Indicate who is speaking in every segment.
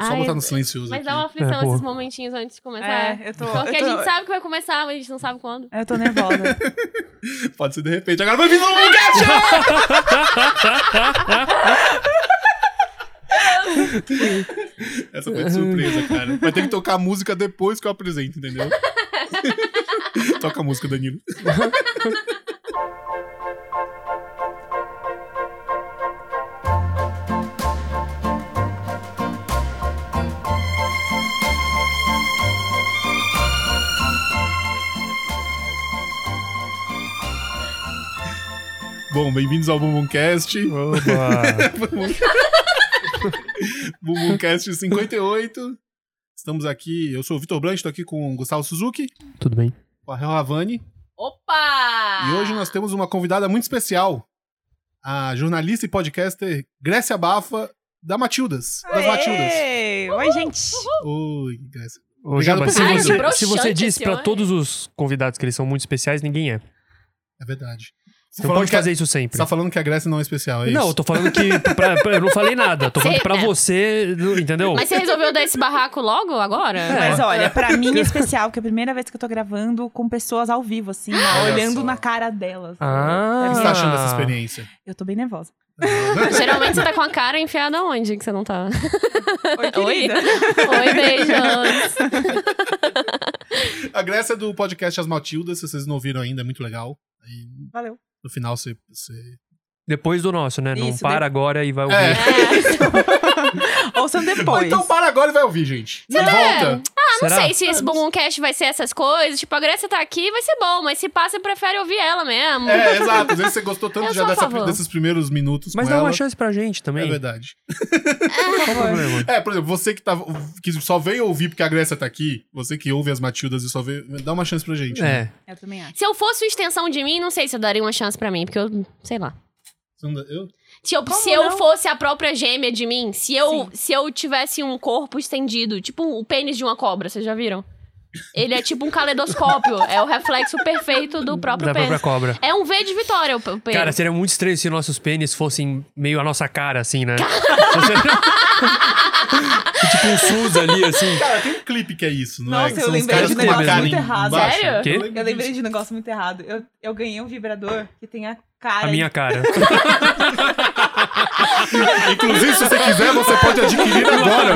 Speaker 1: É só
Speaker 2: Ai,
Speaker 1: botar
Speaker 2: eu-
Speaker 1: no silencioso
Speaker 2: Mas
Speaker 1: aqui.
Speaker 2: dá uma aflição
Speaker 3: É, pô.
Speaker 2: esses momentinhos antes de começar.
Speaker 4: É, eu tô.
Speaker 2: Porque
Speaker 4: eu
Speaker 2: a
Speaker 4: tô-
Speaker 2: gente sabe que vai começar, mas a gente não sabe quando.
Speaker 4: É, Eu tô nervosa.
Speaker 1: Pode ser de repente. Agora vai vir um lugar! Essa foi de surpresa, cara. Vai ter que tocar a música depois que eu apresento, entendeu? Toca a música, Danilo. Bom, bem-vindos ao Bumbumcast.
Speaker 3: Oba!
Speaker 1: Bumbumcast 58. Estamos aqui, eu sou o Vitor Brandt, estou aqui com o Gustavo Suzuki,
Speaker 3: Tudo bem?
Speaker 1: com a Hel Havani.
Speaker 2: Opa!
Speaker 1: E hoje nós temos uma convidada muito especial, a jornalista e podcaster Grécia Bafa, da Matildas, das Matildas.
Speaker 4: Ei, Oi, gente.
Speaker 1: Oi, Grécia.
Speaker 3: Ô,
Speaker 1: Obrigado
Speaker 3: Jabba,
Speaker 1: por
Speaker 3: se
Speaker 1: Ai, que
Speaker 3: você,
Speaker 2: broxante
Speaker 3: se você diz
Speaker 2: esse
Speaker 3: pra
Speaker 2: homem.
Speaker 3: todos os convidados que eles são muito especiais, ninguém é.
Speaker 1: É verdade. Você
Speaker 3: Não
Speaker 1: falando
Speaker 3: Então pode
Speaker 1: que a-
Speaker 3: fazer isso
Speaker 1: você
Speaker 3: sempre.
Speaker 1: tá falando que a Grécia não é especial, é
Speaker 3: Não, eu
Speaker 1: isso?
Speaker 3: tô falando que. pra- pra- eu não falei nada. Tô falando
Speaker 2: Sim,
Speaker 3: pra
Speaker 2: é.
Speaker 3: você, entendeu?
Speaker 2: Mas você resolveu dar esse barraco logo, agora?
Speaker 4: Mas olha, pra mim é especial, que é a primeira vez que eu tô gravando com pessoas ao vivo, assim,
Speaker 1: Olha
Speaker 4: olhando
Speaker 1: só.
Speaker 4: na cara delas.
Speaker 3: Ah.
Speaker 1: O que
Speaker 4: É minha-
Speaker 1: você tá achando dessa experiência?
Speaker 4: Eu tô bem nervosa.
Speaker 2: Geralmente você tá com a cara enfiada onde que você não tá?
Speaker 4: Oi,
Speaker 2: querida. Oi, beijos!
Speaker 1: A Grécia é do podcast As Matildas, se vocês não ouviram ainda, é muito legal. Aí,
Speaker 4: Valeu.
Speaker 1: no final você. você-
Speaker 3: Depois do nosso, né? não
Speaker 4: Isso,
Speaker 3: para agora e vai ouvir.
Speaker 1: É.
Speaker 4: Ouçam
Speaker 1: Ou
Speaker 4: depois.
Speaker 1: então para agora e vai ouvir, gente.
Speaker 2: Você tá-
Speaker 1: Volta.
Speaker 2: Não
Speaker 3: Será?
Speaker 2: sei se esse Boomcast vai ser essas coisas. Tipo, a Grécia tá aqui, vai ser bom. Mas se passa, você prefere ouvir ela mesmo.
Speaker 1: É, exato. Às vezes você gostou tanto já
Speaker 2: Eu sou a
Speaker 1: dessa-
Speaker 2: favor.
Speaker 1: desses primeiros minutos
Speaker 3: Mas
Speaker 1: com
Speaker 3: dá
Speaker 1: ela.
Speaker 3: uma chance pra gente
Speaker 1: É
Speaker 3: também.
Speaker 1: verdade.
Speaker 3: Qual o problema?
Speaker 1: É, por exemplo, você que, tá, que só veio ouvir porque a Grécia tá aqui, você que ouve as Matildas e só veio, dá uma chance pra gente. né?
Speaker 3: É.
Speaker 4: Eu também acho.
Speaker 2: Se eu fosse uma extensão de mim, não sei se eu daria uma chance pra mim. Porque eu, sei lá.
Speaker 1: Você não dá- Eu?
Speaker 2: Se eu,
Speaker 4: Como
Speaker 2: se eu
Speaker 4: não?
Speaker 2: fosse a própria gêmea de mim, se eu, se eu tivesse um corpo estendido, tipo o pênis de uma cobra, vocês já viram? Ele é tipo um caleidoscópio, é o reflexo perfeito do próprio
Speaker 3: Da
Speaker 2: pênis.
Speaker 3: própria cobra.
Speaker 2: É um V de vitória o p- o pênis.
Speaker 3: Cara, seria muito estranho se nossos pênis fossem meio a nossa cara, assim, né? tipo um SUS ali, assim.
Speaker 1: Cara, tem um clipe que é isso, não é?
Speaker 4: Nossa,
Speaker 1: Que
Speaker 4: eu
Speaker 1: são uns
Speaker 4: lembrei
Speaker 1: caras
Speaker 3: de um
Speaker 1: com uma
Speaker 3: negócio
Speaker 1: cara
Speaker 4: muito
Speaker 1: em-
Speaker 4: errado.
Speaker 1: embaixo.
Speaker 2: Sério?
Speaker 3: Quê?
Speaker 4: Eu lembrei de um negócio muito errado. Eu, eu ganhei um vibrador que tem a cara.
Speaker 3: A minha cara.
Speaker 1: Inclusive, se você quiser, você pode adquirir agora.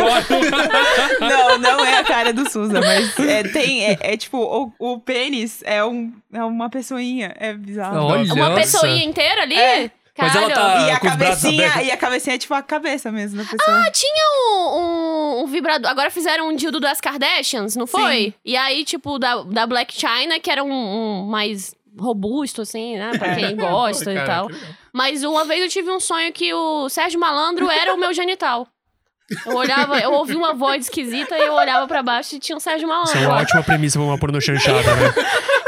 Speaker 4: Não, não é a cara do Suza, mas é, tem. É, é tipo, o, o pênis é, um, é uma pessoinha. É bizarro.
Speaker 3: Olha.
Speaker 2: Uma
Speaker 3: nossa.
Speaker 2: pessoinha inteira ali?
Speaker 4: É.
Speaker 3: Mas ela
Speaker 2: Caralho.
Speaker 3: tá-
Speaker 4: E a
Speaker 3: com os braços
Speaker 4: cabecinha,
Speaker 3: abertos.
Speaker 4: e a cabecinha é tipo a cabeça mesmo da pessoa.
Speaker 2: Ah, tinha um, um- um vibrador. Agora fizeram um dildo das Kardashians, não foi? E aí, tipo, da, da Black China, que era um, um mais robusto, assim, né? Pra quem gosta e
Speaker 1: Cara,
Speaker 2: tal.
Speaker 1: que legal.
Speaker 2: Mas uma vez eu tive um sonho que o Sérgio Malandro era o meu genital. Eu olhava, eu ouvi uma voz esquisita e eu olhava pra baixo e tinha o Sérgio
Speaker 3: Isso é
Speaker 2: Malandro.
Speaker 3: uma
Speaker 2: lá.
Speaker 3: ótima premissa pra uma porno chanchada, né?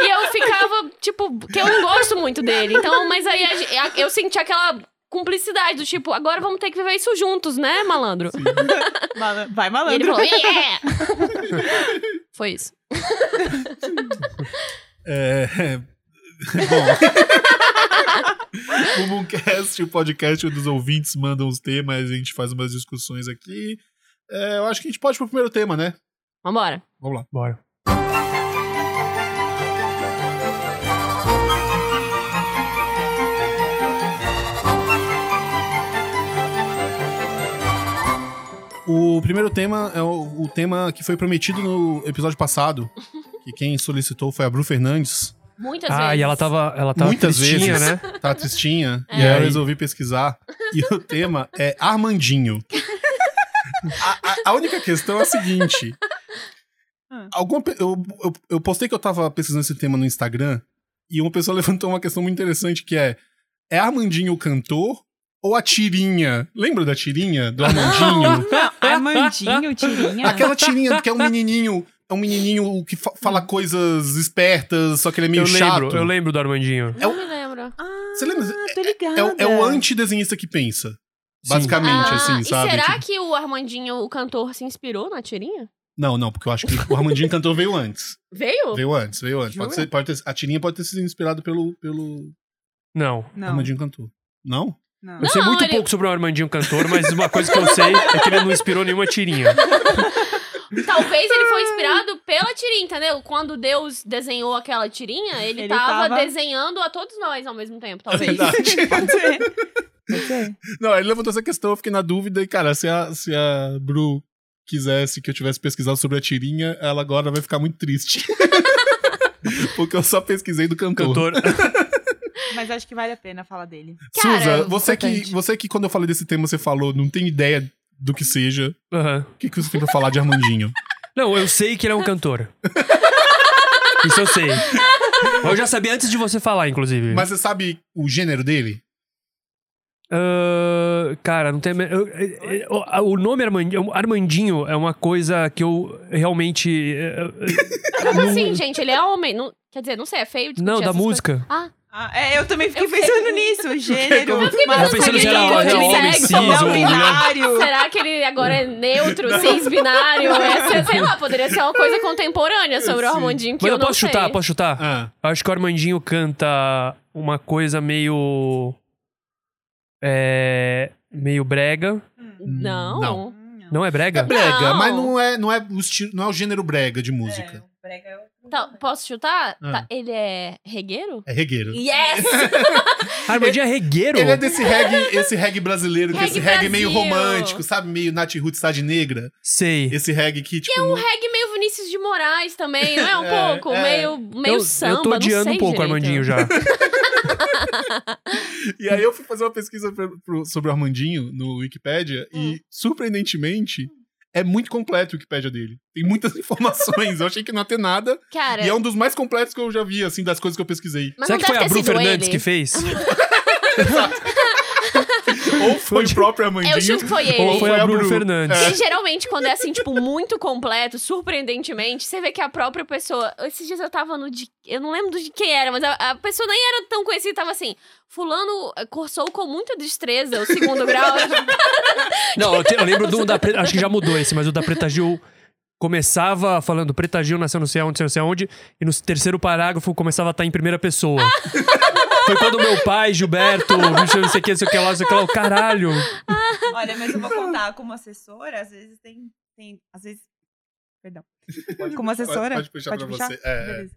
Speaker 2: E eu ficava, tipo, que eu não gosto muito dele. Então, mas aí a ge- a- eu senti aquela cumplicidade do tipo, agora vamos ter que viver isso juntos, né, malandro?
Speaker 4: Mala- Vai
Speaker 2: E ele
Speaker 4: malandro.
Speaker 2: falou, yeah! Foi isso.
Speaker 1: É. Bom. o Mooncast, o podcast dos ouvintes mandam os temas, a gente faz umas discussões aqui. É, eu acho que a gente pode ir pro primeiro tema, né?
Speaker 2: Vambora.
Speaker 1: Vamos lá.
Speaker 3: Bora.
Speaker 1: O primeiro tema é o, o tema que foi prometido no episódio passado. Que quem solicitou foi a Bru Fernandes.
Speaker 2: Muitas vezes.
Speaker 3: Ah, e ela tava, ela tava
Speaker 1: Muitas
Speaker 3: tristinha,
Speaker 1: vezes.
Speaker 3: né?
Speaker 1: Tá tristinha.
Speaker 3: É.
Speaker 1: E aí eu
Speaker 3: Aí.
Speaker 1: resolvi pesquisar. E o tema é Armandinho. A, a- a única questão é a seguinte.
Speaker 4: Hum.
Speaker 1: Alguma, pe- eu, eu, eu postei que eu tava pesquisando esse tema no Instagram. E uma pessoa levantou uma questão muito interessante que é... É Armandinho o cantor ou a tirinha? Lembra da tirinha? Do Armandinho?
Speaker 4: Armandinho, tirinha.
Speaker 1: Aquela tirinha que é um menininho. É um menininho que fa- fala coisas espertas, só que ele é meio
Speaker 3: eu
Speaker 1: chato.
Speaker 3: lembro, eu lembro do Armandinho.
Speaker 1: É
Speaker 2: Não
Speaker 1: o-
Speaker 2: me lembro.
Speaker 4: Ah,
Speaker 1: Você lembra?
Speaker 4: tô ligada.
Speaker 1: É, o- é o antidesenhista que pensa.
Speaker 3: Sim.
Speaker 1: Basicamente,
Speaker 2: Ah,
Speaker 1: assim,
Speaker 2: e
Speaker 1: sabe?
Speaker 2: será
Speaker 1: Tipo,
Speaker 2: que o Armandinho, o cantor, se inspirou na tirinha?
Speaker 1: Não, não, porque eu acho que o Armandinho cantor veio antes.
Speaker 2: Veio?
Speaker 1: Veio antes, veio antes. Pode
Speaker 4: Jura?
Speaker 1: ser, pode ter- a tirinha pode ter sido inspirada pelo, pelo
Speaker 3: Não.
Speaker 4: Não.
Speaker 1: Armandinho cantor. Não?
Speaker 4: Não.
Speaker 3: Eu sei
Speaker 2: Não,
Speaker 3: muito
Speaker 2: ele-
Speaker 3: pouco sobre o Armandinho Cantor, mas uma coisa que eu sei é que ele não inspirou nenhuma tirinha.
Speaker 2: Talvez ele foi inspirado pela tirinha, entendeu? Quando Deus desenhou aquela tirinha, ele,
Speaker 4: Ele
Speaker 2: tava,
Speaker 4: tava-
Speaker 2: desenhando a todos nós ao mesmo tempo,
Speaker 1: É
Speaker 2: talvez.
Speaker 1: verdade.
Speaker 4: Pode ser. Pode ser.
Speaker 1: Não, ele levantou essa questão, eu fiquei na dúvida. E, cara, se a, se a Bru quisesse que eu tivesse pesquisado sobre a tirinha, ela agora vai ficar muito triste. Porque eu só pesquisei do cantor.
Speaker 3: Cantor.
Speaker 4: Mas acho que vale a pena falar dele.
Speaker 2: Cara,
Speaker 1: Suza, você que,
Speaker 2: importante.
Speaker 1: você que quando eu falei desse tema, você falou, não tem ideia do que seja.
Speaker 3: Aham.
Speaker 1: O que, que você tem pra falar de Armandinho?
Speaker 3: Não, eu sei que ele é um cantor. Isso eu sei. Eu já sabia antes de você falar, inclusive.
Speaker 1: Mas você sabe o gênero dele?
Speaker 3: Ah, cara, não tem. a men- eu- eu- eu- o- o nome Armandinho, Armandinho é uma coisa que eu realmente. eh,
Speaker 2: Como assim, gente? Ele é homem. não- Quer dizer, não sei, é feio discutir
Speaker 3: Não, da
Speaker 2: essas
Speaker 3: música.
Speaker 2: coisas. Ah,
Speaker 4: Ah, é, eu também fiquei
Speaker 2: Eu fiquei-
Speaker 4: pensando nisso. Gênero.
Speaker 1: Eu
Speaker 2: fiquei
Speaker 4: masculino,
Speaker 2: pensando se ele era-
Speaker 4: feminino,
Speaker 2: era
Speaker 3: é
Speaker 2: homem,
Speaker 4: sexo,
Speaker 2: cis
Speaker 4: não
Speaker 2: ou mulher.
Speaker 4: binário.
Speaker 2: será que ele agora é neutro, cis, binário? Essa- sei lá, poderia ser uma coisa contemporânea sobre o
Speaker 1: Sim.
Speaker 2: Armandinho, que
Speaker 3: Mas eu,
Speaker 2: não
Speaker 3: posso
Speaker 2: sei.
Speaker 3: chutar, posso chutar?
Speaker 1: Ah,
Speaker 3: Acho que o Armandinho canta uma coisa meio. É. Meio brega.
Speaker 2: Não.
Speaker 1: Não.
Speaker 4: Hum,
Speaker 3: Não é
Speaker 1: é
Speaker 3: brega?
Speaker 1: brega,
Speaker 2: Não.
Speaker 1: mas não é, não, é o estilo- não é o gênero brega de
Speaker 4: É,
Speaker 1: música.
Speaker 4: Então.
Speaker 2: Tá, posso chutar?
Speaker 1: Ah.
Speaker 2: Tá, ele é regueiro?
Speaker 1: É, regueiro.
Speaker 2: Yes!
Speaker 3: Armandinho é regueiro?
Speaker 1: Ele é desse reggae, esse reggae brasileiro, que é esse
Speaker 2: Reggae
Speaker 1: reggae meio
Speaker 2: Brasil.
Speaker 1: romântico, sabe? Meio Nath Roots, Cidade Negra.
Speaker 3: Sei.
Speaker 1: Esse reggae que, tipo... não-
Speaker 2: Pegue É meio Vinícius de Moraes também, não é? Um
Speaker 1: É,
Speaker 2: pouco.
Speaker 1: é.
Speaker 2: Meio, meio
Speaker 3: eu,
Speaker 2: samba,
Speaker 3: eu tô odiando
Speaker 2: não sei
Speaker 3: um pouco o
Speaker 2: direito.
Speaker 3: Armandinho já.
Speaker 1: E aí eu fui fazer uma pesquisa pro- pro- sobre o Armandinho no Wikipedia e, surpreendentemente, é muito completo o Wikipedia dele. Tem muitas informações, eu achei que não ia ter nada.
Speaker 2: Cara,
Speaker 1: E é um dos mais completos que eu já vi, assim, das coisas que eu pesquisei.
Speaker 2: mas
Speaker 3: Será
Speaker 2: não
Speaker 3: que foi
Speaker 2: deve
Speaker 3: a
Speaker 2: ter
Speaker 3: Bru
Speaker 2: sido
Speaker 3: Fernandes
Speaker 2: ele.
Speaker 3: que fez?
Speaker 1: Ou foi o próprio Armandinho.
Speaker 2: É, Eu chuto que foi ele.
Speaker 3: Ou foi a Bru Fernandes?
Speaker 2: E geralmente, quando é assim, tipo, muito completo, surpreendentemente, você vê que a própria pessoa. Esses dias eu tava no. de- Eu não lembro de quem era, mas a, a pessoa nem era tão conhecida, tava assim. Fulano eh, cursou com muita destreza o segundo grau.
Speaker 3: Não, eu, te- eu lembro do da Preta, acho que já mudou esse, mas o da Preta Gil começava falando Preta Gil nasceu não sei onde, não sei onde, e no terceiro parágrafo começava a estar em primeira pessoa. Foi quando meu pai, Gilberto, não sei- não sei o que, não sei o que lá, não sei o que lá, o caralho.
Speaker 4: Olha, mas eu vou contar, como assessora, às vezes tem. tem às vezes. Perdão. Como assessora.
Speaker 1: Pode, pode puxar pra você. É, é.
Speaker 4: Beleza.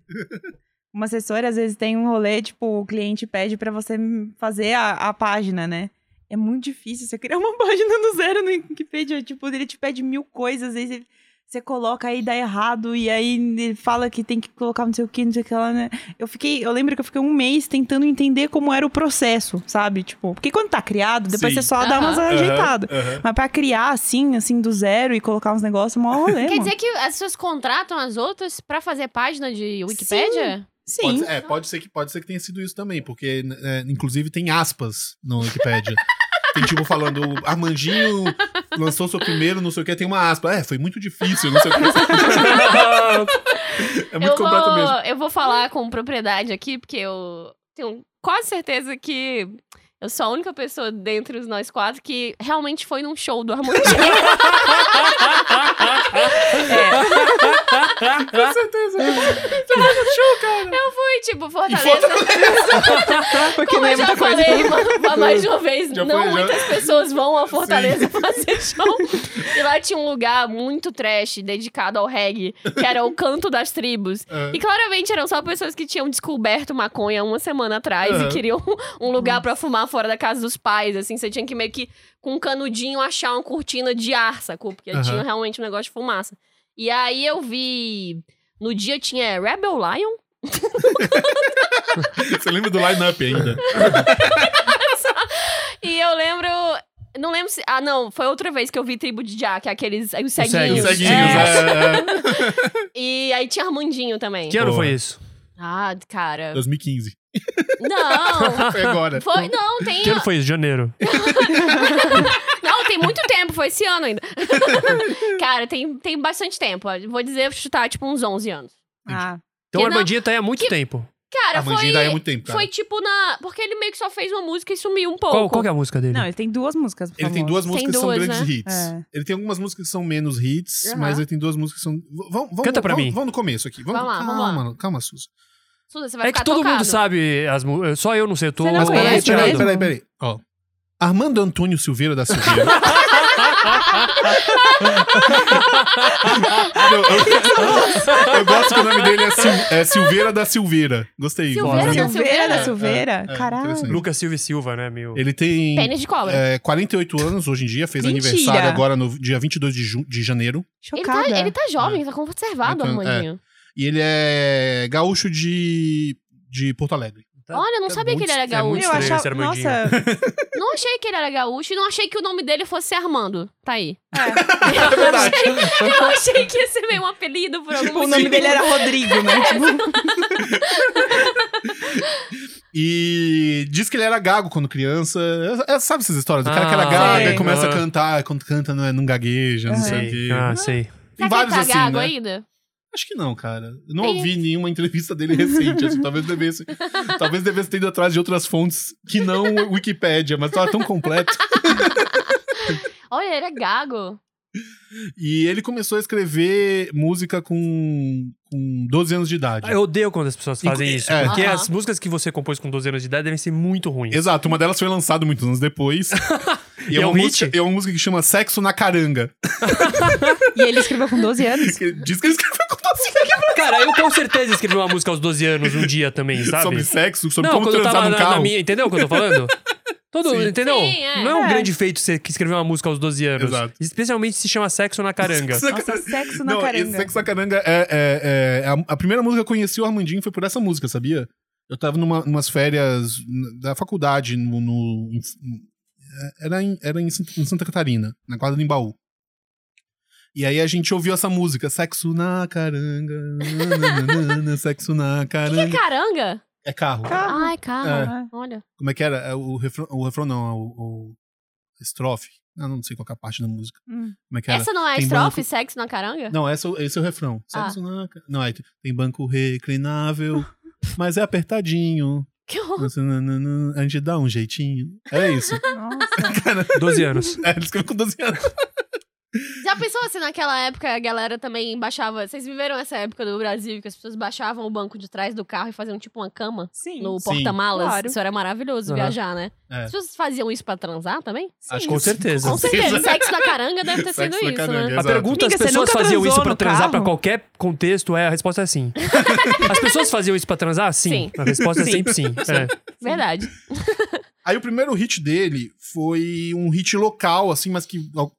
Speaker 4: Uma assessora, às vezes, tem um rolê, tipo, o cliente pede pra você m- fazer a, a página, né? É muito difícil você criar uma página do zero no Wikipedia. Tipo, ele te pede mil coisas, às vezes você coloca aí, dá errado, e aí ele fala que tem que colocar não sei o que, não sei o que lá, né? Eu fiquei, eu lembro que eu fiquei um mês tentando entender como era o processo, sabe? Tipo, porque quando tá criado, depois
Speaker 1: Sim.
Speaker 4: você só dá
Speaker 2: Aham.
Speaker 4: umas ajeitadas.
Speaker 1: Aham, aham.
Speaker 4: Mas pra criar assim, assim, do zero e colocar uns negócios, é mó rolê.
Speaker 2: Quer
Speaker 4: mano.
Speaker 2: dizer que as pessoas contratam as outras pra fazer página de Wikipédia?
Speaker 4: Sim.
Speaker 1: Pode, é, pode ser que pode ser que tenha sido isso também, porque n- é, inclusive tem aspas no Wikipedia. tem tipo falando Armandinho lançou seu primeiro, não sei o que, tem uma aspa. É, foi muito difícil, não sei o que. É muito
Speaker 2: eu
Speaker 1: completo
Speaker 2: vou,
Speaker 1: mesmo.
Speaker 2: Eu vou falar com propriedade aqui, porque eu tenho quase certeza que eu sou a única pessoa dentre os nós quatro que realmente foi num show do Armandinho. Ah,
Speaker 3: ah,
Speaker 1: Com certeza.
Speaker 2: eu fui, tipo,
Speaker 1: E
Speaker 2: Fortaleza.
Speaker 4: Porque
Speaker 2: Como
Speaker 4: não é
Speaker 2: eu já
Speaker 4: muita coisa.
Speaker 2: falei uma- mais de uma vez,
Speaker 1: né? Já
Speaker 2: não
Speaker 1: foi, já-
Speaker 2: muitas pessoas vão a Fortaleza fazer show. E lá tinha um lugar muito trash, dedicado ao reggae, que era o Canto das Tribos.
Speaker 1: É.
Speaker 2: E claramente eram só pessoas que tinham descoberto maconha uma semana atrás
Speaker 1: Aham.
Speaker 2: e queriam um
Speaker 1: Hum.
Speaker 2: lugar pra fumar fora da casa dos pais, assim. Você tinha que meio que, com um canudinho, achar uma cortina de ar, sacou? Porque
Speaker 1: Aham.
Speaker 2: tinha realmente um negócio de fumaça. E aí eu vi... No dia tinha Rebel Lion.
Speaker 1: Você lembra do line-up ainda?
Speaker 2: E eu lembro... Não lembro se... Ah, não. Foi outra vez que eu vi Tribo de Jack, aqueles... Os
Speaker 3: cegos.
Speaker 2: ceguinhos.
Speaker 1: Os ceguinhos,
Speaker 2: É.
Speaker 1: é, é.
Speaker 2: E aí tinha Armandinho também.
Speaker 3: Que ano
Speaker 1: Boa.
Speaker 3: foi isso?
Speaker 2: Ah,
Speaker 1: é.
Speaker 2: cara...
Speaker 1: 2015.
Speaker 2: Não!
Speaker 1: Foi agora.
Speaker 2: Foi... Não, tem...
Speaker 3: Que ano foi isso? Janeiro.
Speaker 2: Não, tem muito tempo, foi esse ano ainda. Cara, tem, tem bastante tempo. Vou dizer, chutar tipo uns 11 anos.
Speaker 4: Ah,
Speaker 3: Então o
Speaker 2: Que não-
Speaker 3: Armandinho tá aí há muito
Speaker 2: que-
Speaker 3: tempo.
Speaker 2: Cara,
Speaker 1: Armandinho
Speaker 2: foi.
Speaker 1: daí há muito tempo, cara.
Speaker 2: Foi tipo na. Porque ele meio que só fez uma música e sumiu um pouco.
Speaker 3: Qual, qual que é a música dele?
Speaker 4: não, ele tem duas músicas.
Speaker 1: Ele tem
Speaker 4: famosas.
Speaker 1: duas músicas que são
Speaker 2: duas,
Speaker 1: grandes
Speaker 2: né?
Speaker 1: hits.
Speaker 4: É.
Speaker 1: Ele tem algumas músicas que são menos hits,
Speaker 2: Aham.
Speaker 1: mas ele tem duas músicas que são. v- Vamos, vamos,
Speaker 3: Canta pra
Speaker 1: vamos,
Speaker 3: mim.
Speaker 1: Vamos no começo aqui. Vamos,
Speaker 2: Vamos lá,
Speaker 1: calma,
Speaker 2: vamos lá.
Speaker 1: mano. Calma, Suzy.
Speaker 2: Suda, você vai
Speaker 3: é
Speaker 2: ficar
Speaker 3: que todo
Speaker 2: tocado.
Speaker 3: mundo sabe as músicas. Só eu não sei, eu tô.
Speaker 4: Você não
Speaker 1: Mas peraí,
Speaker 4: conhece, conhece
Speaker 1: peraí,
Speaker 4: mesmo?
Speaker 1: peraí, peraí. Ó. Armando Antônio Silveira da Silveira. Não, eu, eu gosto que o nome dele é, Sil- é Silveira da Silveira. Gostei.
Speaker 2: Silveira
Speaker 1: Gostei.
Speaker 2: da
Speaker 4: Silveira
Speaker 2: Silveira?
Speaker 4: da Silveira?
Speaker 1: É, é,
Speaker 4: Caralho.
Speaker 2: tá,
Speaker 1: interessante.
Speaker 3: Lucas Silva e Silva, né, meu?
Speaker 1: Ele tem
Speaker 2: Pênis de cobra.
Speaker 1: é, 48 anos hoje em dia, fez
Speaker 4: Mentira.
Speaker 1: aniversário agora no dia 22 de, ju- de janeiro.
Speaker 2: Ele tá,
Speaker 4: Chocada.
Speaker 2: ele tá jovem, tá conservado,
Speaker 1: Então, é.
Speaker 2: Armandinho.
Speaker 1: E ele é gaúcho de, de Porto Alegre.
Speaker 3: Tá-
Speaker 2: Olha, eu não
Speaker 3: tá
Speaker 2: sabia que
Speaker 3: muito
Speaker 2: ele era
Speaker 3: estranho,
Speaker 2: gaúcho.
Speaker 3: muito
Speaker 4: Eu
Speaker 3: estranho esse
Speaker 4: achava.
Speaker 3: Armandinho.
Speaker 4: Nossa,
Speaker 2: Não achei que ele era gaúcho e não achei que o nome dele fosse Armando. Tá aí.
Speaker 1: É verdade.
Speaker 2: Eu achei que ia ser meio um apelido por algum
Speaker 4: tipo, o nome
Speaker 2: motivo.
Speaker 4: dele era Rodrigo, né? Tipo,
Speaker 1: E diz que ele era gago quando criança. É, é, sabe essas histórias? O cara que era
Speaker 3: Ah,
Speaker 1: gago
Speaker 4: sei.
Speaker 1: e começa a
Speaker 3: Ah.
Speaker 1: cantar, quando canta não, é- não gagueja, não
Speaker 4: Aham.
Speaker 1: sei o quê.
Speaker 3: Sei. Ah,
Speaker 1: Tem
Speaker 3: sei.
Speaker 2: Será que ele
Speaker 1: vários
Speaker 2: tá
Speaker 1: assim,
Speaker 2: gago
Speaker 1: né?
Speaker 2: ainda?
Speaker 1: Acho que não, cara. Eu não
Speaker 2: Tem-
Speaker 1: ouvi nenhuma entrevista dele recente. assim, talvez devesse. Talvez devesse ter ido atrás de outras fontes que não o Wikipédia, mas tava tão completo.
Speaker 2: Olha, ele é gago.
Speaker 1: E ele começou a escrever música com, com 12 anos de idade.
Speaker 3: Ah, Eu odeio quando as pessoas fazem
Speaker 1: Inclu-
Speaker 3: isso.
Speaker 1: é.
Speaker 3: Porque
Speaker 2: Aham.
Speaker 3: as músicas que você compôs com 12 anos de idade devem ser muito ruins.
Speaker 1: Exato, uma delas foi lançada muitos anos depois. e é,
Speaker 3: É
Speaker 1: uma
Speaker 3: um hit?
Speaker 1: música, é uma música que chama Sexo na Caranga.
Speaker 4: e ele escreveu com 12 anos.
Speaker 1: Que diz que ele escreveu com 12 anos.
Speaker 3: Cara, eu com certeza escrevi uma música aos 12 anos um dia também, sabe?
Speaker 1: Sobre sexo, sobre
Speaker 3: não,
Speaker 1: como
Speaker 3: quando eu
Speaker 1: transar
Speaker 3: tava
Speaker 1: num
Speaker 3: na,
Speaker 1: carro.
Speaker 3: na minha. Entendeu o que eu tô falando? Todo,
Speaker 1: Sim.
Speaker 3: entendeu?
Speaker 2: Sim, é.
Speaker 3: Não é um
Speaker 4: É.
Speaker 3: grande feito você que escreveu uma música aos 12 anos.
Speaker 1: Exato.
Speaker 3: Especialmente se chama Sexo na Caranga.
Speaker 4: Nossa, sexo na
Speaker 1: é Não, esse
Speaker 4: caranga.
Speaker 1: Sexo na Caranga é, é- é- a, a primeira música que eu conheci o Armandinho foi por essa música, sabia? Eu tava numa, umas férias n- da faculdade no. no- em- em- era em, era em, Santa- em Santa Catarina, na quadra do Embaú. E aí a gente ouviu essa música, Sexo na Caranga, nananana, Sexo na
Speaker 2: Que
Speaker 1: Caranga.
Speaker 2: caranga?
Speaker 1: É carro.
Speaker 4: Carro.
Speaker 2: Ai, cara.
Speaker 4: Ah,
Speaker 2: Olha.
Speaker 1: Como é que era? É O refrão, o refrão não, é o, o estrofe. Ah, não sei qual que é a parte da música.
Speaker 4: hum.
Speaker 1: Como é que era?
Speaker 2: Essa não é a
Speaker 1: Tem
Speaker 2: estrofe,
Speaker 1: banco.
Speaker 2: sexo na caranga?
Speaker 1: Não, essa, esse é o refrão.
Speaker 2: Ah.
Speaker 1: Sexo na ca- Não, é, tem banco reclinável, mas é apertadinho.
Speaker 2: Que horror.
Speaker 1: Nossa, nan, nan, nan, A gente dá um jeitinho. É isso.
Speaker 4: Nossa.
Speaker 3: 12 anos.
Speaker 1: É, eles ficam com 12 anos.
Speaker 2: Já pensou assim, naquela época a galera também baixava. Vocês viveram essa época do Brasil que as pessoas baixavam o banco de trás do carro e faziam tipo uma cama
Speaker 4: Sim.
Speaker 2: no
Speaker 1: Sim.
Speaker 2: porta-malas?
Speaker 4: Claro.
Speaker 2: Isso era maravilhoso
Speaker 3: Aham.
Speaker 2: viajar, né?
Speaker 1: É.
Speaker 2: As pessoas faziam isso pra transar também?
Speaker 1: Acho
Speaker 4: Sim.
Speaker 1: que
Speaker 3: Com
Speaker 1: sim.
Speaker 3: certeza.
Speaker 2: Com certeza.
Speaker 1: certeza.
Speaker 2: Sexo na caranga deve ter sido
Speaker 1: Sexo na
Speaker 2: isso,
Speaker 1: caranga,
Speaker 2: né?
Speaker 1: exato.
Speaker 3: A pergunta,
Speaker 4: Amiga,
Speaker 3: as
Speaker 4: você
Speaker 3: pessoas
Speaker 4: nunca
Speaker 3: faziam
Speaker 4: transou
Speaker 3: isso pra
Speaker 4: no
Speaker 3: transar
Speaker 4: carro?
Speaker 3: pra qualquer contexto? É, a resposta é sim. As pessoas faziam isso pra transar? Sim.
Speaker 2: Sim.
Speaker 3: A resposta
Speaker 4: Sim.
Speaker 3: é sempre sim. É.
Speaker 2: Verdade.
Speaker 1: Aí o primeiro hit dele foi um hit local, assim, mas que ó,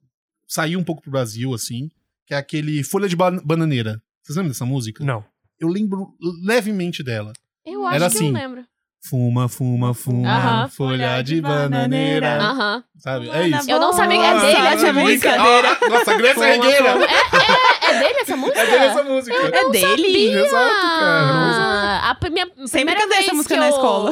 Speaker 1: saiu um pouco pro Brasil, assim. Que é aquele Folha de Ban- Bananeira. Vocês lembram dessa música?
Speaker 3: Não.
Speaker 1: Eu lembro levemente dela.
Speaker 2: Eu acho
Speaker 1: Era
Speaker 2: que eu
Speaker 1: assim.
Speaker 2: lembro.
Speaker 1: Fuma, fuma, fuma,
Speaker 2: Aham.
Speaker 1: folha de bananeira.
Speaker 2: Aham.
Speaker 1: Sabe? É isso.
Speaker 2: Eu não sabia que era dele,
Speaker 1: Ah,
Speaker 2: essa
Speaker 1: a música.
Speaker 4: brincadeira.
Speaker 1: Ah, Nossa, a Grécia
Speaker 4: Fuma,
Speaker 1: Regueira.
Speaker 4: fuma.
Speaker 2: É, é, é dele essa música?
Speaker 1: É dele essa música.
Speaker 4: É dele.
Speaker 1: Exato, cara.
Speaker 2: Ah, a minha
Speaker 4: Sempre
Speaker 2: primeira
Speaker 4: cantei
Speaker 2: vez
Speaker 4: essa música
Speaker 2: que
Speaker 4: na
Speaker 2: eu-
Speaker 4: escola.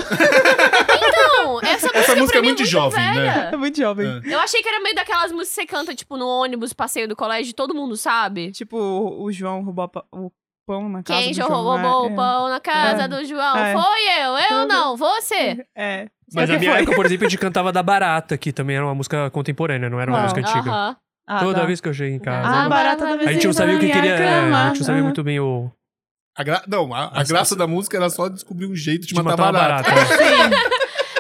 Speaker 2: Então, essa música,
Speaker 1: música
Speaker 2: pra
Speaker 1: é
Speaker 2: mim
Speaker 1: muito jovem, né?
Speaker 2: velha.
Speaker 4: É muito jovem.
Speaker 1: É.
Speaker 2: Eu achei que era meio daquelas músicas que você canta, tipo, no ônibus, passeio do colégio, todo mundo sabe.
Speaker 4: Tipo, o o João roubou a pa- o pão na casa
Speaker 2: Quem
Speaker 4: do
Speaker 2: já
Speaker 4: João.
Speaker 2: roubou
Speaker 4: é.
Speaker 2: o pão na casa
Speaker 4: É.
Speaker 2: do João?
Speaker 4: É.
Speaker 2: Foi eu, eu não, você.
Speaker 4: É.
Speaker 3: Mas
Speaker 4: Sabe
Speaker 3: a
Speaker 4: o que
Speaker 3: minha
Speaker 4: foi?
Speaker 3: época, por exemplo, a gente cantava da Barata, que também era uma música contemporânea, não era uma
Speaker 4: Uau.
Speaker 3: música antiga.
Speaker 2: Aham.
Speaker 4: Ah,
Speaker 3: Toda
Speaker 4: tá.
Speaker 3: vez que eu cheguei em casa.
Speaker 4: Ah,
Speaker 2: Aham.
Speaker 4: barata da
Speaker 3: A gente não
Speaker 4: vizinha
Speaker 3: sabia o que
Speaker 4: da minha
Speaker 3: queria. é,
Speaker 4: cama. né?
Speaker 3: a gente não sabia
Speaker 4: Aham.
Speaker 3: muito bem o.
Speaker 1: A gra- Não, a, a
Speaker 3: Nossa,
Speaker 1: graça
Speaker 3: nossa.
Speaker 1: da música era só descobrir um jeito de,
Speaker 3: de
Speaker 1: matar,
Speaker 3: matar uma
Speaker 1: barata.
Speaker 3: barata.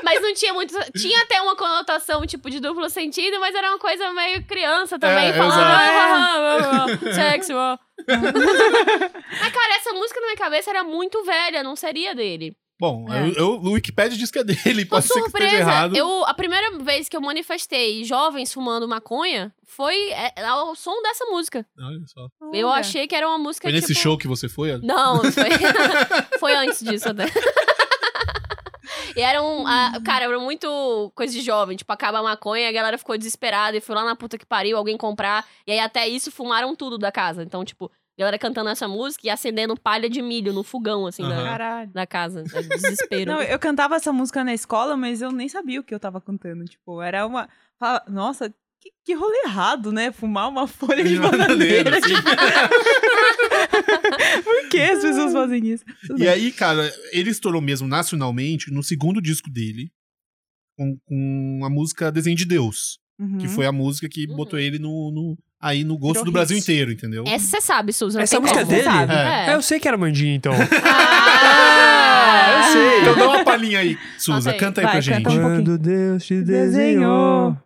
Speaker 2: Mas não tinha muito. Tinha até uma conotação, tipo, de duplo sentido, mas era uma coisa meio criança também,
Speaker 1: É,
Speaker 2: falando.
Speaker 1: exato. É.
Speaker 2: "Ah, ah, ah, ah, Sexo. ah." mas, cara, essa música na minha cabeça era muito velha, não seria dele.
Speaker 1: Bom,
Speaker 4: É.
Speaker 1: eu, eu- o Wikipedia diz que é dele,
Speaker 2: Tô
Speaker 1: pode ser que esteja
Speaker 2: surpresa.
Speaker 1: errado.
Speaker 2: Eu, a primeira vez que eu manifestei jovens fumando maconha foi é, ao som dessa música.
Speaker 1: Olha só.
Speaker 2: Eu
Speaker 4: Olha.
Speaker 2: achei que era uma música
Speaker 1: Foi nesse
Speaker 2: tipo...
Speaker 1: show que você foi? Ana?
Speaker 2: Não, foi, foi antes disso né? até. E era um. a- cara, era muito coisa de jovem. Tipo, acaba a maconha, a galera ficou desesperada e foi lá na puta que pariu alguém comprar. E aí, até isso, fumaram tudo da casa. Então, tipo, a galera cantando essa música e acendendo palha de milho no fogão, assim, da,
Speaker 1: Aham.
Speaker 4: Caralho.
Speaker 2: da casa. É desespero.
Speaker 4: Não, eu cantava essa música na escola, mas eu nem sabia o que eu tava cantando. Tipo, era uma. fala- Nossa, que, que rolê errado, né? Fumar uma folha de
Speaker 1: De bananeira,
Speaker 4: bananeira.
Speaker 1: sim.
Speaker 4: tipo, Por que as pessoas fazem isso? Tudo
Speaker 1: E
Speaker 4: bem.
Speaker 1: aí, cara, ele estourou mesmo nacionalmente no segundo disco dele, com, com a música Desenho de Deus,
Speaker 4: Uhum.
Speaker 1: que foi a música que
Speaker 2: Uhum. É,
Speaker 1: botou ele no, no- aí no gosto
Speaker 4: Virou
Speaker 1: do Brasil
Speaker 4: hit.
Speaker 1: inteiro, entendeu?
Speaker 2: Essa você sabe, Susan.
Speaker 3: Essa
Speaker 2: tem
Speaker 3: música
Speaker 2: como.
Speaker 3: é dele?
Speaker 2: Sabe.
Speaker 1: É.
Speaker 3: É, eu sei que era Mandinha, então. Ah, eu sei.
Speaker 1: Então dá uma palhinha aí, Suza.
Speaker 2: aí.
Speaker 1: Canta aí
Speaker 4: Vai,
Speaker 1: pra
Speaker 4: canta
Speaker 1: gente.
Speaker 4: um pouquinho.
Speaker 3: Quando Deus te
Speaker 4: Desenhou,
Speaker 3: desenhou,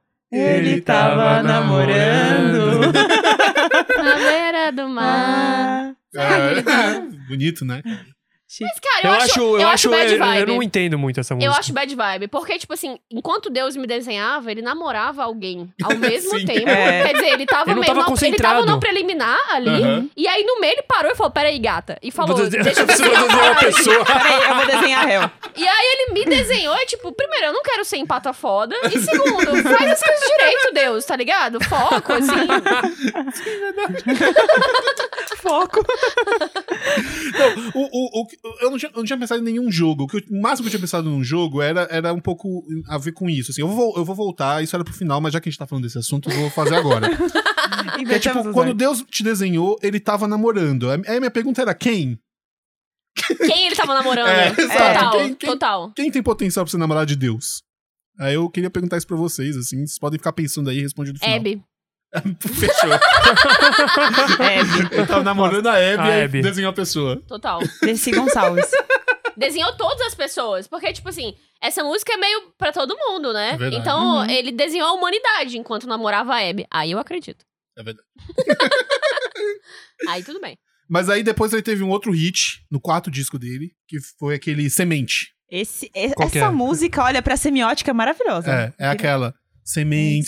Speaker 4: ele tava namorando.
Speaker 2: Na beira do
Speaker 4: Ah.
Speaker 2: mar.
Speaker 1: Ah, bonito, né?
Speaker 2: Mas, cara,
Speaker 3: Eu acho, eu, acho,
Speaker 2: bad
Speaker 3: eu, eu
Speaker 2: vibe.
Speaker 3: não entendo muito essa música.
Speaker 2: Eu acho bad vibe. Porque, tipo assim, enquanto Deus me desenhava, ele namorava alguém ao mesmo
Speaker 1: Sim.
Speaker 2: tempo.
Speaker 4: É.
Speaker 2: Quer dizer, ele tava,
Speaker 3: Ele não
Speaker 2: meio
Speaker 3: tava
Speaker 2: na- ele
Speaker 3: concentrado.
Speaker 2: tava na preliminar ali.
Speaker 1: Aham.
Speaker 2: E aí, no meio, ele parou e falou: Peraí, gata. E falou:
Speaker 3: Vou desenhar-
Speaker 2: Deixa eu
Speaker 3: preciso desenhar uma pessoa.
Speaker 4: Peraí, eu vou desenhar réu.
Speaker 2: E aí ele me desenhou, é tipo, primeiro, eu não quero ser empata foda. E segundo, faz as coisas direito, Deus, tá ligado? Foco, assim.
Speaker 4: Foco.
Speaker 1: Então, o, o, o que- eu, não tinha, eu não tinha pensado em nenhum jogo. O, que eu- o máximo que eu tinha pensado num jogo era, era um pouco a ver com isso. Assim, eu, vou, eu vou voltar, isso era pro final, mas já que a gente tá falando desse assunto, eu vou fazer agora. Que é
Speaker 4: Inventamos
Speaker 1: tipo,
Speaker 4: os
Speaker 1: quando
Speaker 4: nomes.
Speaker 1: Deus te desenhou, ele tava namorando. Aí aí minha pergunta era quem?
Speaker 2: Quem ele tava namorando?
Speaker 1: É,
Speaker 4: exato.
Speaker 2: total,
Speaker 1: Quem- quem-
Speaker 2: total.
Speaker 1: Quem tem potencial pra ser namorado de Deus? Aí eu queria perguntar isso pra vocês, assim, vocês podem ficar pensando aí e respondendo no final.
Speaker 4: É.
Speaker 2: Hebe.
Speaker 1: Fechou.
Speaker 4: Hebe.
Speaker 1: Ele tava namorando a Abby,
Speaker 3: A
Speaker 1: aí
Speaker 3: Abby.
Speaker 1: desenhou a pessoa.
Speaker 2: total.
Speaker 4: Dercy Gonçalves.
Speaker 2: Desenhou todas as pessoas. Porque, tipo assim, essa música é meio pra todo mundo, né?
Speaker 1: É verdade.
Speaker 2: então,
Speaker 4: Uhum.
Speaker 2: ele desenhou a humanidade enquanto namorava a Hebe. Aí eu acredito.
Speaker 1: É verdade.
Speaker 2: Aí tudo bem.
Speaker 1: Mas aí depois ele teve um outro hit no quarto disco dele, que foi aquele Semente.
Speaker 4: Esse, e-
Speaker 3: Qual que
Speaker 4: essa
Speaker 3: é?
Speaker 4: música, olha, pra semiótica é maravilhosa.
Speaker 1: É, é aquela. Semente,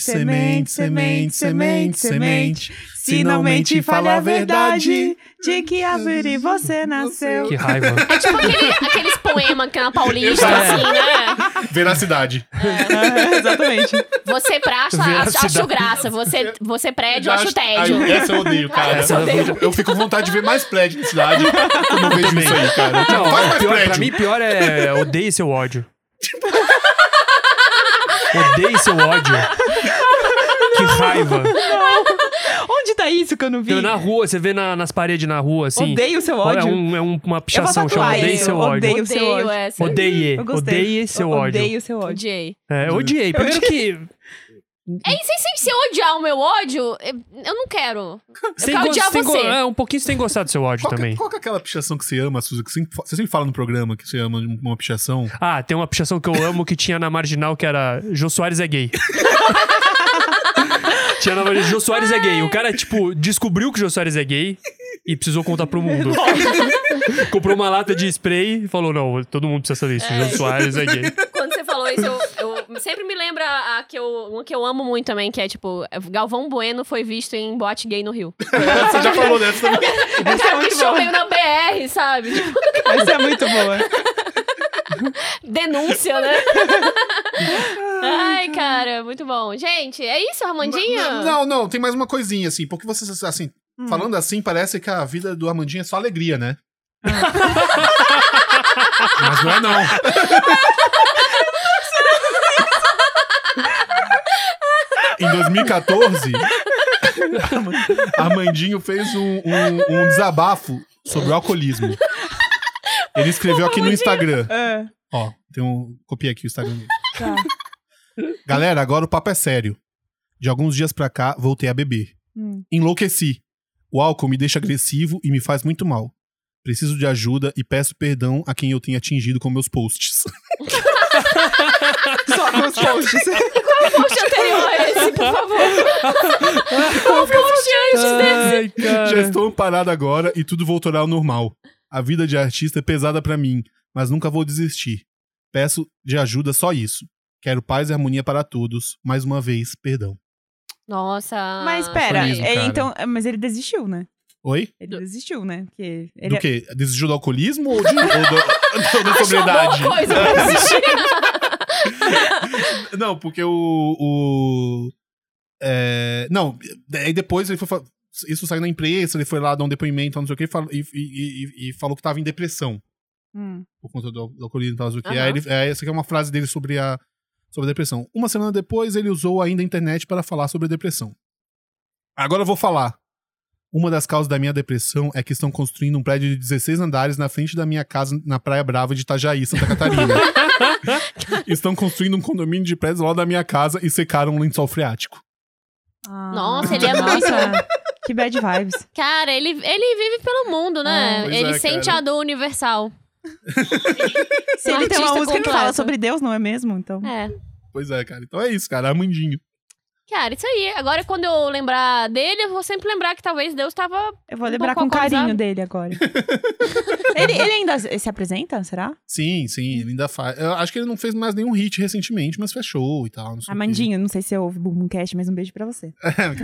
Speaker 1: semente,
Speaker 4: Semente,
Speaker 1: semente, semente,
Speaker 4: semente.
Speaker 1: semente.
Speaker 4: Finalmente fala a verdade de que árvore
Speaker 1: Jesus,
Speaker 4: você nasceu.
Speaker 3: Que raiva.
Speaker 2: É tipo aquele- aqueles poemas que é na Paulista,
Speaker 1: Exato.
Speaker 2: assim, né?
Speaker 1: Veracidade.
Speaker 4: Ah, exatamente.
Speaker 2: Você praça, acho,
Speaker 3: Veracidade.
Speaker 2: acho graça. Você, você prédio, acho tédio.
Speaker 1: Ai, essa eu odeio, cara.
Speaker 3: Essa eu odeio.
Speaker 1: Eu fico com vontade de ver mais prédio na cidade quando eu vejo
Speaker 3: também.
Speaker 1: isso aí, cara.
Speaker 3: Não,
Speaker 1: Faz
Speaker 3: ó,
Speaker 1: mais
Speaker 3: pior,
Speaker 1: prédio.
Speaker 3: pra mim, pior é odeie seu ódio. odeie seu ódio. Que raiva.
Speaker 4: Onde tá isso que eu não vi?
Speaker 3: Eu, na rua, você vê na- nas paredes na rua, assim.
Speaker 4: Odeio o seu
Speaker 3: ó,
Speaker 4: ódio.
Speaker 3: É, um- é um- uma pichação, chama
Speaker 4: tatuar
Speaker 3: odeie
Speaker 4: isso,
Speaker 3: seu ódio.
Speaker 4: odeio. o seu ódio.
Speaker 2: essa.
Speaker 3: Odeie.
Speaker 4: Eu gostei.
Speaker 3: Odeie seu
Speaker 4: Eu
Speaker 3: ódio.
Speaker 4: Odeio o seu ódio.
Speaker 2: Odiei.
Speaker 3: É, odiei. Primeiro que.
Speaker 2: É, e sem, sem, se eu odiar o meu ódio, eu eu não quero.
Speaker 3: Você
Speaker 2: quero
Speaker 3: go-
Speaker 2: odiar
Speaker 3: tem go-
Speaker 1: Ah,
Speaker 2: você.
Speaker 3: é, um pouquinho você tem gostado do seu ódio
Speaker 1: Qual que,
Speaker 3: também.
Speaker 1: qual que é aquela pichação que você ama, Suzy? Que sempre fa- você sempre fala no programa que você ama uma pichação.
Speaker 3: Ah, tem uma pichação que eu amo que tinha na marginal que era Jô Soares é gay. tinha na marginal Jô Soares é gay. O cara, tipo, descobriu que Jô Soares é gay e precisou contar pro mundo. Comprou uma lata de spray e falou: não, todo mundo precisa saber isso.
Speaker 2: É.
Speaker 3: Jô Soares é gay.
Speaker 2: Quando você falou isso, eu, eu- sempre me lembra a que eu, uma que eu amo muito também, que é tipo, Galvão Bueno foi visto em boate gay no Rio.
Speaker 1: você já falou dessa também.
Speaker 2: O cara me
Speaker 4: boa.
Speaker 2: meio na BR, sabe? Tipo,
Speaker 4: Essa é muito boa.
Speaker 2: denúncia, né? Ai, cara, muito bom. Gente, é isso, Armandinho?
Speaker 1: Não, não, tem mais uma coisinha, assim. Porque vocês, assim, falando assim, parece que a vida do Armandinho é só alegria, né? Mas não é, não. Em 2014, Armandinho fez um, um, um desabafo sobre o alcoolismo. Ele escreveu aqui no Instagram.
Speaker 4: Ah,
Speaker 1: Ó, tem um. Copiei aqui o Instagram dele.
Speaker 4: tá.
Speaker 1: Galera, agora o papo é sério. De alguns dias pra cá, voltei a beber.
Speaker 4: Hum.
Speaker 1: Enlouqueci. O álcool me deixa agressivo e me faz muito mal. Preciso de ajuda e peço perdão a quem eu tenho atingido com meus posts.
Speaker 4: Só com os posts.
Speaker 2: Poxa anterior a esse, por favor. Poxa antes desse.
Speaker 3: Ai,
Speaker 1: Já
Speaker 3: cara.
Speaker 1: estou amparado agora e tudo voltará ao normal. A vida de artista é pesada pra mim, mas nunca vou desistir. Peço de ajuda só isso. Quero paz e harmonia para todos. Mais uma vez, perdão.
Speaker 2: Nossa.
Speaker 4: Mas pera,
Speaker 1: mesmo,
Speaker 4: é,
Speaker 1: cara.
Speaker 4: então, é, mas ele desistiu, né?
Speaker 1: Oi?
Speaker 4: Ele desistiu, né? Porque ele
Speaker 1: Do quê? Desistiu do alcoolismo ou, de, ou do- ou da sobriedade?
Speaker 2: Uma boa coisa pra assistir.
Speaker 1: Não, porque o. o é, não, aí depois ele foi. fa- Isso saiu na imprensa, ele foi lá dar um depoimento, não sei o que, e, e- e- e falou que tava em depressão
Speaker 4: Hum.
Speaker 1: por conta do, do alcoolismo e tal, não sei o que.
Speaker 2: Aham.
Speaker 1: Aí ele- é, essa aqui é uma frase dele sobre a, sobre a depressão. Uma semana depois, ele usou ainda a internet para falar sobre a depressão. Agora eu vou falar. Uma das causas da minha depressão é que estão construindo um prédio de 16 andares na frente da minha casa na Praia Brava de Itajaí, Santa Catarina. estão construindo um condomínio de prédios lá da minha casa e secaram um lençol freático.
Speaker 4: Ah.
Speaker 2: Nossa, ele é muito-
Speaker 4: Nossa, Que bad vibes.
Speaker 2: Cara, ele, ele vive pelo mundo,
Speaker 4: Ah,
Speaker 2: né?
Speaker 1: pois
Speaker 2: ele
Speaker 1: é,
Speaker 2: sente
Speaker 1: cara.
Speaker 2: a dor universal.
Speaker 4: Se ele tem uma
Speaker 2: artista
Speaker 4: música que fala
Speaker 2: completo.
Speaker 4: sobre Deus, não é mesmo? Então.
Speaker 2: É.
Speaker 1: Pois é, cara. Então é isso, cara. Amandinho.
Speaker 2: Cara, isso aí. Agora, quando eu lembrar dele, eu vou sempre lembrar que talvez Deus tava.
Speaker 4: Eu vou
Speaker 2: Um
Speaker 4: lembrar
Speaker 2: pouco
Speaker 4: com carinho
Speaker 2: alcoolizado.
Speaker 4: dele agora. ele, ele ainda se se apresenta, será?
Speaker 1: Sim, sim, ele ainda faz. Eu acho que ele não fez mais nenhum hit recentemente, mas fechou e tal. Não sei o quê.
Speaker 4: Amandinho, não sei se eu ouvi Boomcast, mas um beijo pra você.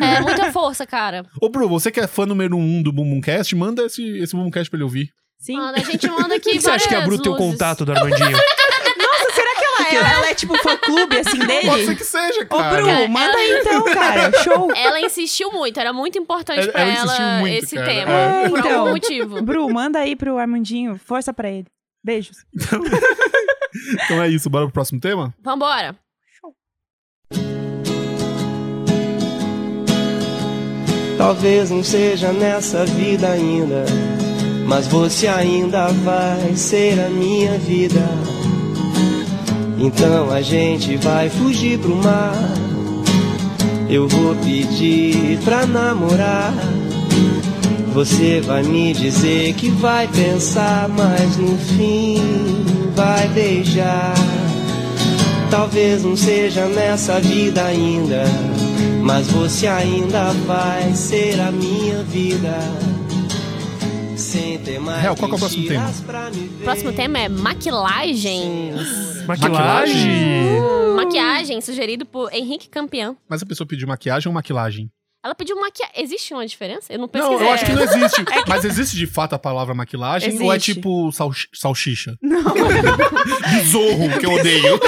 Speaker 2: É, muita força, cara.
Speaker 1: Ô, Bru, você que é fã número um do Bumbumcast, manda esse, esse Bumbumcast pra ele ouvir.
Speaker 4: Sim.
Speaker 2: Mano, a gente manda
Speaker 3: O
Speaker 2: aqui.
Speaker 3: que que você acha que
Speaker 2: várias
Speaker 3: abriu o teu
Speaker 2: luzes.
Speaker 3: contato do Armandinho?
Speaker 4: Nossa, será que ela é? Ela é tipo fã-clube, assim,
Speaker 1: Pode ser
Speaker 4: dele?
Speaker 1: que seja,
Speaker 4: Ô,
Speaker 1: cara.
Speaker 4: Bru, manda aí então, cara. Show.
Speaker 2: Ela insistiu muito, era muito importante
Speaker 1: Ela-
Speaker 2: pra
Speaker 1: ela
Speaker 2: ela,
Speaker 1: insistiu muito,
Speaker 2: esse
Speaker 1: cara.
Speaker 2: tema.
Speaker 4: É,
Speaker 2: por
Speaker 4: então.
Speaker 2: algum motivo.
Speaker 4: Bru, manda aí pro Armandinho. Força pra ele. Beijos.
Speaker 1: Então é isso, bora pro próximo tema?
Speaker 2: Vambora.
Speaker 5: Talvez não seja nessa vida ainda, mas você ainda vai ser a minha vida. Então a gente vai fugir pro mar. Eu vou pedir pra namorar. Você vai me dizer que vai pensar, mas no fim vai beijar. Talvez não seja nessa vida ainda, mas você ainda vai ser a minha vida. Sem ter mais
Speaker 1: Real, qual que é o próximo tema?
Speaker 5: mentiras pra me ver.
Speaker 2: Próximo tema é maquilagem.
Speaker 3: Maquilagem?
Speaker 2: Maquiagem, sugerido por Henrique Campeão.
Speaker 1: Mas a pessoa pediu maquiagem ou maquilagem?
Speaker 2: Ela pediu maquiagem. Existe uma diferença? Eu não pesquisei.
Speaker 1: Não, eu acho que não existe. Mas existe de fato a palavra maquilagem? Ou é
Speaker 4: Existe.
Speaker 1: tipo salch- salsicha?
Speaker 4: Não.
Speaker 1: Besouro, que eu odeio.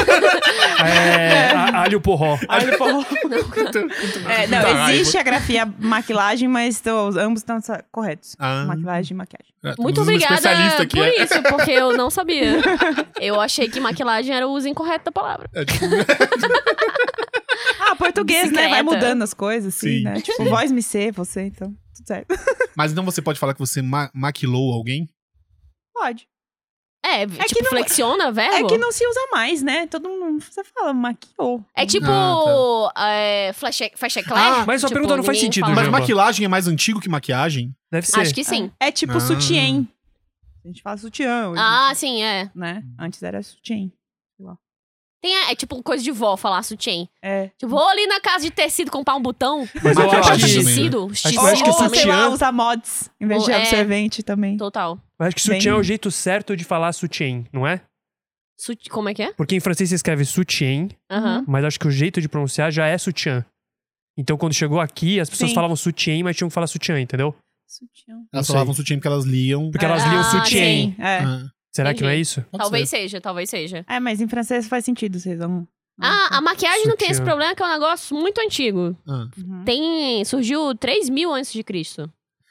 Speaker 3: É, a- alho porró.
Speaker 4: Olha, É,
Speaker 1: Tá,
Speaker 4: não, existe a grafia maquilagem, mas tô- ambos estão sa- corretos.
Speaker 1: Ah.
Speaker 4: Maquilagem e maquiagem.
Speaker 1: É, temos
Speaker 2: Muito
Speaker 1: uma
Speaker 2: obrigada
Speaker 1: especialista aqui.
Speaker 2: por
Speaker 1: é-
Speaker 2: isso, porque eu não sabia. Eu achei que maquilagem era o uso incorreto da palavra.
Speaker 1: é tipo-
Speaker 4: Ah, português, né? Vai
Speaker 2: Bicicleta.
Speaker 4: mudando as coisas, sim,
Speaker 1: Sim,
Speaker 4: né? Tipo,
Speaker 1: sim.
Speaker 4: voz me ser, você, então. Tudo certo.
Speaker 1: Mas então você pode falar que você ma- maquilou alguém?
Speaker 4: Pode.
Speaker 2: É, tipo,
Speaker 4: que não-
Speaker 2: flexiona verbo?
Speaker 4: É que não se usa mais, né? Todo mundo você fala maquiou.
Speaker 2: É tipo.
Speaker 1: Ah,
Speaker 2: é, flash, flash
Speaker 1: Ah,
Speaker 3: mas sua
Speaker 2: tipo,
Speaker 3: pergunta não faz
Speaker 2: ninguém
Speaker 3: sentido,
Speaker 2: fala.
Speaker 1: Mas
Speaker 3: Jamba.
Speaker 1: maquilagem é mais antigo que maquiagem?
Speaker 3: Deve ser.
Speaker 2: Acho que sim.
Speaker 4: É tipo
Speaker 1: Ah.
Speaker 4: sutiã. A gente fala sutiã hoje,
Speaker 2: Ah, sim, é.
Speaker 4: né? Antes era sutiã.
Speaker 2: Tem, a- é tipo coisa de vó falar sutiã.
Speaker 4: É.
Speaker 2: Tipo, vou ali na casa de tecido comprar um botão.
Speaker 3: Mas eu
Speaker 1: Maquiagem
Speaker 2: Comprar um
Speaker 3: acho
Speaker 1: também, né?
Speaker 3: que,
Speaker 2: tecido. Acho
Speaker 3: que eu acho que
Speaker 4: Ou, sei
Speaker 3: sutiã-
Speaker 4: lá, usar mods em vez
Speaker 2: Ou
Speaker 4: de
Speaker 2: é.
Speaker 4: absorvente também.
Speaker 2: Total.
Speaker 3: eu acho que sutiã
Speaker 4: Bem-
Speaker 3: é o jeito certo de falar sutiã, não é?
Speaker 2: Sut- Como é que é?
Speaker 3: Porque em francês se escreve sutiã,
Speaker 2: Aham.
Speaker 3: mas acho que o jeito de pronunciar já é sutiã. Então quando chegou aqui, as pessoas
Speaker 4: Sim.
Speaker 3: falavam sutiã, mas tinham que falar sutiã, entendeu?
Speaker 4: Sutiã.
Speaker 1: Elas
Speaker 3: sei.
Speaker 1: falavam sutiã porque elas liam.
Speaker 3: Porque elas liam
Speaker 2: Ah,
Speaker 3: sutiã.
Speaker 2: sim.
Speaker 4: É.
Speaker 1: Ah,
Speaker 3: Será que não é
Speaker 2: Entendi.
Speaker 3: isso?
Speaker 1: pode
Speaker 2: Talvez
Speaker 1: ser.
Speaker 2: seja, talvez seja.
Speaker 4: É, mas em francês faz sentido, vocês vão.
Speaker 2: Ah, a maquiagem não tem esse
Speaker 3: Sutiã.
Speaker 2: problema, que é um negócio muito antigo.
Speaker 1: Ah.
Speaker 4: Uhum. Uhum.
Speaker 2: Tem. Surgiu 3 mil antes de Cristo.
Speaker 3: Uhum.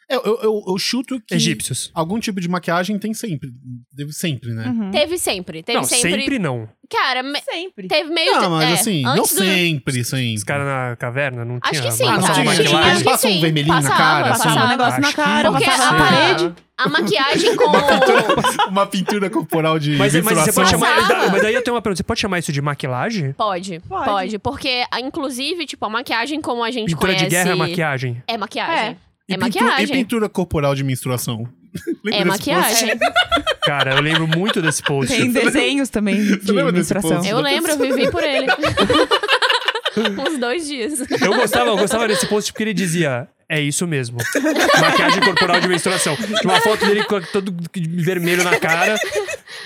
Speaker 1: É, Eu, eu- eu- eu chuto que
Speaker 3: Egípcios.
Speaker 1: algum tipo de maquiagem tem sempre. Deve sempre, né?
Speaker 4: Uhum.
Speaker 2: Teve sempre. Teve
Speaker 3: não, sempre... não.
Speaker 2: Cara, me-
Speaker 4: Sempre.
Speaker 2: teve meio.
Speaker 1: Não, mas
Speaker 2: é,
Speaker 1: assim, não
Speaker 2: antes do-
Speaker 1: sempre,
Speaker 3: Os
Speaker 1: sempre.
Speaker 3: caras na caverna não
Speaker 2: Acho
Speaker 3: tinha assim,
Speaker 2: que sim,
Speaker 3: não
Speaker 1: Ah,
Speaker 2: cara.
Speaker 3: tinha
Speaker 1: tinha,
Speaker 2: Acho
Speaker 1: tinha.
Speaker 3: maquiagem.
Speaker 1: Eles
Speaker 2: que
Speaker 1: passam
Speaker 2: sim.
Speaker 1: um vermelhinho na
Speaker 2: Passava,
Speaker 1: cara,
Speaker 4: Passava
Speaker 1: assim.
Speaker 4: um negócio
Speaker 3: Acho
Speaker 4: na
Speaker 3: que
Speaker 4: cara,
Speaker 2: Porque
Speaker 4: passava
Speaker 2: a
Speaker 4: na
Speaker 3: sim.
Speaker 4: parede.
Speaker 2: A maquiagem com.
Speaker 1: Uma pintura corporal de
Speaker 3: Mas, é- mas você pode
Speaker 1: mensuração.
Speaker 3: chamar.
Speaker 2: Passava.
Speaker 3: Mas daí eu tenho uma pergunta. Você pode chamar isso de maquilagem?
Speaker 2: Pode,
Speaker 4: Pode.
Speaker 2: pode, Porque, a- inclusive, tipo, a maquiagem como a gente
Speaker 3: Pintura
Speaker 2: conhece.
Speaker 3: de guerra é maquiagem.
Speaker 2: É maquiagem.
Speaker 1: E
Speaker 2: É
Speaker 1: pintu- E
Speaker 2: maquiagem.
Speaker 1: pintura corporal de menstruação. Lembra
Speaker 2: É
Speaker 1: desse post?
Speaker 2: maquiagem.
Speaker 3: Cara, eu lembro muito desse post.
Speaker 4: Tem desenhos também de
Speaker 1: lembra desse
Speaker 4: menstruação.
Speaker 1: post?
Speaker 2: Eu lembro, eu vivi por ele. Uns dois dias.
Speaker 3: Eu gostava, eu gostava desse post porque ele dizia. É isso mesmo. Maquiagem corporal de menstruação. Tinha uma foto dele com- todo vermelho na cara.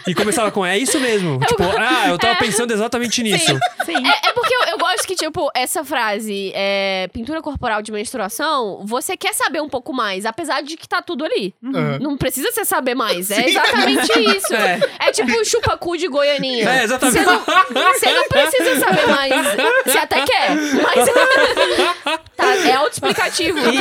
Speaker 3: E começava com, é isso mesmo. Tipo, ah, eu tava pensando exatamente nisso.
Speaker 4: Sim.
Speaker 2: É, é porque eu, eu gosto que, tipo, essa frase, é, pintura corporal de menstruação, você quer saber um pouco mais, apesar de que tá tudo ali.
Speaker 1: Ah.
Speaker 2: Não precisa você saber mais. É exatamente isso. É, tipo o chupacu de Goianinha.
Speaker 3: É, exatamente.
Speaker 2: Você não, você não precisa saber mais. Você até quer, mas. tá, é autoexplicativo, entendeu?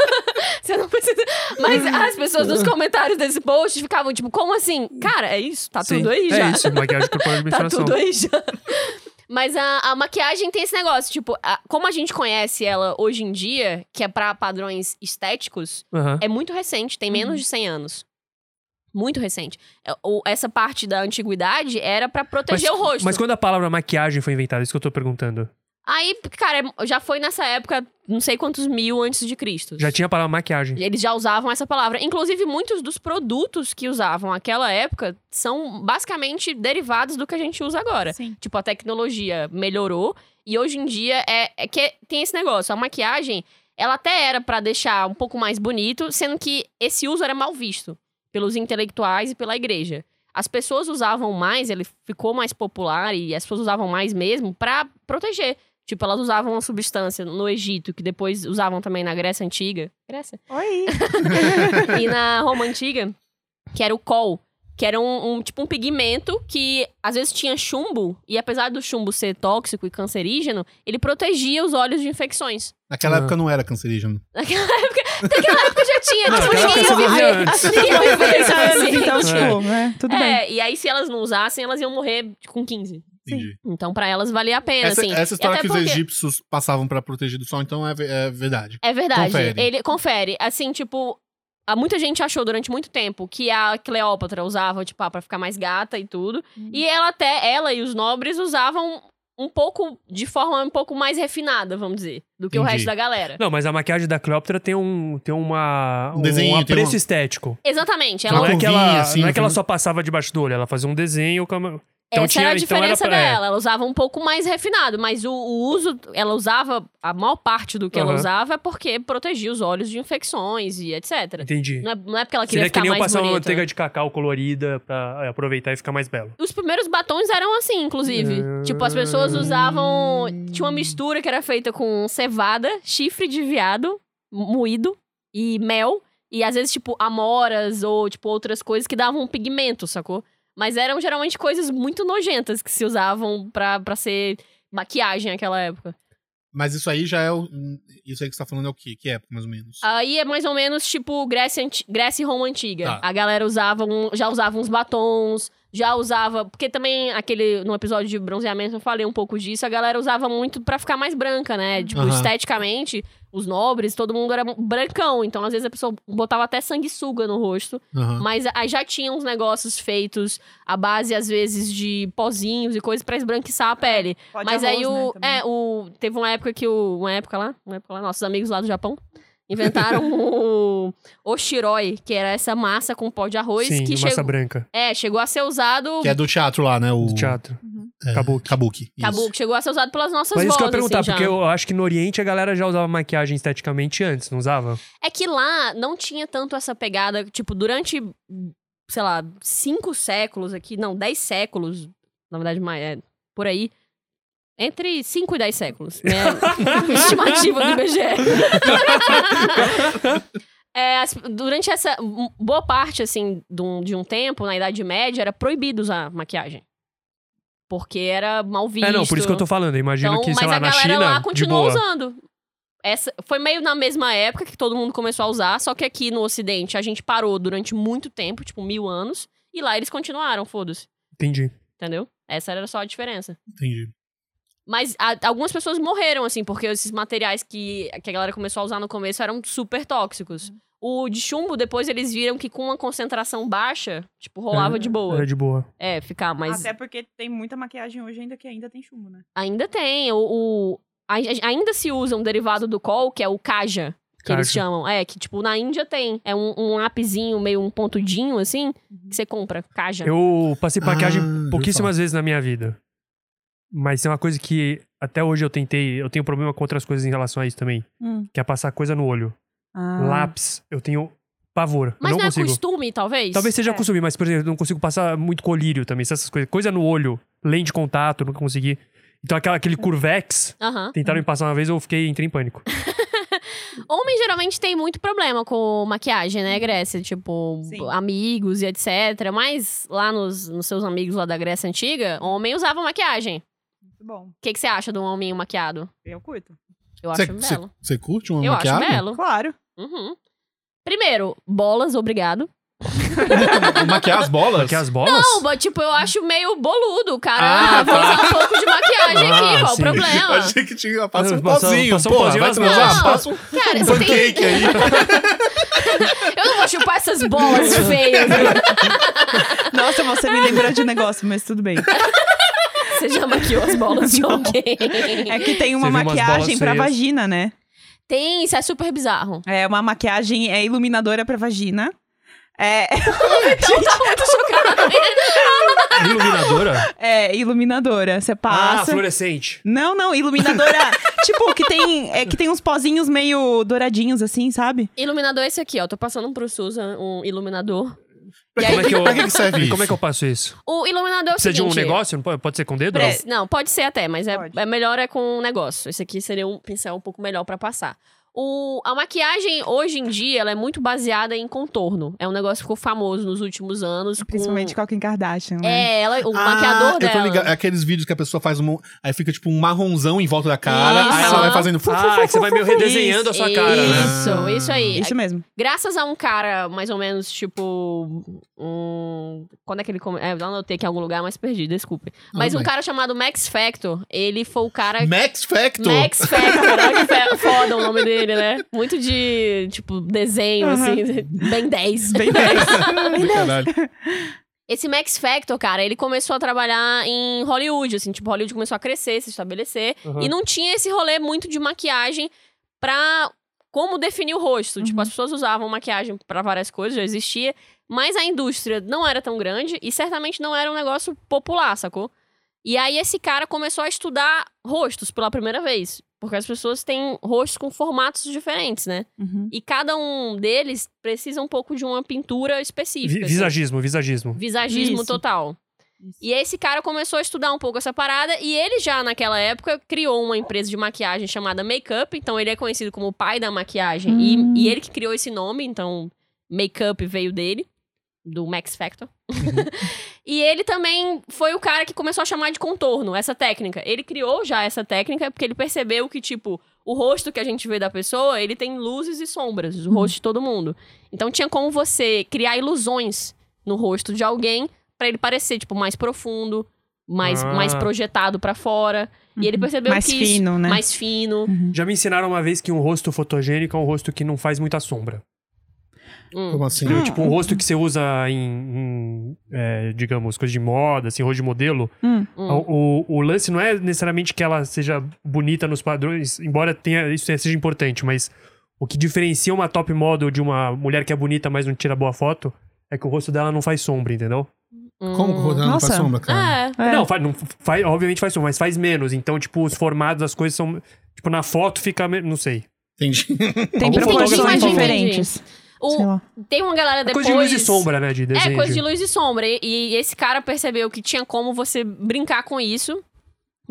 Speaker 2: Você não precisa. Mas as pessoas nos comentários desse post ficavam tipo, como assim? Cara, é isso, tá tudo aí
Speaker 3: é
Speaker 2: já.
Speaker 3: isso, maquiagem corporal de
Speaker 2: Tá
Speaker 3: menstruação.
Speaker 2: tudo aí já. Mas a, a maquiagem tem esse negócio, tipo, a- como a gente conhece ela hoje em dia, que é pra padrões estéticos,
Speaker 3: Aham.
Speaker 2: é muito recente, tem menos de 100 anos. Muito recente. É, o- Essa parte da antiguidade era pra proteger o rosto.
Speaker 3: é mas quando a palavra maquiagem foi inventada? Isso que eu tô perguntando.
Speaker 2: Aí, cara, já foi nessa época, não sei quantos mil antes de Cristo.
Speaker 3: Já tinha a palavra maquiagem.
Speaker 2: Eles já usavam essa palavra. Inclusive, muitos dos produtos que usavam naquela época são basicamente derivados do que a gente usa agora.
Speaker 4: Sim.
Speaker 2: Tipo, a tecnologia melhorou e hoje em dia é, é que tem esse negócio. A maquiagem, ela até era pra deixar um pouco mais bonito, sendo que esse uso era mal visto pelos intelectuais e pela igreja. As pessoas usavam mais, ele ficou mais popular e as pessoas usavam mais mesmo pra proteger. Tipo, elas usavam uma substância no Egito, que depois usavam também na Grécia Antiga. Grécia?
Speaker 4: Oi.
Speaker 2: e na Roma Antiga, que era o col, que era um, um- tipo um pigmento que às vezes tinha chumbo, e apesar do chumbo ser tóxico e cancerígeno, ele protegia os olhos de infecções.
Speaker 1: Naquela
Speaker 3: Ah.
Speaker 1: época não era cancerígeno.
Speaker 2: Naquela época, naquela época já tinha,
Speaker 3: Não,
Speaker 2: tipo,
Speaker 3: naquela
Speaker 2: ninguém
Speaker 3: época
Speaker 2: ia
Speaker 3: você vivia
Speaker 2: viver.
Speaker 3: antes.
Speaker 2: Ninguém ia viver, sabe assim?
Speaker 4: Então, tipo, é, tudo bem.
Speaker 2: É, e aí se elas não usassem, elas iam morrer com 15.
Speaker 1: Entendi.
Speaker 2: Então pra elas valia a pena,
Speaker 1: Essa,
Speaker 2: assim.
Speaker 1: essa
Speaker 2: E
Speaker 1: história
Speaker 2: até
Speaker 1: que os
Speaker 2: porque-
Speaker 1: egípcios passavam pra proteger do sol, então é, ve- é verdade.
Speaker 2: É verdade.
Speaker 1: Confere.
Speaker 2: Ele confere. Assim, tipo, há muita gente achou durante muito tempo que a Cleópatra usava, tipo, ah, pra ficar mais gata e tudo. E ela até, ela e os nobres usavam um pouco, de forma um pouco mais refinada, vamos dizer, do que o
Speaker 1: Entendi.
Speaker 2: resto da galera.
Speaker 3: Não, mas a maquiagem da Cleópatra tem um, tem uma,
Speaker 1: Um desenho, tem
Speaker 3: apreço
Speaker 1: uma-
Speaker 3: estético.
Speaker 2: Exatamente.
Speaker 1: Ela
Speaker 3: não,
Speaker 2: Ela,
Speaker 3: é que ela,
Speaker 1: curvinha, assim,
Speaker 3: não é que ela
Speaker 1: né?
Speaker 3: só passava debaixo do olho, ela fazia um desenho. com a- Então
Speaker 2: essa era a
Speaker 3: tinha- então era
Speaker 2: diferença
Speaker 3: pra- é.
Speaker 2: dela. Ela usava um pouco mais refinado, mas o, o uso, ela usava, a maior parte do que ela
Speaker 3: Aham.
Speaker 2: usava é porque protegia os olhos de infecções e etc.
Speaker 3: Entendi.
Speaker 2: Não é, não é porque ela queria
Speaker 3: Seria que
Speaker 2: ficar
Speaker 3: nem eu
Speaker 2: mais
Speaker 3: passar uma
Speaker 2: bonita, né?
Speaker 3: manteiga de cacau colorida pra é, aproveitar e ficar mais belo.
Speaker 2: Os primeiros batons eram assim, inclusive.
Speaker 3: Ah.
Speaker 2: Tipo, as pessoas usavam. Tinha uma mistura que era feita com cevada, chifre de veado moído e mel. E às vezes, tipo, amoras ou, tipo, outras coisas que davam um pigmento, sacou? Mas eram geralmente coisas muito nojentas que se usavam pra, pra ser maquiagem naquela época.
Speaker 1: Mas isso aí já é o. Isso aí que você tá falando é o quê? Que época, mais ou menos?
Speaker 2: Aí é mais ou menos tipo Grécia, Anti- Grécia e Roma Antiga.
Speaker 1: Tá.
Speaker 2: A galera usava um- já usava uns batons, já usava. Porque também aquele. No episódio de bronzeamento eu falei um pouco disso, a galera usava muito pra ficar mais branca, né? Tipo,
Speaker 1: Uhum. Aham.
Speaker 2: esteticamente, os nobres, todo mundo era brancão. Então, às vezes, a pessoa botava até sanguessuga no rosto.
Speaker 1: Aham.
Speaker 2: Mas aí já tinha uns negócios feitos à base, às vezes, de pozinhos e coisas pra esbranquiçar a pele.
Speaker 4: Pode
Speaker 2: Mas
Speaker 4: arroz,
Speaker 2: aí
Speaker 4: né,
Speaker 2: o,
Speaker 4: também.
Speaker 2: é, o. Teve uma época que o. Uma época lá, uma época lá, nossos amigos lá do Japão inventaram o Oshiroi, que era essa massa com pó de arroz
Speaker 3: Sim,
Speaker 2: que
Speaker 3: massa
Speaker 2: chegou.
Speaker 3: branca
Speaker 2: É, chegou a ser usado.
Speaker 1: Que é do teatro lá, né? O
Speaker 3: do teatro.
Speaker 1: é,
Speaker 3: Kabuki.
Speaker 1: Kabuki. isso.
Speaker 2: Acabou, que chegou a ser usado pelas nossas
Speaker 3: Mas
Speaker 2: vozes.
Speaker 3: isso que eu ia perguntar,
Speaker 2: assim, já.
Speaker 3: porque eu acho que no Oriente a galera já usava maquiagem esteticamente antes, não usava?
Speaker 2: É que lá não tinha tanto essa pegada, tipo, durante, sei lá, cinco séculos aqui, não, dez séculos, na verdade, mais, é, por aí. Entre 5 e 10 séculos. Né? Estimativa do IBGE. É, as- durante essa um, boa parte, assim, de um, de um tempo, na Idade Média, era proibido usar maquiagem. Porque era mal visto.
Speaker 3: É, não, por isso que eu tô falando. Eu imagino
Speaker 2: Então,
Speaker 3: que,
Speaker 2: mas
Speaker 3: sei lá,
Speaker 2: a
Speaker 3: na
Speaker 2: galera
Speaker 3: China.
Speaker 2: lá
Speaker 3: de
Speaker 2: continuou
Speaker 3: boa.
Speaker 2: usando. Essa, foi meio na mesma época que todo mundo começou a usar, só que aqui no Ocidente a gente parou durante muito tempo, tipo mil anos, e lá eles continuaram, foda-se.
Speaker 3: Entendi.
Speaker 2: Entendeu? Essa era só a diferença.
Speaker 1: Entendi.
Speaker 2: Mas a- algumas pessoas morreram, assim, porque esses materiais que, que a galera começou a usar no começo eram super tóxicos.
Speaker 3: Uhum.
Speaker 2: O de chumbo, depois eles viram que com uma concentração baixa, tipo, rolava
Speaker 3: É,
Speaker 2: de boa.
Speaker 3: Era de boa.
Speaker 2: É, ficar mais.
Speaker 4: Até porque tem muita maquiagem hoje ainda que ainda tem chumbo, né?
Speaker 2: Ainda tem. O, o- a- a- ainda se usa um derivado do col, que é o kaja, que eles
Speaker 3: Kaja.
Speaker 2: chamam. É, que tipo, na Índia tem. É um, um lapisinho, meio um pontudinho, assim, que você compra, kaja.
Speaker 3: Eu passei maquiagem
Speaker 1: Ah, já ouvi
Speaker 3: pouquíssimas vezes na minha vida. Mas tem uma coisa que até hoje eu tentei. Eu tenho problema com outras coisas em relação a isso também.
Speaker 4: Hum.
Speaker 3: Que é passar coisa no olho.
Speaker 4: Ah.
Speaker 3: Lápis, eu tenho pavor.
Speaker 2: Ah. Mas
Speaker 3: eu
Speaker 2: não, é
Speaker 3: não consigo.
Speaker 2: costume, talvez?
Speaker 3: Talvez seja
Speaker 4: É.
Speaker 3: costume, mas, por exemplo, eu não consigo passar muito colírio também. Essas coisas. Coisa no olho, lente de contato, eu nunca consegui. Então aquela, aquele curvex,
Speaker 2: Aham.
Speaker 3: tentaram me passar uma vez, eu fiquei, entrei em pânico.
Speaker 2: Homem geralmente tem muito problema com maquiagem, né, Grécia? Tipo,
Speaker 4: Sim.
Speaker 2: amigos e etc. Mas lá nos, nos seus amigos lá da Grécia Antiga, homem usava maquiagem. O
Speaker 4: Muito bom.
Speaker 2: que que você acha de um homem maquiado?
Speaker 4: Eu curto.
Speaker 2: Eu
Speaker 1: Você-
Speaker 2: acho
Speaker 1: você-
Speaker 2: belo.
Speaker 1: Você curte uma
Speaker 2: Eu acho
Speaker 1: maquiagem?
Speaker 2: belo.
Speaker 4: Claro.
Speaker 2: Uhum. Primeiro, bolas, obrigado.
Speaker 1: Maquiar as bolas?
Speaker 3: Porque as bolas?
Speaker 2: Não, mas, tipo, eu acho meio boludo, cara.
Speaker 1: Ah,
Speaker 2: Ah, vou usar um pouco de maquiagem aqui,
Speaker 3: Ah,
Speaker 2: qual
Speaker 3: sim.
Speaker 2: o problema?
Speaker 1: Achei que tinha. Passa um
Speaker 3: Passa-
Speaker 1: pozinho,
Speaker 3: passa um
Speaker 1: pô.
Speaker 3: pozinho
Speaker 1: Vai
Speaker 3: nas
Speaker 1: transar?
Speaker 2: mãos.
Speaker 1: Passa um
Speaker 2: Cara, você tem...
Speaker 1: pancake aí.
Speaker 2: eu não vou chupar essas bolas feias.
Speaker 4: um Nossa, você me lembrou de negócio, mas tudo bem.
Speaker 2: você já maquiou as bolas de
Speaker 4: Não.
Speaker 2: alguém.
Speaker 4: É que tem uma
Speaker 3: Você viu umas
Speaker 4: maquiagem
Speaker 3: bolas
Speaker 4: pra
Speaker 3: feias.
Speaker 4: vagina, né?
Speaker 2: Tem, isso é super bizarro.
Speaker 4: É uma maquiagem é iluminadora pra vagina. É,
Speaker 3: Iluminadora?
Speaker 4: é iluminadora. Você
Speaker 3: Ah,
Speaker 4: passa.
Speaker 3: fluorescente.
Speaker 4: não, não, iluminadora. tipo, que tem, é, que tem uns pozinhos meio douradinhos, assim, sabe?
Speaker 2: Iluminador é esse aqui, ó. Tô passando pro Susan um iluminador. E aí-
Speaker 3: Como é que eu,
Speaker 1: Pra que que serve
Speaker 3: e
Speaker 1: isso?
Speaker 3: como é que eu passo isso?
Speaker 2: O iluminador é o
Speaker 3: Precisa de um
Speaker 2: seguinte...
Speaker 3: negócio? Não pode, pode ser com o dedo?
Speaker 2: Pre-
Speaker 3: Não.
Speaker 2: Não, pode ser até, mas é,
Speaker 4: Pode.
Speaker 2: é melhor é com um negócio. Esse aqui seria um pincel um pouco melhor pra passar. O, a maquiagem, hoje em dia, ela é muito baseada em contorno. É um negócio que ficou famoso nos últimos anos. com-
Speaker 4: Principalmente com a Kim Kardashian, né?
Speaker 2: É, ela, o
Speaker 1: Ah,
Speaker 2: maquiador
Speaker 1: eu tô
Speaker 2: dela.
Speaker 1: ligado. É aqueles vídeos que a pessoa faz um. Aí fica tipo um marronzão em volta da cara. Aí
Speaker 2: Isso.
Speaker 1: ela vai fazendo. fu-
Speaker 3: Ah, que você vai meio
Speaker 2: é
Speaker 3: redesenhando a sua cara, né?
Speaker 2: Isso, isso aí.
Speaker 4: Isso mesmo.
Speaker 2: Graças a um cara, mais ou menos, tipo. Um... Quando é que ele. Come... É, eu anotei aqui em algum lugar, mas perdi, desculpe. Mas um
Speaker 1: bem.
Speaker 2: cara chamado Max Factor, ele foi o cara.
Speaker 1: Max Factor.
Speaker 2: Max Factor, olha que fe- foda o nome dele, né? Muito de, tipo, desenho,
Speaker 4: Uhum.
Speaker 2: assim, bem 10.
Speaker 4: Bem dez.
Speaker 1: Do caralho.
Speaker 2: Esse Max Factor, cara, ele começou a trabalhar em Hollywood, assim, tipo, Hollywood começou a crescer, se estabelecer,
Speaker 3: Uhum.
Speaker 2: e não é tinha esse rolê muito de maquiagem pra como definir o rosto. Tipo, as pessoas usavam maquiagem pra várias coisas, já existia, mas a indústria não era tão grande e certamente não era um negócio popular, sacou? E aí esse cara começou a estudar rostos pela primeira vez, porque as pessoas têm rostos com formatos diferentes, né?
Speaker 4: Uhum.
Speaker 2: E cada um deles precisa um pouco de uma pintura específica.
Speaker 3: Vi-
Speaker 2: assim.
Speaker 3: Visagismo, visagismo.
Speaker 2: Visagismo
Speaker 4: Isso.
Speaker 2: total.
Speaker 4: Isso.
Speaker 2: E esse cara começou a estudar um pouco essa parada e ele já naquela época criou uma empresa de maquiagem chamada Makeup, então ele é conhecido como o pai da maquiagem
Speaker 4: Hum.
Speaker 2: e, e ele que criou esse nome, então Makeup veio dele, do Max Factor.
Speaker 4: Uhum.
Speaker 2: e ele também foi o cara que começou a chamar de contorno essa técnica. Ele criou já essa técnica porque ele percebeu que tipo o rosto que a gente vê da pessoa, ele tem luzes e sombras, o rosto de todo mundo. Então tinha como você criar ilusões no rosto de alguém pra ele parecer tipo mais profundo, mais,
Speaker 3: Ah.
Speaker 2: mais projetado pra fora. E ele percebeu
Speaker 4: Uhum. Mais
Speaker 2: que isso-
Speaker 4: fino, né?
Speaker 2: mais fino.
Speaker 3: Já me ensinaram uma vez que um rosto fotogênico é um rosto que não faz muita sombra.
Speaker 2: Hum.
Speaker 1: Como assim?
Speaker 4: Hum.
Speaker 3: Tipo, um rosto que você usa em, em, é, digamos, coisa de moda, assim, rosto de modelo.
Speaker 4: Hum.
Speaker 2: Hum.
Speaker 3: O, o- o lance não é necessariamente que ela seja bonita nos padrões, embora tenha, isso é, seja importante, mas o que diferencia uma top model de uma mulher que é bonita, mas não tira boa foto, é que o rosto dela não faz sombra, entendeu?
Speaker 1: Como que o Rodrigo não faz
Speaker 4: Nossa.
Speaker 1: sombra, cara?
Speaker 2: hum, É.
Speaker 4: É.
Speaker 3: Não, faz, não faz- obviamente faz sombra, mas faz menos. Então, tipo, os formados das coisas são. Tipo, na foto fica. me- Não sei.
Speaker 1: Entendi.
Speaker 4: Tem
Speaker 3: Algum fotógrafo
Speaker 4: proporções
Speaker 3: falou.
Speaker 4: diferentes.
Speaker 2: O-
Speaker 4: Sei lá.
Speaker 2: tem uma galera
Speaker 3: É
Speaker 2: depois.
Speaker 3: coisa de luz e sombra, né? De desenho.
Speaker 2: É, coisa de luz e sombra. E, e esse cara percebeu que tinha como você brincar com isso.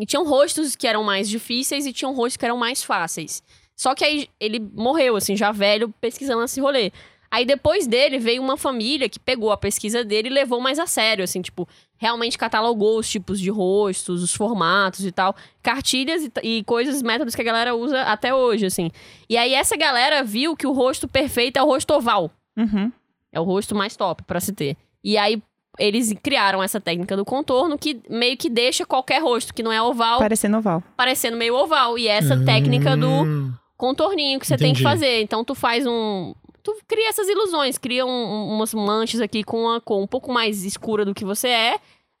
Speaker 2: E tinham rostos que eram mais difíceis e tinham rostos que eram mais fáceis. Só que aí ele morreu, assim, já velho, pesquisando esse rolê. Aí depois dele veio uma família que pegou a pesquisa dele e levou mais a sério, assim, tipo, realmente catalogou os tipos de rostos, os formatos e tal, cartilhas e, t- e coisas, métodos que a galera usa até hoje, assim. E aí essa galera viu que o rosto perfeito é o rosto oval.
Speaker 4: Uhum.
Speaker 2: É o rosto mais top pra se ter. E aí eles criaram essa técnica do contorno que meio que deixa qualquer rosto que não é oval
Speaker 4: Parecendo oval.
Speaker 2: parecendo meio oval. E é essa técnica do
Speaker 1: Hum.
Speaker 2: contorninho que você tem que
Speaker 1: Entendi.
Speaker 2: fazer. Então tu faz um. Tu cria essas ilusões, cria um- um- umas manchas aqui com uma cor um pouco mais escura do que você é,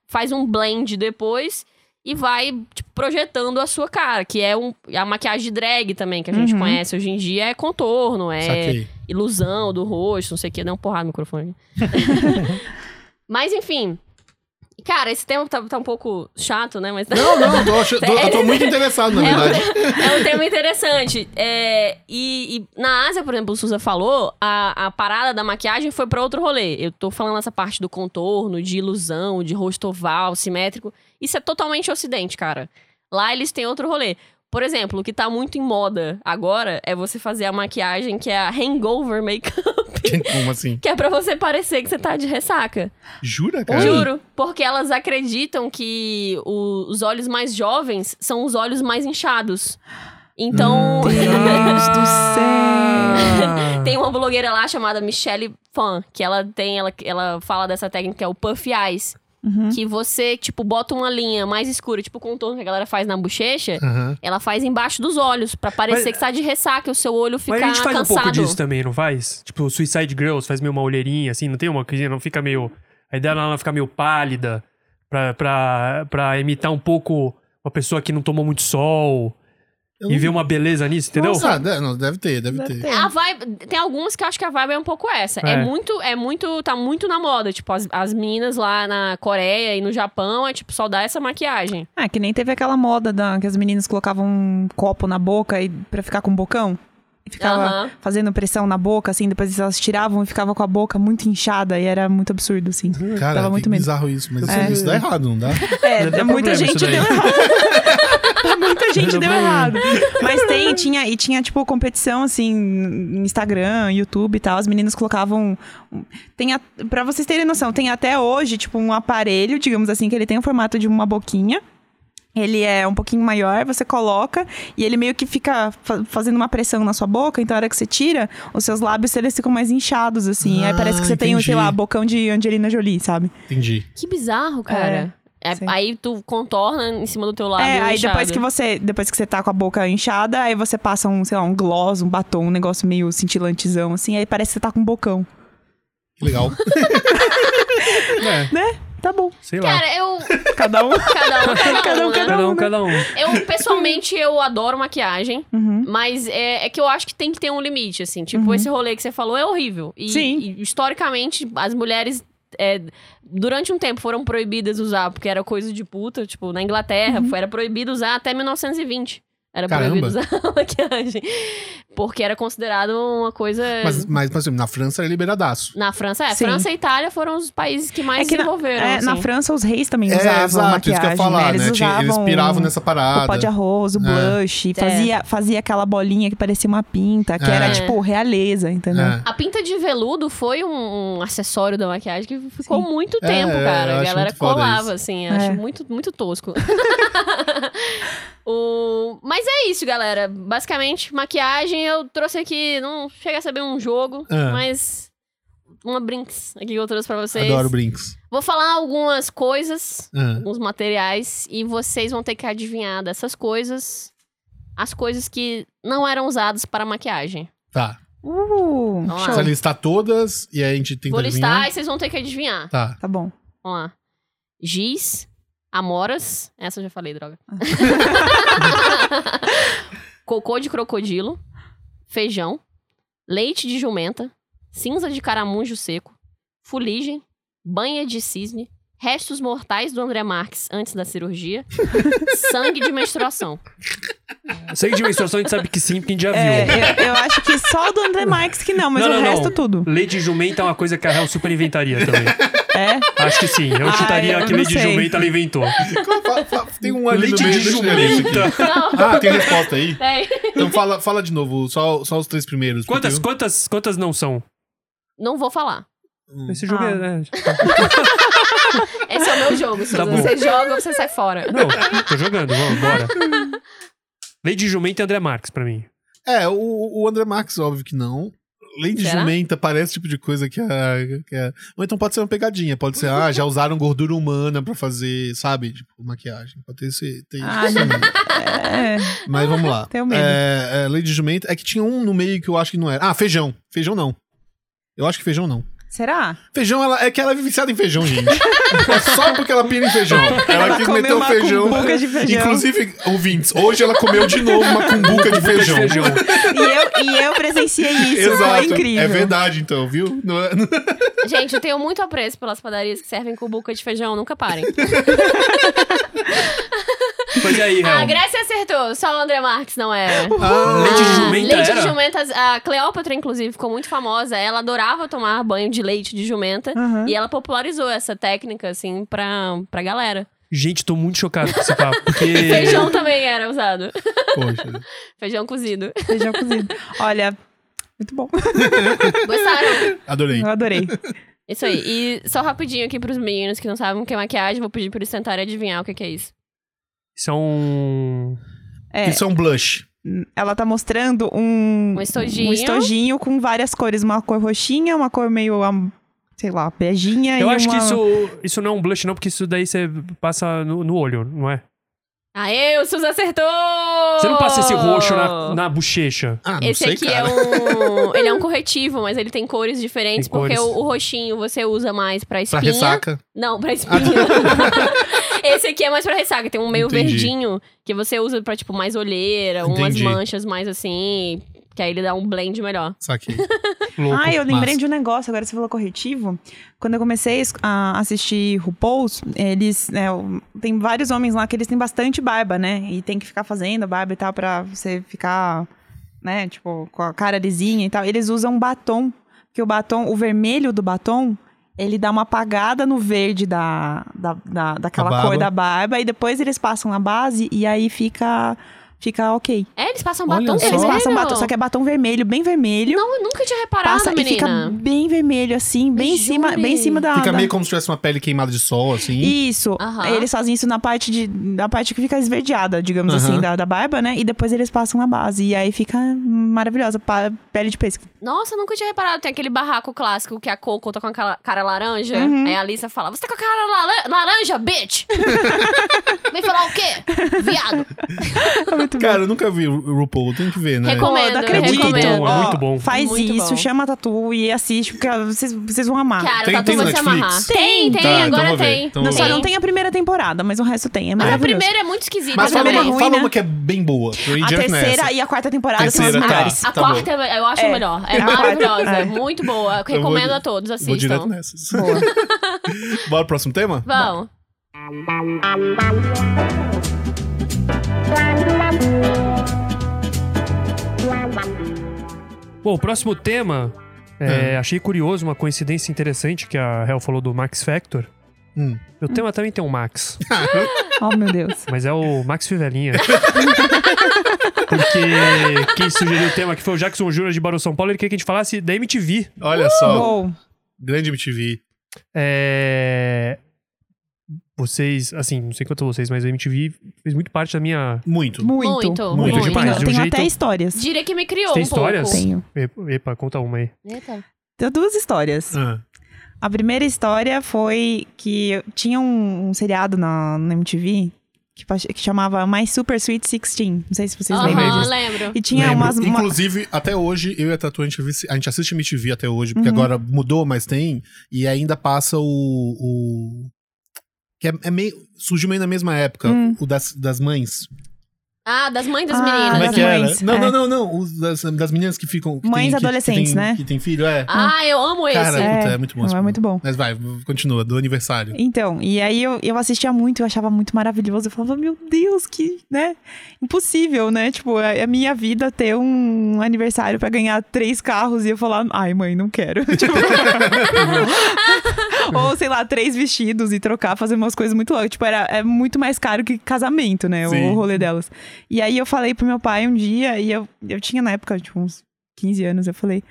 Speaker 2: faz um blend depois e vai tipo, projetando a sua cara, que é um, a maquiagem de drag também, que a gente
Speaker 4: Uhum.
Speaker 2: conhece hoje em dia, é contorno, é
Speaker 1: Saquei.
Speaker 2: ilusão do rosto, não sei o que. Deu uma porrada no microfone. Mas, enfim. Cara, esse tema tá, tá um pouco chato, né? Mas
Speaker 1: Não, não, eu tô, ach- tô- eu tô muito interessado, na
Speaker 2: É um-
Speaker 1: verdade.
Speaker 2: é um tema interessante. É, e, e na Ásia, por exemplo, o Suza falou, a, a parada da maquiagem foi pra outro rolê. Eu tô falando essa parte do contorno, de ilusão, de rosto oval, simétrico. Isso é totalmente ocidente, cara. Lá eles têm outro rolê. Por exemplo, o que tá muito em moda agora é você fazer a maquiagem que é a hangover makeup.
Speaker 1: Como assim?
Speaker 2: Que é pra você parecer que você tá de ressaca.
Speaker 1: Jura, cara?
Speaker 2: Juro. Porque elas acreditam que o- os olhos mais jovens são os olhos mais inchados. Então,
Speaker 4: Deus do
Speaker 3: céu!
Speaker 2: tem uma blogueira lá chamada Michelle Fan, que ela tem, ela, ela fala dessa técnica que é o puff eyes.
Speaker 4: Uhum.
Speaker 2: Que você, tipo, bota uma linha mais escura, tipo o contorno que a galera faz na bochecha,
Speaker 1: Aham.
Speaker 2: ela faz embaixo dos olhos, pra parecer
Speaker 3: Mas-
Speaker 2: que você tá de ressaca, o seu olho fica
Speaker 3: Mas a gente faz
Speaker 2: cansado.
Speaker 3: um pouco disso também, não faz? Tipo, Suicide Girls faz meio uma olheirinha, assim, não tem uma coisinha, não fica meio. A ideia dela é ela ficar meio pálida. Pra, pra, pra imitar um pouco uma pessoa que não tomou muito sol
Speaker 1: Eu
Speaker 3: e
Speaker 1: não-
Speaker 3: ver uma beleza nisso, entendeu?
Speaker 1: Ah, de- não, deve ter, deve,
Speaker 4: Deve
Speaker 1: ter.
Speaker 4: ter.
Speaker 2: A vibe, tem alguns que eu acho que a vibe é um pouco essa. É,
Speaker 3: É.
Speaker 2: muito, é muito, tá muito na moda. Tipo, as, as minas lá na Coreia e no Japão é tipo só dá essa maquiagem.
Speaker 4: Ah, que nem teve aquela moda da, que as meninas colocavam um copo na boca e, pra ficar com um bocão. E ficava
Speaker 2: Aham.
Speaker 4: fazendo pressão na boca, assim, depois elas tiravam e ficava com a boca muito inchada e era muito absurdo, assim.
Speaker 1: Cara,
Speaker 4: Dava
Speaker 1: é
Speaker 4: muito medo.
Speaker 1: bizarro isso, mas isso-
Speaker 4: É.
Speaker 1: isso dá errado, não dá?
Speaker 3: Deve
Speaker 4: É,
Speaker 3: dar
Speaker 4: muita
Speaker 3: problema
Speaker 4: gente
Speaker 3: isso
Speaker 4: deu
Speaker 3: daí.
Speaker 4: errado. Pra muita gente
Speaker 3: Deu
Speaker 4: deu
Speaker 3: problema.
Speaker 4: errado. Mas tem, tinha, e tinha, tipo, competição, assim, no Instagram, YouTube e tal. As meninas colocavam. um, Tem a, pra vocês terem noção, tem até hoje, tipo, um aparelho, digamos assim, que ele tem o formato de uma boquinha. Ele é um pouquinho maior, você coloca e ele meio que fica fa- fazendo uma pressão na sua boca, então a hora que você tira, os seus lábios eles ficam mais inchados, assim. aí
Speaker 1: Ah,
Speaker 4: parece que você tem, sei
Speaker 1: entendi.
Speaker 4: lá, bocão de Angelina Jolie, sabe?
Speaker 1: Entendi.
Speaker 2: Que bizarro, cara. É,
Speaker 4: sim.
Speaker 2: aí tu contorna em cima do teu lábio.
Speaker 4: É, aí
Speaker 2: inchado.
Speaker 4: depois que você, depois que você tá com a boca inchada, aí você passa um, sei lá, um gloss, um batom, um negócio meio cintilantezão, assim, aí parece que você tá com um bocão.
Speaker 1: Que legal.
Speaker 3: É,
Speaker 4: Tá bom.
Speaker 3: sei lá.
Speaker 2: Cara, eu.
Speaker 4: Cada um.
Speaker 2: Cada um, cada um.
Speaker 4: Cada um,
Speaker 2: né?
Speaker 4: cada
Speaker 3: Cada um,
Speaker 4: não, né?
Speaker 3: cada um.
Speaker 2: Eu, pessoalmente, eu adoro maquiagem.
Speaker 4: Uhum.
Speaker 2: Mas é, é que eu acho que tem que ter um limite, assim. Tipo, esse rolê que você falou é horrível. E,
Speaker 4: Sim.
Speaker 2: e, historicamente, as mulheres. é, durante um tempo foram proibidas usar, porque era coisa de puta. Tipo, na Inglaterra,
Speaker 4: Uhum.
Speaker 2: foi- era proibido usar até 1920. Era proibido
Speaker 1: Caramba.
Speaker 2: usar maquiagem. Porque era considerado uma coisa.
Speaker 1: Mas, mas, mas assim, na França é liberadaço.
Speaker 2: Na França, é.
Speaker 4: Sim.
Speaker 2: França e Itália foram os países que mais
Speaker 4: É que na-
Speaker 2: desenvolveram.
Speaker 4: É, na
Speaker 2: assim.
Speaker 4: França os reis também
Speaker 1: É,
Speaker 4: usavam
Speaker 1: exato,
Speaker 4: maquiagem,
Speaker 1: isso que eu ia falar,
Speaker 4: né?
Speaker 1: né?
Speaker 4: Eles
Speaker 1: Tinha-
Speaker 4: usavam
Speaker 1: eles piravam nessa
Speaker 4: o pó de
Speaker 1: parada.
Speaker 4: arroz, o blush,
Speaker 2: É.
Speaker 4: fazia, fazia aquela bolinha que parecia uma pinta, que
Speaker 1: É.
Speaker 4: era tipo realeza, entendeu?
Speaker 1: É.
Speaker 2: A pinta de veludo foi um, um acessório da maquiagem que ficou muito
Speaker 1: É,
Speaker 2: tempo,
Speaker 1: é, eu
Speaker 2: cara. A
Speaker 1: acho
Speaker 2: galera
Speaker 1: muito foda
Speaker 2: colava,
Speaker 1: isso.
Speaker 2: assim.
Speaker 4: É.
Speaker 2: Acho muito, muito tosco. o... Mas é isso, galera. Basicamente, maquiagem eu trouxe aqui. Não chega a saber um jogo,
Speaker 1: É.
Speaker 2: mas uma brinks aqui que eu trouxe pra vocês.
Speaker 1: Adoro brinks.
Speaker 2: Vou falar algumas coisas
Speaker 1: Ah.
Speaker 2: alguns materiais e vocês vão ter que adivinhar dessas coisas as coisas que não eram usadas para maquiagem.
Speaker 1: Tá.
Speaker 4: Uh,
Speaker 2: Vamos lá.
Speaker 1: Você
Speaker 4: show.
Speaker 1: listar todas e aí a gente tenta
Speaker 2: Vou listar
Speaker 1: adivinhar.
Speaker 2: e vocês vão ter que adivinhar.
Speaker 1: Tá.
Speaker 4: Tá bom.
Speaker 2: Vamos lá. Giz, amoras, essa eu já falei, droga. Cocô de crocodilo, feijão, leite de jumenta, cinza de caramujo seco, fuligem, banha de cisne, restos mortais do André Marques antes da cirurgia, sangue de menstruação.
Speaker 3: Sei de menstruação, a gente sabe que sim, porque a gente já viu.
Speaker 4: É, eu, eu acho que só do André Marques que não, mas
Speaker 3: Não,
Speaker 4: o
Speaker 3: não, não.
Speaker 4: resto tudo.
Speaker 3: Leite de jumenta é uma coisa que a Hel super inventaria também.
Speaker 4: É?
Speaker 3: Acho que sim. Eu
Speaker 4: Ah,
Speaker 3: chutaria
Speaker 4: eu
Speaker 3: que
Speaker 4: não
Speaker 3: leite de
Speaker 4: sei.
Speaker 3: jumenta ela inventou.
Speaker 1: Fa- fa- Tem um ali no
Speaker 3: leite
Speaker 1: meio,
Speaker 3: de
Speaker 1: deixa eu ver isso aqui.
Speaker 3: jumenta.
Speaker 2: Não,
Speaker 1: Ah, tem resposta aí?
Speaker 2: é.
Speaker 1: Então fala, fala de novo, só, só os três primeiros. porque
Speaker 3: Quantas,
Speaker 1: eu-
Speaker 3: quantas, quantas não são?
Speaker 2: Não vou falar.
Speaker 3: Esse jogo
Speaker 4: Ah.
Speaker 3: é. né?
Speaker 2: Esse é o meu jogo. Se
Speaker 3: Tá bom.
Speaker 2: você joga, você sai fora.
Speaker 3: é, Não, tô jogando, vamos, bora. Lady Jumenta e André Marques pra mim.
Speaker 1: É, o, o André Marques, óbvio que não. Lady
Speaker 2: Será?
Speaker 1: Jumenta parece o tipo de coisa que é, que é- Ou então pode ser uma pegadinha, pode ser, ah, já usaram gordura humana pra fazer, sabe? Tipo, maquiagem. Pode ter esse. Tem
Speaker 4: Ah,
Speaker 1: isso
Speaker 4: não.
Speaker 1: também.
Speaker 4: É.
Speaker 1: Mas vamos lá.
Speaker 4: Tenho medo.
Speaker 1: É, é, Lady Jumenta. É que tinha um no meio que eu acho que não era. Ah, feijão. Feijão não. Eu acho que feijão não.
Speaker 4: Será?
Speaker 1: Feijão, ela, é que ela é viciada em feijão, gente. é só porque ela pira em feijão. Ela, quis
Speaker 4: comeu
Speaker 1: meter o
Speaker 4: uma
Speaker 1: feijão.
Speaker 4: cumbuca de feijão.
Speaker 1: Inclusive, ouvintes, hoje ela comeu de novo uma cumbuca de feijão.
Speaker 3: Feijão.
Speaker 4: E eu, e eu presenciei isso,
Speaker 1: Exato.
Speaker 4: foi incrível.
Speaker 1: É verdade, então, viu? Não é-
Speaker 2: Gente, eu tenho muito apreço pelas padarias que servem cumbuca de feijão. Nunca parem.
Speaker 3: Mas e é aí,
Speaker 4: Ah,
Speaker 2: A
Speaker 3: Hel?
Speaker 2: Grécia acertou. Só o André Marques não era.
Speaker 1: Ah,
Speaker 3: Leite de
Speaker 2: Ah,
Speaker 3: jumenta
Speaker 2: leite
Speaker 3: era?
Speaker 2: de jumenta. A Cleópatra, inclusive, ficou muito famosa. Ela adorava tomar banho de leite de jumenta.
Speaker 4: Aham.
Speaker 2: E ela popularizou essa técnica, assim, pra, pra galera.
Speaker 3: Gente, tô muito chocado com esse papo, porque...
Speaker 2: Feijão também era usado.
Speaker 1: Poxa.
Speaker 2: Feijão cozido.
Speaker 4: Feijão cozido. Olha, muito bom.
Speaker 2: Gostaram?
Speaker 1: Ah, Adorei.
Speaker 4: Eu adorei.
Speaker 2: Isso aí. E só rapidinho aqui pros meninos que não sabem o que é maquiagem, vou pedir pra eles tentarem adivinhar o que que é isso.
Speaker 3: Isso é um...
Speaker 4: É.
Speaker 1: Isso é um blush.
Speaker 4: Ela tá mostrando um,
Speaker 2: Um estojinho.
Speaker 4: um estojinho com várias cores. Uma cor roxinha, uma cor meio, am- sei lá, beijinha.
Speaker 3: Eu
Speaker 4: e
Speaker 3: acho
Speaker 4: uma...
Speaker 3: que isso, isso não é um blush, não, porque isso daí você passa no, no olho, não é?
Speaker 2: Aê, o Suzy acertou!
Speaker 3: Você não passa
Speaker 4: Oh.
Speaker 3: esse roxo na, na bochecha.
Speaker 1: Ah, não
Speaker 2: Esse
Speaker 1: sei,
Speaker 2: aqui
Speaker 1: cara.
Speaker 2: é um. Ele é um corretivo, mas ele tem cores diferentes,
Speaker 3: Tem
Speaker 2: porque
Speaker 3: cores.
Speaker 2: O, o roxinho você usa mais pra
Speaker 1: Pra
Speaker 2: espinha.
Speaker 1: ressaca.
Speaker 2: Não, pra espinha. Esse aqui é mais pra ressaca. Tem um meio
Speaker 1: Entendi.
Speaker 2: verdinho que você usa pra, tipo, mais olheira, umas
Speaker 1: Entendi.
Speaker 2: manchas mais assim. Que aí ele dá um blend melhor.
Speaker 1: Saquei.
Speaker 3: Louco.
Speaker 4: Ah, eu lembrei
Speaker 1: Massa.
Speaker 4: de um negócio, agora você falou corretivo. Quando eu comecei a es- a assistir RuPaul's, eles. né, o- tem vários homens lá que eles têm bastante barba, né? E tem que ficar fazendo barba e tal pra você ficar, né? Tipo, com a cara lisinha e tal. Eles usam um batom, porque o batom, o vermelho do batom. Ele dá uma apagada no verde da, da, da- daquela
Speaker 1: Da
Speaker 4: cor
Speaker 1: barba.
Speaker 4: da barba. E depois eles passam na base e aí fica, fica ok.
Speaker 2: É, eles passam
Speaker 1: Olha
Speaker 2: batom
Speaker 1: só.
Speaker 4: Eles passam
Speaker 2: vermelho.
Speaker 4: batom, só que é batom vermelho, bem vermelho
Speaker 2: Não, eu nunca tinha reparado,
Speaker 4: passa e fica
Speaker 2: menina.
Speaker 4: bem vermelho, assim, bem em cima,
Speaker 2: Jure?
Speaker 4: bem em cima da.
Speaker 1: Fica
Speaker 4: da-
Speaker 1: meio como se tivesse uma pele queimada de sol, assim.
Speaker 4: Isso.
Speaker 2: Aham.
Speaker 4: Eles fazem isso na parte de. Na parte que fica esverdeada, digamos
Speaker 1: Aham.
Speaker 4: assim, da, da barba, né? E depois eles passam na base. E aí fica maravilhosa. pa- pele de pesca.
Speaker 2: Nossa, eu nunca tinha reparado. Tem aquele barraco clássico que a Coco tá com a cara- cara laranja. Aí a Alissa fala: Você tá com a cara laran- laranja, bitch! Vem falar o quê? Viado!
Speaker 4: É
Speaker 1: Cara, eu nunca vi o RuPaul, tem que ver, né?
Speaker 2: Recom- Recomendo,
Speaker 4: Pô, não acredito.
Speaker 2: recomendo. É muito
Speaker 3: bom, é
Speaker 4: Ó,
Speaker 3: muito bom.
Speaker 4: Faz
Speaker 2: Muito
Speaker 4: isso,
Speaker 2: bom.
Speaker 4: chama a Tatu e assiste, porque vocês, vocês vão amar.
Speaker 2: Cara,
Speaker 1: Ah, Tem-
Speaker 2: tá
Speaker 1: tem
Speaker 2: tudo
Speaker 1: no
Speaker 2: se
Speaker 1: Netflix?
Speaker 2: amarrar. Tem, tem,
Speaker 1: Tá, então
Speaker 2: agora
Speaker 1: vou ver,
Speaker 2: tem.
Speaker 1: então
Speaker 4: Não,
Speaker 1: vou
Speaker 4: só
Speaker 1: ver. Tá,
Speaker 4: não tem a primeira temporada, mas o resto tem. É
Speaker 2: Mas a
Speaker 4: maravilhoso.
Speaker 2: primeira é muito esquisita.
Speaker 1: Mas fala
Speaker 2: também.
Speaker 1: uma,
Speaker 4: ruim,
Speaker 1: fala
Speaker 4: né?
Speaker 1: uma que é bem boa. Eu ia
Speaker 4: A
Speaker 1: direto
Speaker 4: terceira
Speaker 1: nessa.
Speaker 4: e a quarta temporada são
Speaker 1: Terceira,
Speaker 4: as
Speaker 1: tá.
Speaker 4: melhores.
Speaker 2: A
Speaker 1: Tá
Speaker 2: quarta eu acho
Speaker 4: É.
Speaker 2: a melhor. É
Speaker 4: A quarta-
Speaker 2: maravilhosa,
Speaker 4: é.
Speaker 2: é muito boa. Eu
Speaker 1: Eu vou-
Speaker 2: recomendo a todos,
Speaker 1: Vou direto
Speaker 2: assistam.
Speaker 1: nessas. Bora pro próximo tema?
Speaker 2: Vão.
Speaker 3: Bom, o próximo tema. é, Achei curioso, uma coincidência interessante que a Hel falou do Max Factor.
Speaker 1: Hum.
Speaker 3: Meu tema também tem um Max,
Speaker 4: Oh, meu Deus.
Speaker 3: mas é o Max Fivelinha. Porque quem sugeriu o tema aqui foi o Jackson Júnior de Barão São Paulo. Ele queria que a gente falasse da MTV.
Speaker 1: Olha só,
Speaker 4: Bom,
Speaker 1: grande MTV.
Speaker 3: É, Vocês, assim, não sei quanto vocês, mas a MTV fez muito parte da minha.
Speaker 1: Muito.
Speaker 4: muito.
Speaker 1: Muito
Speaker 2: Muito, muito.
Speaker 3: demais. Mas de um
Speaker 4: Tenho até
Speaker 3: jeito-
Speaker 4: histórias.
Speaker 2: Diria que me criou
Speaker 3: Você tem
Speaker 2: um pouco.
Speaker 3: histórias?
Speaker 4: Tenho.
Speaker 3: Epa, conta uma aí.
Speaker 2: Eita.
Speaker 4: Tenho duas histórias.
Speaker 1: Ah,
Speaker 4: A primeira história foi que tinha um, um seriado na, na MTV que, pa- que chamava My Super Sweet 16. Não sei se vocês lembram
Speaker 2: Aham,
Speaker 4: disso.
Speaker 2: lembro.
Speaker 4: E tinha
Speaker 1: lembro.
Speaker 4: umas. uma-
Speaker 1: Inclusive, até hoje, eu e a Tatu, a gente, vi- a gente assiste MTV até hoje, porque
Speaker 4: Uhum.
Speaker 1: agora mudou, mas tem. E ainda passa o. o- que é, é meio. Surgiu meio na mesma época,
Speaker 4: Hum.
Speaker 1: o das, das mães.
Speaker 2: Ah, das mães das
Speaker 4: Ah,
Speaker 1: Como
Speaker 2: meninas.
Speaker 1: é
Speaker 4: das
Speaker 1: que
Speaker 4: mães,
Speaker 1: era? Não,
Speaker 4: é.
Speaker 1: não, não, não. Os das, das meninas que ficam. que
Speaker 4: Mães
Speaker 1: tem- que-
Speaker 4: adolescentes,
Speaker 1: que tem-
Speaker 4: né?
Speaker 1: Que tem filho, é.
Speaker 2: Ah, eu amo esse.
Speaker 1: Cara,
Speaker 4: É.
Speaker 1: puta, é muito bom. esse
Speaker 4: É muito bom.
Speaker 1: Mas vai, continua, do aniversário.
Speaker 4: Então, e aí eu, eu assistia muito, eu achava muito maravilhoso. Eu falava, meu Deus, que, né? Impossível, né? Tipo, é a minha vida ter um aniversário pra ganhar três carros e eu falar, ai, mãe, não quero. Tipo, Ou, sei lá, três vestidos e trocar, fazer umas coisas muito loucas. Tipo, era, é muito mais caro que casamento, né? O,
Speaker 1: Sim.
Speaker 4: rolê delas. E aí eu falei pro meu pai um dia, e eu, eu tinha na época, tipo, uns 15 anos, eu falei.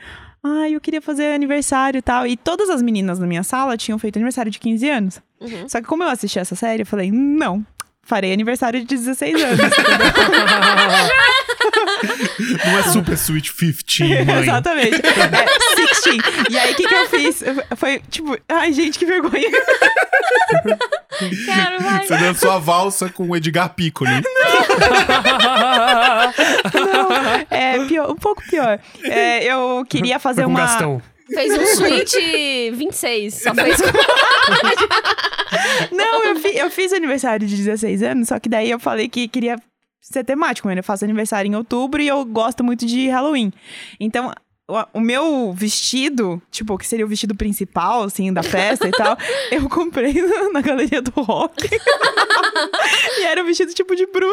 Speaker 4: Ai, eu queria fazer aniversário e tal. E todas as meninas na minha sala tinham feito aniversário de 15 anos.
Speaker 2: Uhum.
Speaker 4: Só que como eu assisti essa série, eu falei, não, farei aniversário de 16 anos.
Speaker 1: Não é Super Sweet 15, mãe.
Speaker 4: Exatamente. É, 16. E aí, o que, que eu fiz? Eu- Foi tipo, ai, gente, que vergonha.
Speaker 2: Quero, vai.
Speaker 1: Você dançou a valsa com o Edgar Piccoli.
Speaker 4: Não, é pior, um pouco pior. É, eu queria fazer
Speaker 3: Foi com o
Speaker 4: uma.
Speaker 3: Gastão.
Speaker 2: Fez um suíte 26. Só fez um.
Speaker 4: Não, eu, fi- eu fiz aniversário de 16 anos, só que daí eu falei que queria ser temático, né? Eu faço aniversário em outubro e eu gosto muito de Halloween. Então, o, o meu vestido, tipo, que seria o vestido principal, assim, da festa e tal, eu comprei na, na galeria do rock. e era um vestido tipo de bruxa.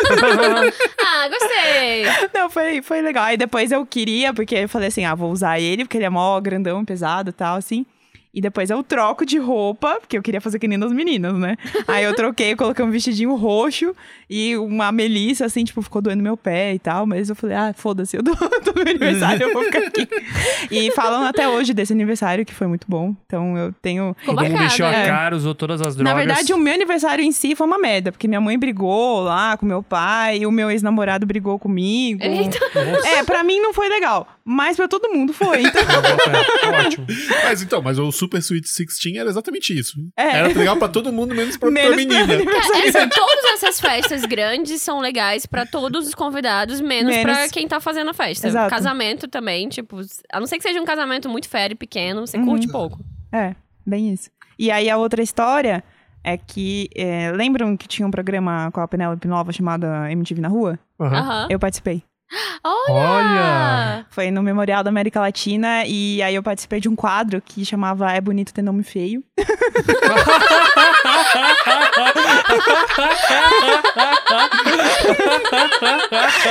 Speaker 2: Ah, gostei.
Speaker 4: Não, foi, foi legal. Aí depois eu queria, porque eu falei assim, ah, vou usar ele, porque ele é mó grandão, pesado e tal, assim. E depois eu troco de roupa, porque eu queria fazer que nem das meninas, né? Aí eu troquei, coloquei um vestidinho roxo e uma melissa, assim, tipo, ficou doendo meu pé e tal. Mas eu falei, ah, foda-se, eu dou, dou meu aniversário, eu vou ficar aqui. E falam até hoje desse aniversário, que foi muito bom. Então eu tenho...
Speaker 2: Ficou
Speaker 3: Todo mundo encheu a
Speaker 2: bacana.
Speaker 4: é.
Speaker 3: cara, usou todas as drogas.
Speaker 4: Na verdade, um o meu aniversário em si foi uma merda, porque minha mãe brigou lá com meu pai, o meu ex-namorado brigou comigo.
Speaker 2: Eita.
Speaker 3: Nossa,
Speaker 4: É, pra mim não foi legal, mas pra todo mundo foi. Então,
Speaker 3: eu boto- é, ótimo.
Speaker 1: Mas então, mas o Super Sweet 16 era exatamente isso.
Speaker 4: É.
Speaker 1: Era legal pra todo mundo, menos pra, pra
Speaker 4: Menos
Speaker 1: menina.
Speaker 2: É, assim, todas essas festas grandes são legais pra todos os convidados, menos,
Speaker 4: Menos.
Speaker 2: pra quem tá fazendo a festa.
Speaker 4: Exato.
Speaker 2: Casamento também, tipo, a não ser que seja um casamento muito férreo, pequeno, você
Speaker 4: Uhum.
Speaker 2: curte pouco.
Speaker 4: É, bem isso. E aí a outra história é que. é, lembram que tinha um programa com a Penélope Nova chamado MTV na Rua?
Speaker 3: Aham.
Speaker 2: Aham.
Speaker 4: Eu participei.
Speaker 3: Olha!
Speaker 4: Foi no Memorial da América Latina e aí eu participei de um quadro que chamava É Bonito Ter Nome Feio.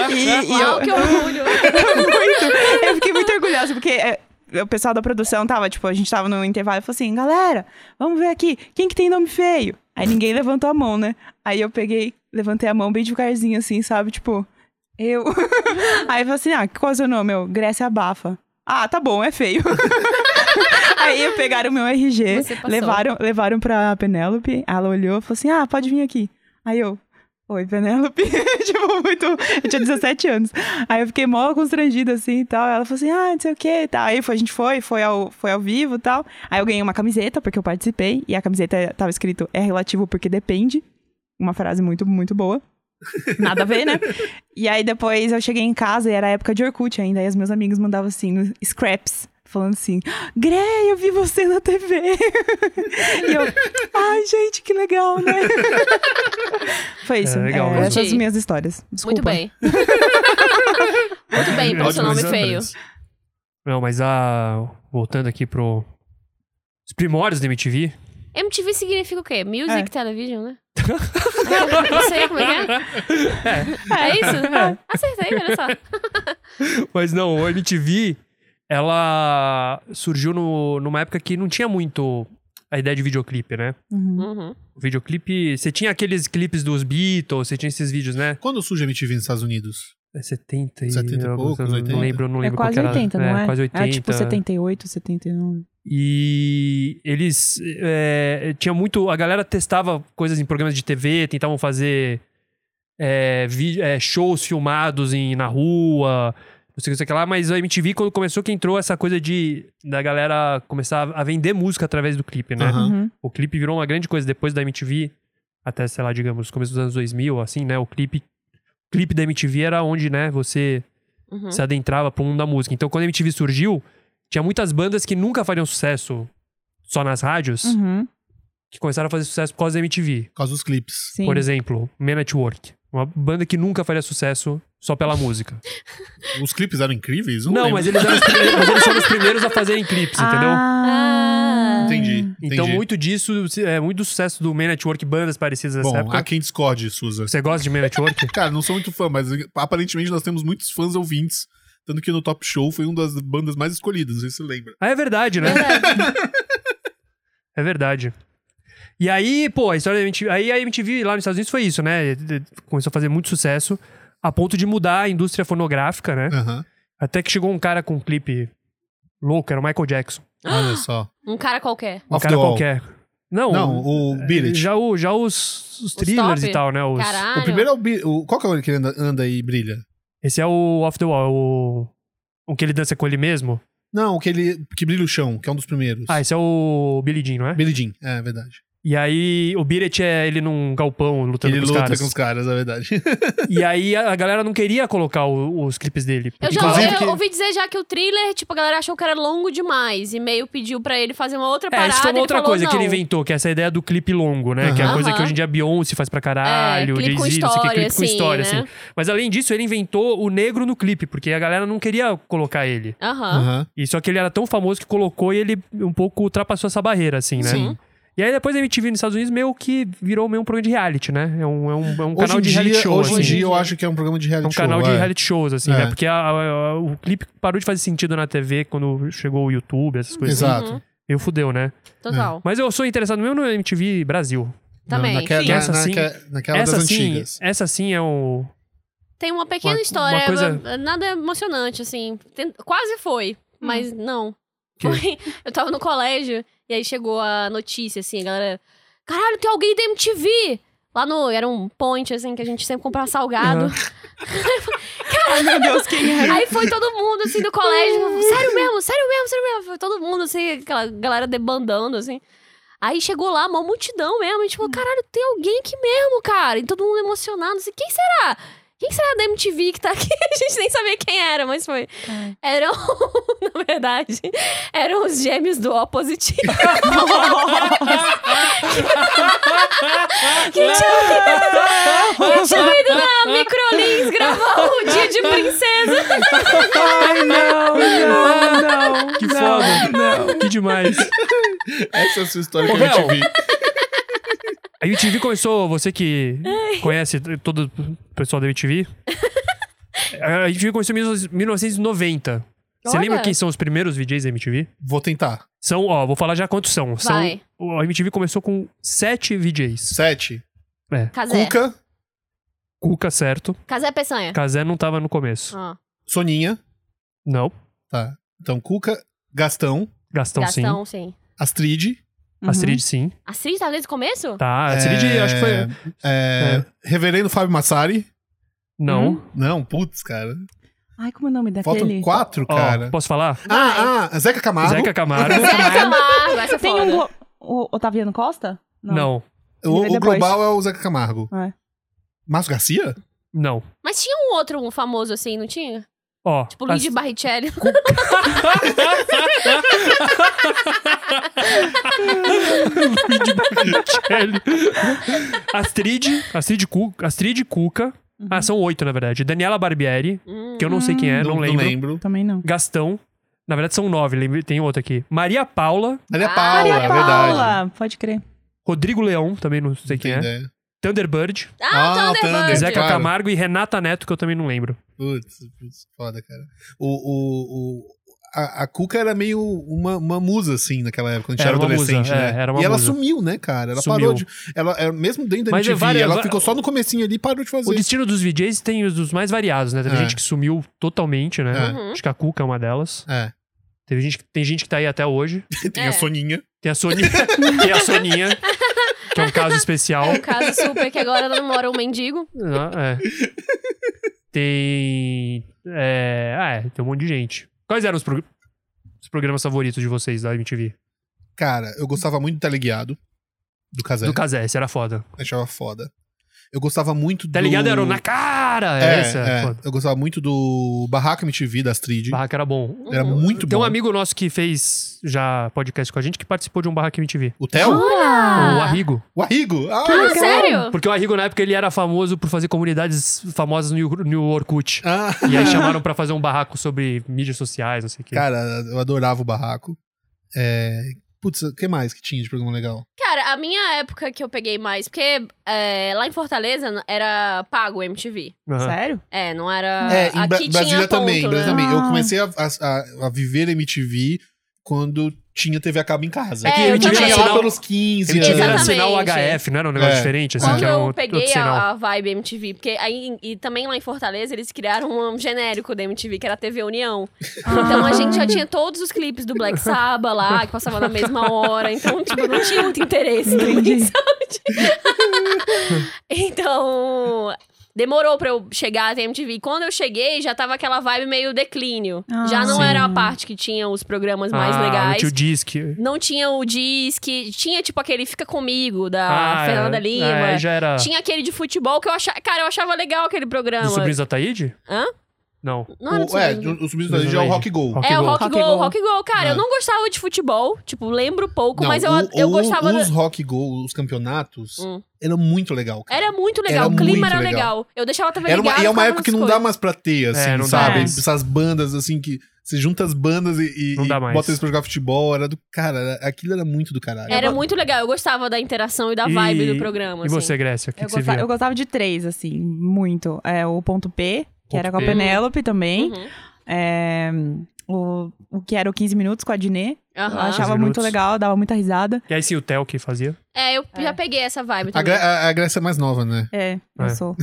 Speaker 4: E- e
Speaker 2: Uau,
Speaker 4: eu-
Speaker 2: que orgulho!
Speaker 4: muito. Eu fiquei muito orgulhosa, porque é, o pessoal da produção tava, tipo, a gente tava no intervalo e falou assim, galera, vamos ver aqui, quem que tem nome feio? Aí ninguém levantou a mão, né? Aí eu peguei, levantei a mão bem devagarzinho, assim, sabe? Tipo, eu. Aí eu falei assim, ah, qual é o seu nome? Eu, Grécia Abafa. Ah, tá bom, é feio. Aí eu pegaram o meu RG,
Speaker 2: Você passou.
Speaker 4: levaram, levaram pra Penélope, ela olhou e falou assim, ah, pode vir aqui. Aí eu, Oi, Penélope. tipo, muito. Eu tinha 17 anos. Aí eu fiquei mó constrangida, assim e tal. Ela falou assim: ah, não sei o que e tal. Aí foi, a gente foi, foi ao, foi ao vivo e tal. Aí eu ganhei uma camiseta, porque eu participei. E a camiseta tava escrito: é relativo porque depende. Uma frase muito, muito boa. Nada a ver, né? E aí depois eu cheguei em casa e era a época de Orkut ainda. E os meus amigos mandavam assim, no scraps. Falando assim, Gre, eu vi você na TV. e eu, ai, gente, que legal, né? Foi isso.
Speaker 3: É, legal
Speaker 4: É,
Speaker 3: mesmo.
Speaker 4: essas são as minhas histórias. Desculpa.
Speaker 2: Muito bem. muito bem, pelo seu
Speaker 1: Ótimas
Speaker 2: nome feio.
Speaker 1: lembranças.
Speaker 3: Não, mas a. Voltando aqui pro. Os primórdios da MTV.
Speaker 2: MTV significa o quê? Music
Speaker 4: É.
Speaker 2: Television, né? não sei como é que é. É isso? Acertei, olha só.
Speaker 3: Mas não, a MTV, ela surgiu no, numa época que não tinha muito a ideia de videoclipe, né?
Speaker 4: Uhum.
Speaker 2: Uhum.
Speaker 3: O videoclipe. Você tinha aqueles clipes dos Beatles, você tinha esses vídeos, né?
Speaker 1: Quando surge a MTV nos Estados Unidos?
Speaker 3: É 70 e.
Speaker 1: 70 e
Speaker 3: alguns
Speaker 1: poucos,
Speaker 3: anos,
Speaker 1: 80.
Speaker 3: Não lembro, não
Speaker 4: É
Speaker 3: lembro qual
Speaker 4: quase
Speaker 3: que era.
Speaker 4: 80, não é?
Speaker 3: Quase 80.
Speaker 4: É tipo 78, 79.
Speaker 3: E eles. é, tinha muito. A galera testava coisas em programas de TV, tentavam fazer é, vi- é, shows filmados em, na rua, não sei o que, não sei o que lá, mas a MTV, quando começou, que entrou essa coisa de da galera começar a vender música através do clipe, né?
Speaker 1: Aham.
Speaker 4: Uhum.
Speaker 3: O clipe virou uma grande coisa depois da MTV, até, sei lá, digamos, começo dos anos 2000, assim, né? O clipe, o clipe da MTV era onde, né, você
Speaker 2: Uhum.
Speaker 3: se adentrava pro mundo da música. Então, quando a MTV surgiu, tinha muitas bandas que nunca fariam sucesso só nas rádios,
Speaker 4: Uhum.
Speaker 3: que começaram a fazer sucesso por causa da MTV.
Speaker 1: Por causa dos clipes.
Speaker 4: Sim.
Speaker 3: Por exemplo, Man at Work. Uma banda que nunca faria sucesso só pela música.
Speaker 1: Os clipes eram incríveis? Eu Não, lembro.
Speaker 3: Não, mas eles, eram os primeiros- mas eles foram os primeiros a fazerem clipes, entendeu?
Speaker 4: Ah.
Speaker 1: Entendi, entendi.
Speaker 3: Então, muito disso, é muito do sucesso do Man at Work, bandas parecidas nessa
Speaker 1: Bom,
Speaker 3: época.
Speaker 1: há quem discorde, Suza.
Speaker 3: Você gosta de Man at Work?
Speaker 1: Cara, não sou muito fã, mas aparentemente nós temos muitos fãs ouvintes. Tanto que no Top Show foi uma das bandas mais escolhidas, não sei se você lembra.
Speaker 3: Ah, é verdade, né? é verdade. E aí, pô, a história da MTV. Aí a MTV lá nos Estados Unidos foi isso, né? Começou a fazer muito sucesso, a ponto de mudar a indústria fonográfica, né?
Speaker 1: Aham.
Speaker 3: Até que chegou um cara com um clipe louco, era o Michael Jackson.
Speaker 1: Olha só.
Speaker 2: Um cara qualquer.
Speaker 3: Um
Speaker 1: Off
Speaker 3: cara
Speaker 1: the Wall.
Speaker 3: qualquer. É, Não,
Speaker 1: Não, o Beat It.
Speaker 3: já, o- já os, os thrillers
Speaker 2: top?
Speaker 3: e tal, né? Os-
Speaker 2: Caralho.
Speaker 1: O primeiro é o, Be- o- Qual que é o que anda, anda e brilha?
Speaker 3: esse é o Off the Wall, o, o que ele dança com ele mesmo.
Speaker 1: Não, o que, ele, que brilha o chão, que é um dos primeiros.
Speaker 3: Ah, esse é o Billy Jean, não é?
Speaker 1: Billie Jean, é verdade.
Speaker 3: E aí, o Beat It é ele num galpão lutando
Speaker 1: ele
Speaker 3: com os
Speaker 1: luta
Speaker 3: caras.
Speaker 1: com os caras, é verdade.
Speaker 3: E aí a a galera não queria colocar o- os clipes dele.
Speaker 2: Eu já
Speaker 1: Inclusive
Speaker 2: eu
Speaker 1: que-
Speaker 2: ouvi dizer já que o thriller, tipo, a galera achou que era longo demais e meio pediu pra ele fazer uma outra
Speaker 3: É,
Speaker 2: parada.
Speaker 3: isso foi uma
Speaker 2: ele
Speaker 3: outra
Speaker 2: falou,
Speaker 3: coisa que ele
Speaker 2: não.
Speaker 3: inventou, que é essa ideia do clipe longo, né? Que é a
Speaker 1: Aham.
Speaker 3: coisa que
Speaker 2: Aham.
Speaker 3: hoje em dia a Beyoncé faz pra caralho,
Speaker 2: É, clipe com
Speaker 3: Jay-Z, não sei o que, clipe
Speaker 2: história,
Speaker 3: com história,
Speaker 2: assim, né?
Speaker 3: assim. Mas além disso, ele inventou o negro no clipe, porque a galera não queria colocar ele.
Speaker 2: Aham.
Speaker 1: Aham.
Speaker 3: E só que ele era tão famoso que colocou e ele um pouco ultrapassou essa barreira, assim, né?
Speaker 2: Sim.
Speaker 3: E aí depois a MTV nos Estados Unidos meio que virou meio um programa de reality, né? É um, é um, é um
Speaker 1: Hoje
Speaker 3: canal
Speaker 1: em
Speaker 3: de
Speaker 1: dia,
Speaker 3: reality show,
Speaker 1: hoje em
Speaker 3: assim.
Speaker 1: dia eu acho que é um programa de
Speaker 3: É
Speaker 1: reality
Speaker 3: um
Speaker 1: show.
Speaker 3: canal de
Speaker 1: é.
Speaker 3: reality shows, assim,
Speaker 1: É.
Speaker 3: né? Porque a- a- a- o clipe parou de fazer sentido na TV quando chegou o YouTube, essas coisas. assim.
Speaker 1: Exato.
Speaker 2: Uhum.
Speaker 3: Meio fudeu, né?
Speaker 2: Total.
Speaker 3: Mas eu sou interessado mesmo no MTV Brasil.
Speaker 2: Também.
Speaker 1: Não, naque-
Speaker 2: Sim.
Speaker 1: na-
Speaker 3: Essa sim.
Speaker 1: naque- naquela
Speaker 3: essa
Speaker 1: É das
Speaker 3: sim,
Speaker 1: antigas.
Speaker 3: essa sim é o...
Speaker 2: Tem uma pequena
Speaker 3: Uma-
Speaker 2: história,
Speaker 3: uma coisa-
Speaker 2: eh, nada emocionante, assim. Tem- Quase foi, mas não.
Speaker 3: Hum. Que?
Speaker 2: Foi. Eu tava no colégio e aí chegou a notícia, assim, a galera. Caralho, tem alguém da MTV! Lá no. Era um point, assim, que a gente sempre comprava salgado.
Speaker 4: Ai, meu Deus, quem Uhum. é?
Speaker 2: Aí foi todo mundo, assim, do colégio. Sério mesmo, sério mesmo, sério mesmo. Foi todo mundo, assim, aquela galera debandando, assim. Aí chegou lá, uma multidão mesmo. A gente falou, caralho, tem alguém aqui mesmo, cara. E todo mundo emocionado, assim, quem será? Quem será da MTV que tá aqui? A gente nem sabia quem era, mas foi.
Speaker 4: É.
Speaker 2: Eram, na verdade, eram os gêmeos do O positivo. que tinha, que tinha ido na Microlins gravar o Dia de Princesa.
Speaker 4: Ai, não, não, não.
Speaker 3: Que
Speaker 4: não.
Speaker 3: foda. Que demais.
Speaker 1: Essa é a sua história
Speaker 3: Ô,
Speaker 1: que eu
Speaker 3: Bel.
Speaker 1: te vi.
Speaker 3: A MTV começou, você que conhece todo o pessoal da MTV. A MTV começou em 1990. Você
Speaker 2: Olha.
Speaker 3: lembra quem são os primeiros VJs da MTV?
Speaker 1: Vou tentar.
Speaker 3: São, ó, vou falar já quantos são. São-
Speaker 2: Vai.
Speaker 3: a MTV começou com sete VJs.
Speaker 1: Sete.
Speaker 3: É.
Speaker 2: Casé.
Speaker 1: Cuca,
Speaker 3: Cuca, certo.
Speaker 2: Casé é Peçanha. Ah,
Speaker 3: Kazé não tava no começo.
Speaker 2: Ó,
Speaker 1: Soninha.
Speaker 3: Não.
Speaker 1: Tá. Então, Cuca, Gastão,
Speaker 3: Gastão,
Speaker 2: Gastão, Uhum. sim.
Speaker 1: Astrid.
Speaker 3: sim.
Speaker 4: Uhum.
Speaker 3: Astrid, sim.
Speaker 2: Astrid tava desde o começo?
Speaker 3: Tá. Astrid,
Speaker 1: é,
Speaker 3: acho que foi.
Speaker 1: é, Reverendo Fábio Massari.
Speaker 3: Não.
Speaker 1: Não, putz, cara.
Speaker 4: Ai, como é o nome
Speaker 1: Faltam
Speaker 4: daquele?
Speaker 1: quatro,
Speaker 3: Ó,
Speaker 1: cara.
Speaker 3: posso falar?
Speaker 1: Ah, ah, Zeca Camargo.
Speaker 3: Zeca Camargo.
Speaker 2: Zé Camargo, essa
Speaker 4: Tem
Speaker 2: foda.
Speaker 4: um... glo- O Otaviano Costa?
Speaker 3: não.
Speaker 1: O,
Speaker 4: Vem
Speaker 1: o
Speaker 4: depois.
Speaker 1: global é o Zeca Camargo.
Speaker 4: É.
Speaker 1: Márcio Garcia?
Speaker 3: Não.
Speaker 2: Mas tinha um outro um famoso assim, não tinha?
Speaker 3: Ó.
Speaker 2: Tipo Luigi
Speaker 3: as-
Speaker 2: Barrichelli.
Speaker 3: Barrichelli. Astrid, Astrid, Cu, Astrid Cuca.
Speaker 2: Uhum.
Speaker 3: Ah, são oito, na verdade. Daniela Barbieri,
Speaker 2: Hum.
Speaker 3: que eu não sei quem é, não, lembro.
Speaker 4: Também não.
Speaker 3: Gastão. Na verdade, são nove, lembrei- tem outro aqui. Maria Paula,
Speaker 1: Maria
Speaker 2: Ah,
Speaker 1: Paula,
Speaker 4: Maria
Speaker 1: é verdade.
Speaker 4: Paula, pode crer.
Speaker 3: Rodrigo Leão, também não sei quem
Speaker 1: Tem
Speaker 3: é.
Speaker 1: ideia.
Speaker 3: Thunderbird,
Speaker 2: Ah, o
Speaker 1: Ah, o
Speaker 2: Thunderbird.
Speaker 1: Thunder.
Speaker 3: Zeca
Speaker 1: claro.
Speaker 3: Camargo e Renata Neto, que eu também não lembro.
Speaker 1: Putz, putz, foda, cara. O, o, o- a, a Cuca era meio uma, uma musa, assim, naquela época, quando a gente
Speaker 3: Era
Speaker 1: era,
Speaker 3: uma musa,
Speaker 1: adolescente,
Speaker 3: é,
Speaker 1: né?
Speaker 3: era uma
Speaker 1: e ela
Speaker 3: musa.
Speaker 1: sumiu, né, cara? Ela
Speaker 3: Sumiu.
Speaker 1: parou de. Ela, é, mesmo dentro da
Speaker 3: Mas é
Speaker 1: MTV,
Speaker 3: várias-
Speaker 1: ela
Speaker 3: va-
Speaker 1: ficou só no comecinho ali e parou de
Speaker 3: O
Speaker 1: fazer.
Speaker 3: destino dos VJs tem os dos mais variados, né? Teve
Speaker 1: É.
Speaker 3: gente que sumiu totalmente, né?
Speaker 1: É.
Speaker 2: Uhum.
Speaker 3: Acho que a Cuca é uma delas.
Speaker 1: É.
Speaker 3: Teve gente, que- tem gente que tá aí até hoje.
Speaker 1: Tem
Speaker 2: É.
Speaker 1: a Soninha.
Speaker 3: Tem a Soninha, tem a Soninha que é um caso especial.
Speaker 2: É um caso super que agora namora um mendigo.
Speaker 3: Ah, é. Tem. É... Ah, é, tem um monte de gente. Quais eram os, prog- os programas favoritos de vocês da MTV?
Speaker 1: Cara, eu gostava muito do Teleguiado. Do Casé.
Speaker 3: Do Casé, esse era foda.
Speaker 1: Achava foda. Eu gostava muito do.
Speaker 3: Tá ligado? Era o na cara!
Speaker 1: É,
Speaker 3: essa.
Speaker 1: é.
Speaker 3: Foda.
Speaker 1: Eu gostava muito do Barraca MTV, da Astrid.
Speaker 3: Barraca era bom.
Speaker 1: Era
Speaker 2: Uhum.
Speaker 1: muito
Speaker 3: Tem
Speaker 1: bom.
Speaker 3: um amigo nosso que fez já podcast com a gente que participou de um Barraca MTV.
Speaker 1: O Theo?
Speaker 2: Ah.
Speaker 3: O Arrigo.
Speaker 1: O Arrigo? Ah,
Speaker 2: Ah,
Speaker 1: olha só.
Speaker 2: sério?
Speaker 3: Porque o Arrigo, na época, ele era famoso por fazer comunidades famosas no, no Orkut.
Speaker 1: Ah,
Speaker 3: E aí chamaram pra fazer um barraco sobre mídias sociais, não sei o quê.
Speaker 1: cara, eu adorava o Barraco. É... Putz, o que mais que tinha de programa legal?
Speaker 2: Cara, a minha época que eu peguei mais, porque é, lá em Fortaleza era pago MTV.
Speaker 3: Aham.
Speaker 4: Sério?
Speaker 2: É, não era.
Speaker 1: é, em Bra-
Speaker 2: Aqui tinha
Speaker 1: Brasília
Speaker 2: ponto,
Speaker 1: também.
Speaker 2: né?
Speaker 1: Brasília também. Eu
Speaker 4: Ah.
Speaker 1: comecei a, a- a- a viver MTV quando tinha TV a cabo em casa.
Speaker 2: É, É que eu MTV
Speaker 1: tinha
Speaker 2: também.
Speaker 1: lá pelos 15
Speaker 3: Ele tinha
Speaker 1: anos.
Speaker 2: Exatamente.
Speaker 3: sinal HF, não era um negócio
Speaker 1: É.
Speaker 3: diferente, assim,
Speaker 2: Quando
Speaker 3: que era um,
Speaker 2: eu
Speaker 3: outro
Speaker 2: peguei
Speaker 3: sinal.
Speaker 2: a, a vibe MTV, porque aí e também lá em Fortaleza eles criaram um genérico da MTV que era TV União. Então a
Speaker 4: Ah.
Speaker 2: gente já tinha todos os clipes do Black Sabbath lá, que passava na mesma hora. Então, tipo, não tinha muito interesse
Speaker 4: Entendi.
Speaker 2: também, sabe? Então. Demorou pra eu chegar até MTV. Quando eu cheguei, já tava aquela vibe meio declínio.
Speaker 4: Ah.
Speaker 2: já não
Speaker 3: Sim.
Speaker 2: era a parte que tinha os programas mais
Speaker 3: Ah,
Speaker 2: legais.
Speaker 3: O tio Disque.
Speaker 2: Não tinha o Disque, tinha tipo aquele Fica Comigo, da
Speaker 3: Ah,
Speaker 2: Fernanda
Speaker 3: é.
Speaker 2: Lima.
Speaker 3: Ah, já era
Speaker 2: Tinha aquele de futebol que eu achava. Cara, eu achava legal aquele programa.
Speaker 3: do Sobrinhos da Taíde?
Speaker 2: Hã?
Speaker 3: Não.
Speaker 2: Não era do
Speaker 1: o, é,
Speaker 2: Sobrinhos, né?
Speaker 1: o substituto já é o Rock Go.
Speaker 3: Rock
Speaker 2: É, o
Speaker 3: Go.
Speaker 2: Rock
Speaker 4: Rock
Speaker 2: Go,
Speaker 4: Go.
Speaker 2: Rock Go. Cara,
Speaker 1: É.
Speaker 2: eu não gostava de futebol. Tipo, lembro pouco,
Speaker 1: Não,
Speaker 2: mas eu,
Speaker 1: o-
Speaker 2: eu
Speaker 1: o-
Speaker 2: gostava.
Speaker 1: Os
Speaker 2: da-
Speaker 1: Rock Go, os campeonatos,
Speaker 2: Hum.
Speaker 1: era muito legal. Cara.
Speaker 2: Era muito legal,
Speaker 1: Era
Speaker 2: o clima
Speaker 1: muito
Speaker 2: era legal.
Speaker 1: legal.
Speaker 2: Eu deixava a TV
Speaker 1: Era uma,
Speaker 2: ligada.
Speaker 1: e é uma
Speaker 2: ficava
Speaker 1: época que não
Speaker 2: nas
Speaker 1: dá
Speaker 2: coisas.
Speaker 1: mais pra ter, assim,
Speaker 3: É, não dá
Speaker 1: sabe?
Speaker 4: mais.
Speaker 1: Essas bandas, assim, que você junta as bandas e, e-
Speaker 3: Não dá
Speaker 1: e
Speaker 3: mais.
Speaker 1: bota eles pra jogar futebol. Era do cara, era- aquilo era muito do caralho.
Speaker 2: Era muito legal, eu gostava da interação e da vibe
Speaker 3: E-
Speaker 2: do programa.
Speaker 3: E
Speaker 2: assim.
Speaker 3: você, Grécia? O que,
Speaker 4: Eu
Speaker 3: que você
Speaker 4: gostava, eu
Speaker 3: viu?
Speaker 4: gostava de três, assim, muito. É, o ponto P, que
Speaker 3: Ponto
Speaker 4: era com a
Speaker 3: P.
Speaker 4: Penélope também.
Speaker 2: Uhum.
Speaker 4: É, o, o que era o 15 minutos com a Diné. Eu
Speaker 2: Aham.
Speaker 4: achava
Speaker 3: 15
Speaker 4: muito
Speaker 3: minutos.
Speaker 4: legal, dava muita risada.
Speaker 3: E aí sim, o Theo que fazia.
Speaker 2: É, eu já peguei essa vibe
Speaker 1: A,
Speaker 2: também.
Speaker 1: Gré- a- a Grécia é mais nova, né?
Speaker 4: É, eu
Speaker 3: É.
Speaker 4: sou.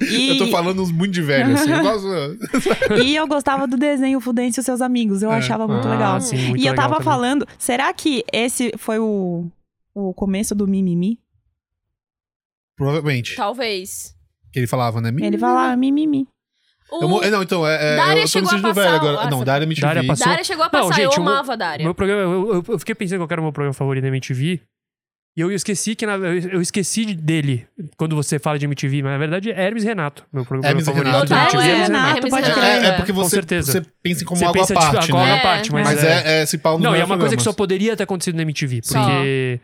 Speaker 4: E,
Speaker 1: Eu tô falando uns muito de velho, assim. Eu gosto-
Speaker 4: e eu gostava do desenho Fudêncio e seus amigos. Eu
Speaker 1: É.
Speaker 4: achava muito
Speaker 3: Ah,
Speaker 4: legal.
Speaker 3: sim, muito
Speaker 4: e eu
Speaker 3: legal
Speaker 4: tava
Speaker 3: também.
Speaker 4: falando, será que esse foi o, o começo do mimimi?
Speaker 1: Provavelmente.
Speaker 2: Talvez.
Speaker 1: Que ele falava, né?
Speaker 4: Ele vai lá, mimimi.
Speaker 2: O
Speaker 1: Eu mo- é, não, então, é. é
Speaker 2: Daria
Speaker 1: eu tô me
Speaker 2: chegou a
Speaker 1: sentindo
Speaker 2: passar
Speaker 1: velho
Speaker 2: o-
Speaker 1: agora.
Speaker 2: Nossa.
Speaker 1: Não, Daria me
Speaker 3: Daria passou.
Speaker 2: Dária chegou a
Speaker 3: Não,
Speaker 2: passar, eu
Speaker 3: gente, o meu-
Speaker 2: amava a Dária.
Speaker 3: Meu programa, eu, eu- eu fiquei pensando qual era o meu programa favorito da MTV. E eu esqueci que na- eu eu esqueci de- dele quando você fala de MTV, mas na verdade é Hermes e Renato, meu programa
Speaker 1: Hermes e
Speaker 3: favorito.
Speaker 1: Renato.
Speaker 3: da
Speaker 2: Total,
Speaker 3: MTV,
Speaker 2: é,
Speaker 3: Hermes e
Speaker 4: Renato,
Speaker 2: Hermes
Speaker 4: pode
Speaker 2: e
Speaker 4: crer.
Speaker 2: Renato.
Speaker 1: É, é porque
Speaker 3: Com
Speaker 1: você,
Speaker 3: certeza.
Speaker 1: você pensa em como
Speaker 3: Você
Speaker 1: algo à
Speaker 3: pensa, tipo,
Speaker 1: parte,
Speaker 3: algo
Speaker 1: né?
Speaker 3: à parte, mas,
Speaker 1: Mas
Speaker 3: é-
Speaker 1: é, é esse pau no
Speaker 3: Não, e
Speaker 1: meu
Speaker 3: é uma coisa que só
Speaker 1: programa.
Speaker 3: poderia ter acontecido na MTV,
Speaker 2: Só.
Speaker 3: porque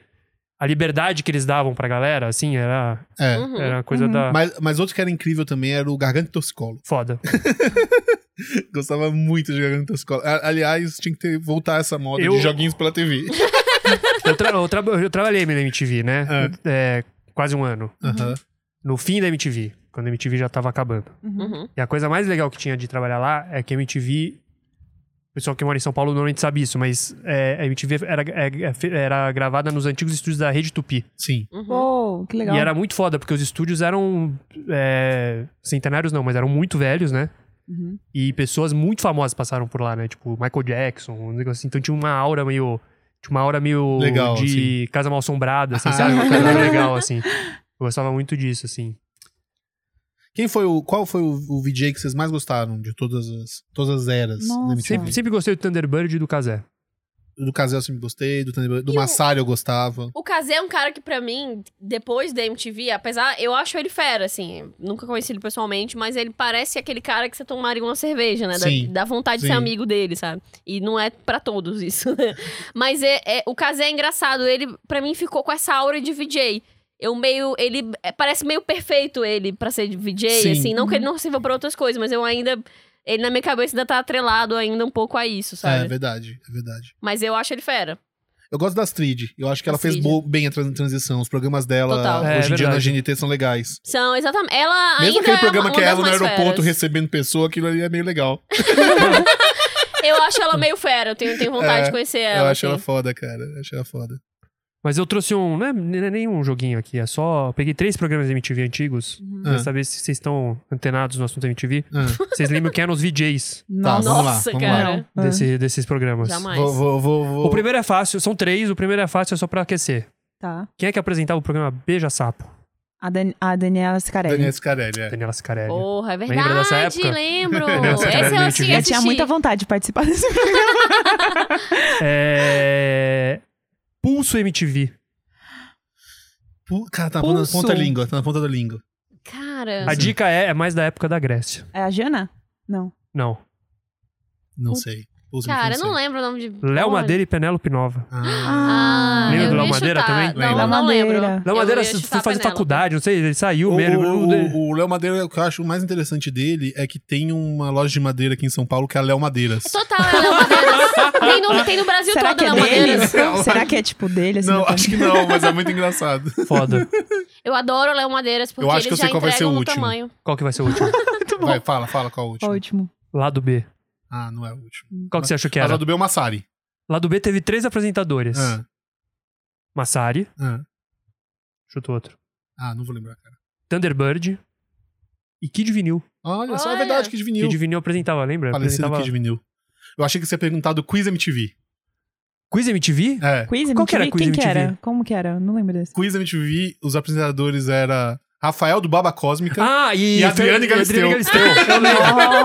Speaker 3: a liberdade que eles davam pra galera, assim, era,
Speaker 1: É.
Speaker 2: Uhum.
Speaker 3: era uma coisa
Speaker 4: Uhum.
Speaker 3: da.
Speaker 1: Mas, mas outro que era incrível também era o Garganta e Torcicolo.
Speaker 3: Foda.
Speaker 1: Gostava muito de Garganta e Torcicolo. A- Aliás, tinha que ter, voltar essa moda
Speaker 3: Eu-
Speaker 1: de joguinhos pela TV.
Speaker 3: Eu, tra- eu tra- eu trabalhei na MTV, né?
Speaker 1: É.
Speaker 3: É, quase um ano.
Speaker 1: Aham.
Speaker 3: No fim da MTV, quando a MTV já tava acabando.
Speaker 2: Uhum.
Speaker 3: E a coisa mais legal que tinha de trabalhar lá é que a MTV. O pessoal que mora em São Paulo normalmente sabe isso, mas é, a MTV era, é- é- era gravada nos antigos estúdios da Rede Tupi.
Speaker 1: Sim.
Speaker 2: Uhum.
Speaker 4: Pô, que legal.
Speaker 3: E era muito foda, porque os estúdios eram. é, centenários não, mas eram muito velhos, né?
Speaker 4: Uhum.
Speaker 3: E pessoas muito famosas passaram por lá, né? Tipo, Michael Jackson, um negócio assim. Então tinha uma aura meio. Tinha uma aura meio
Speaker 1: Legal,
Speaker 3: de casa mal assombrada, assim,
Speaker 1: Ah.
Speaker 3: sabe? Uma coisa legal, assim. Eu gostava muito disso, assim.
Speaker 1: Quem foi o. Qual foi o, o VJ que vocês mais gostaram de todas as, todas as eras
Speaker 4: Nossa.
Speaker 1: da MTV?
Speaker 3: Sempre, sempre gostei do Thunderbird e do Kazé.
Speaker 1: Do Casel eu sempre gostei, do, Thunderbird- do
Speaker 2: E o-
Speaker 1: Massari eu gostava.
Speaker 2: O Kazé é um cara que, pra mim, depois da MTV, apesar, eu acho ele fera, assim. Nunca conheci ele pessoalmente, mas ele parece aquele cara que você tomaria uma cerveja, né? Dá-
Speaker 1: Sim.
Speaker 2: Dá, vontade de
Speaker 1: Sim.
Speaker 2: ser amigo dele, sabe? E não é pra todos isso, né? Mas é, é- o Kazé é engraçado. Ele, pra mim, ficou com essa aura de VJ. Eu meio. Ele é, parece meio perfeito ele pra ser de VJ,
Speaker 1: Sim. Uhum.
Speaker 2: assim. Não que ele não sirva pra outras coisas, mas eu ainda. Ele na minha cabeça ainda tá atrelado ainda um pouco a isso,
Speaker 1: É,
Speaker 2: sabe?
Speaker 1: verdade, é verdade.
Speaker 2: mas eu acho ele fera.
Speaker 1: Eu gosto da Astrid. Eu acho que ela fez
Speaker 2: Astrid.
Speaker 1: bo- bem a tran- transição. Os programas dela
Speaker 2: Total.
Speaker 3: É,
Speaker 1: hoje em dia
Speaker 3: verdade.
Speaker 1: na GNT são legais.
Speaker 2: São exatamente. Ela
Speaker 1: Mesmo
Speaker 2: ainda
Speaker 1: aquele
Speaker 2: é
Speaker 1: programa
Speaker 2: uma,
Speaker 1: que é
Speaker 2: uma das
Speaker 1: ela no
Speaker 2: mais
Speaker 1: aeroporto
Speaker 2: feras.
Speaker 1: recebendo pessoa, aquilo ali é meio legal.
Speaker 2: Eu acho ela meio fera, eu tenho, tenho vontade
Speaker 1: É,
Speaker 2: de conhecer
Speaker 1: eu
Speaker 2: ela.
Speaker 1: acho
Speaker 2: assim.
Speaker 1: ela foda, cara. Eu acho ela foda.
Speaker 3: Mas eu trouxe um. Não é, não é nenhum joguinho aqui, é só. eu Peguei três programas da MTV antigos
Speaker 2: Uhum.
Speaker 3: pra
Speaker 1: Ah,
Speaker 3: saber se vocês estão antenados no assunto da MTV.
Speaker 1: ah.
Speaker 3: Vocês lembram que eram os VJs
Speaker 1: Vamos lá,
Speaker 2: Nossa,
Speaker 1: vamos lá.
Speaker 2: cara. é
Speaker 4: Não.
Speaker 3: desse- desses programas.
Speaker 2: Jamais.
Speaker 1: Vou, vou, vou, vou.
Speaker 3: O primeiro é fácil, são três, o primeiro é fácil, é só pra aquecer.
Speaker 4: Tá.
Speaker 3: Quem é que apresentava o programa Beija Sapo?
Speaker 4: A, Dan a Daniela Scarelli.
Speaker 1: Daniel Scarelli, é.
Speaker 3: Daniela Scarelli.
Speaker 2: Porra, é verdade.
Speaker 3: Lembra dessa época?
Speaker 2: Lembro. é
Speaker 3: Nossa, cara,
Speaker 2: Esse eu
Speaker 3: eu
Speaker 2: assisti.
Speaker 3: tive-
Speaker 4: Eu tinha
Speaker 2: assisti.
Speaker 4: muita vontade de participar desse programa.
Speaker 3: É... Pulso MTV.
Speaker 1: Pu- Cara, tá na
Speaker 4: Pulso.
Speaker 1: ponta da língua, tá na ponta da língua.
Speaker 2: Cara.
Speaker 3: A dica é, é mais da época da Grécia.
Speaker 4: É a Jana? não.
Speaker 3: Não.
Speaker 1: Não
Speaker 4: Pulso.
Speaker 1: sei. Pulso,
Speaker 2: Cara, eu não
Speaker 1: sei.
Speaker 2: lembro o nome de.
Speaker 3: Léo
Speaker 2: Olha.
Speaker 3: Madeira e Penélope Nova.
Speaker 1: Ah,
Speaker 2: Ah,
Speaker 3: Lembra
Speaker 2: eu
Speaker 3: do Léo
Speaker 2: ia
Speaker 3: Madeira
Speaker 2: chutar.
Speaker 3: também?
Speaker 2: Não,
Speaker 1: Lembra.
Speaker 2: eu não
Speaker 4: Léo
Speaker 2: lembro.
Speaker 4: Madeira.
Speaker 3: Léo
Speaker 2: Eu
Speaker 3: Madeira
Speaker 2: ia
Speaker 3: se-
Speaker 2: chutar
Speaker 3: foi fazer
Speaker 2: Penélope.
Speaker 3: faculdade, não sei, ele saiu mesmo.
Speaker 1: o,
Speaker 3: ele não-
Speaker 1: o, o Léo Madeira, o que eu acho mais interessante dele é que tem uma loja de madeira aqui em São Paulo que é a Léo Madeiras.
Speaker 2: Total, é Léo Madeira. tem, no, tem no Brasil
Speaker 4: Será
Speaker 2: todo
Speaker 4: que é
Speaker 2: Léo
Speaker 4: dele?
Speaker 2: Madeira.
Speaker 4: Será que é tipo dele? Assim,
Speaker 1: Não,
Speaker 4: no-
Speaker 1: acho que não, mas é muito engraçado.
Speaker 3: Foda.
Speaker 2: Eu adoro Léo Madeiras porque
Speaker 1: Eu acho
Speaker 2: eles
Speaker 1: que eu
Speaker 2: já
Speaker 1: sei qual vai ser
Speaker 2: entregam
Speaker 1: o
Speaker 2: no
Speaker 1: último.
Speaker 2: tamanho.
Speaker 3: Qual que vai ser o último?
Speaker 4: Muito bom.
Speaker 1: Vai, fala, fala qual é o
Speaker 4: Ó,
Speaker 1: último.
Speaker 4: o último.
Speaker 3: Lado B.
Speaker 1: Ah, não é o último.
Speaker 3: Qual que você achou que
Speaker 1: Mas a
Speaker 3: era?
Speaker 1: do Bel Massari.
Speaker 3: Lado B teve três apresentadores.
Speaker 1: Ah,
Speaker 3: Massari,
Speaker 1: ah.
Speaker 3: chuta outro.
Speaker 1: Ah, não vou lembrar, cara.
Speaker 3: Thunderbird e Kid Vinil.
Speaker 1: Olha, só é
Speaker 2: Olha.
Speaker 1: verdade, Kid Vinil.
Speaker 3: Kid Vinil apresentava, lembra?
Speaker 1: Falecido
Speaker 3: apresentava...
Speaker 1: Kid Vinil. Eu achei que você ia perguntar do Quiz MTV.
Speaker 3: Quiz MTV?
Speaker 1: É.
Speaker 4: Quiz
Speaker 3: Qual
Speaker 4: MTV?
Speaker 3: que era Quiz
Speaker 4: Quem que
Speaker 3: MTV?
Speaker 4: era? Como que era? Eu Não lembro desse.
Speaker 1: Quiz MTV, os apresentadores era Rafael do Baba Cósmica.
Speaker 3: Ah, e...
Speaker 1: E Adriane Galisteu.
Speaker 3: Eu lembro.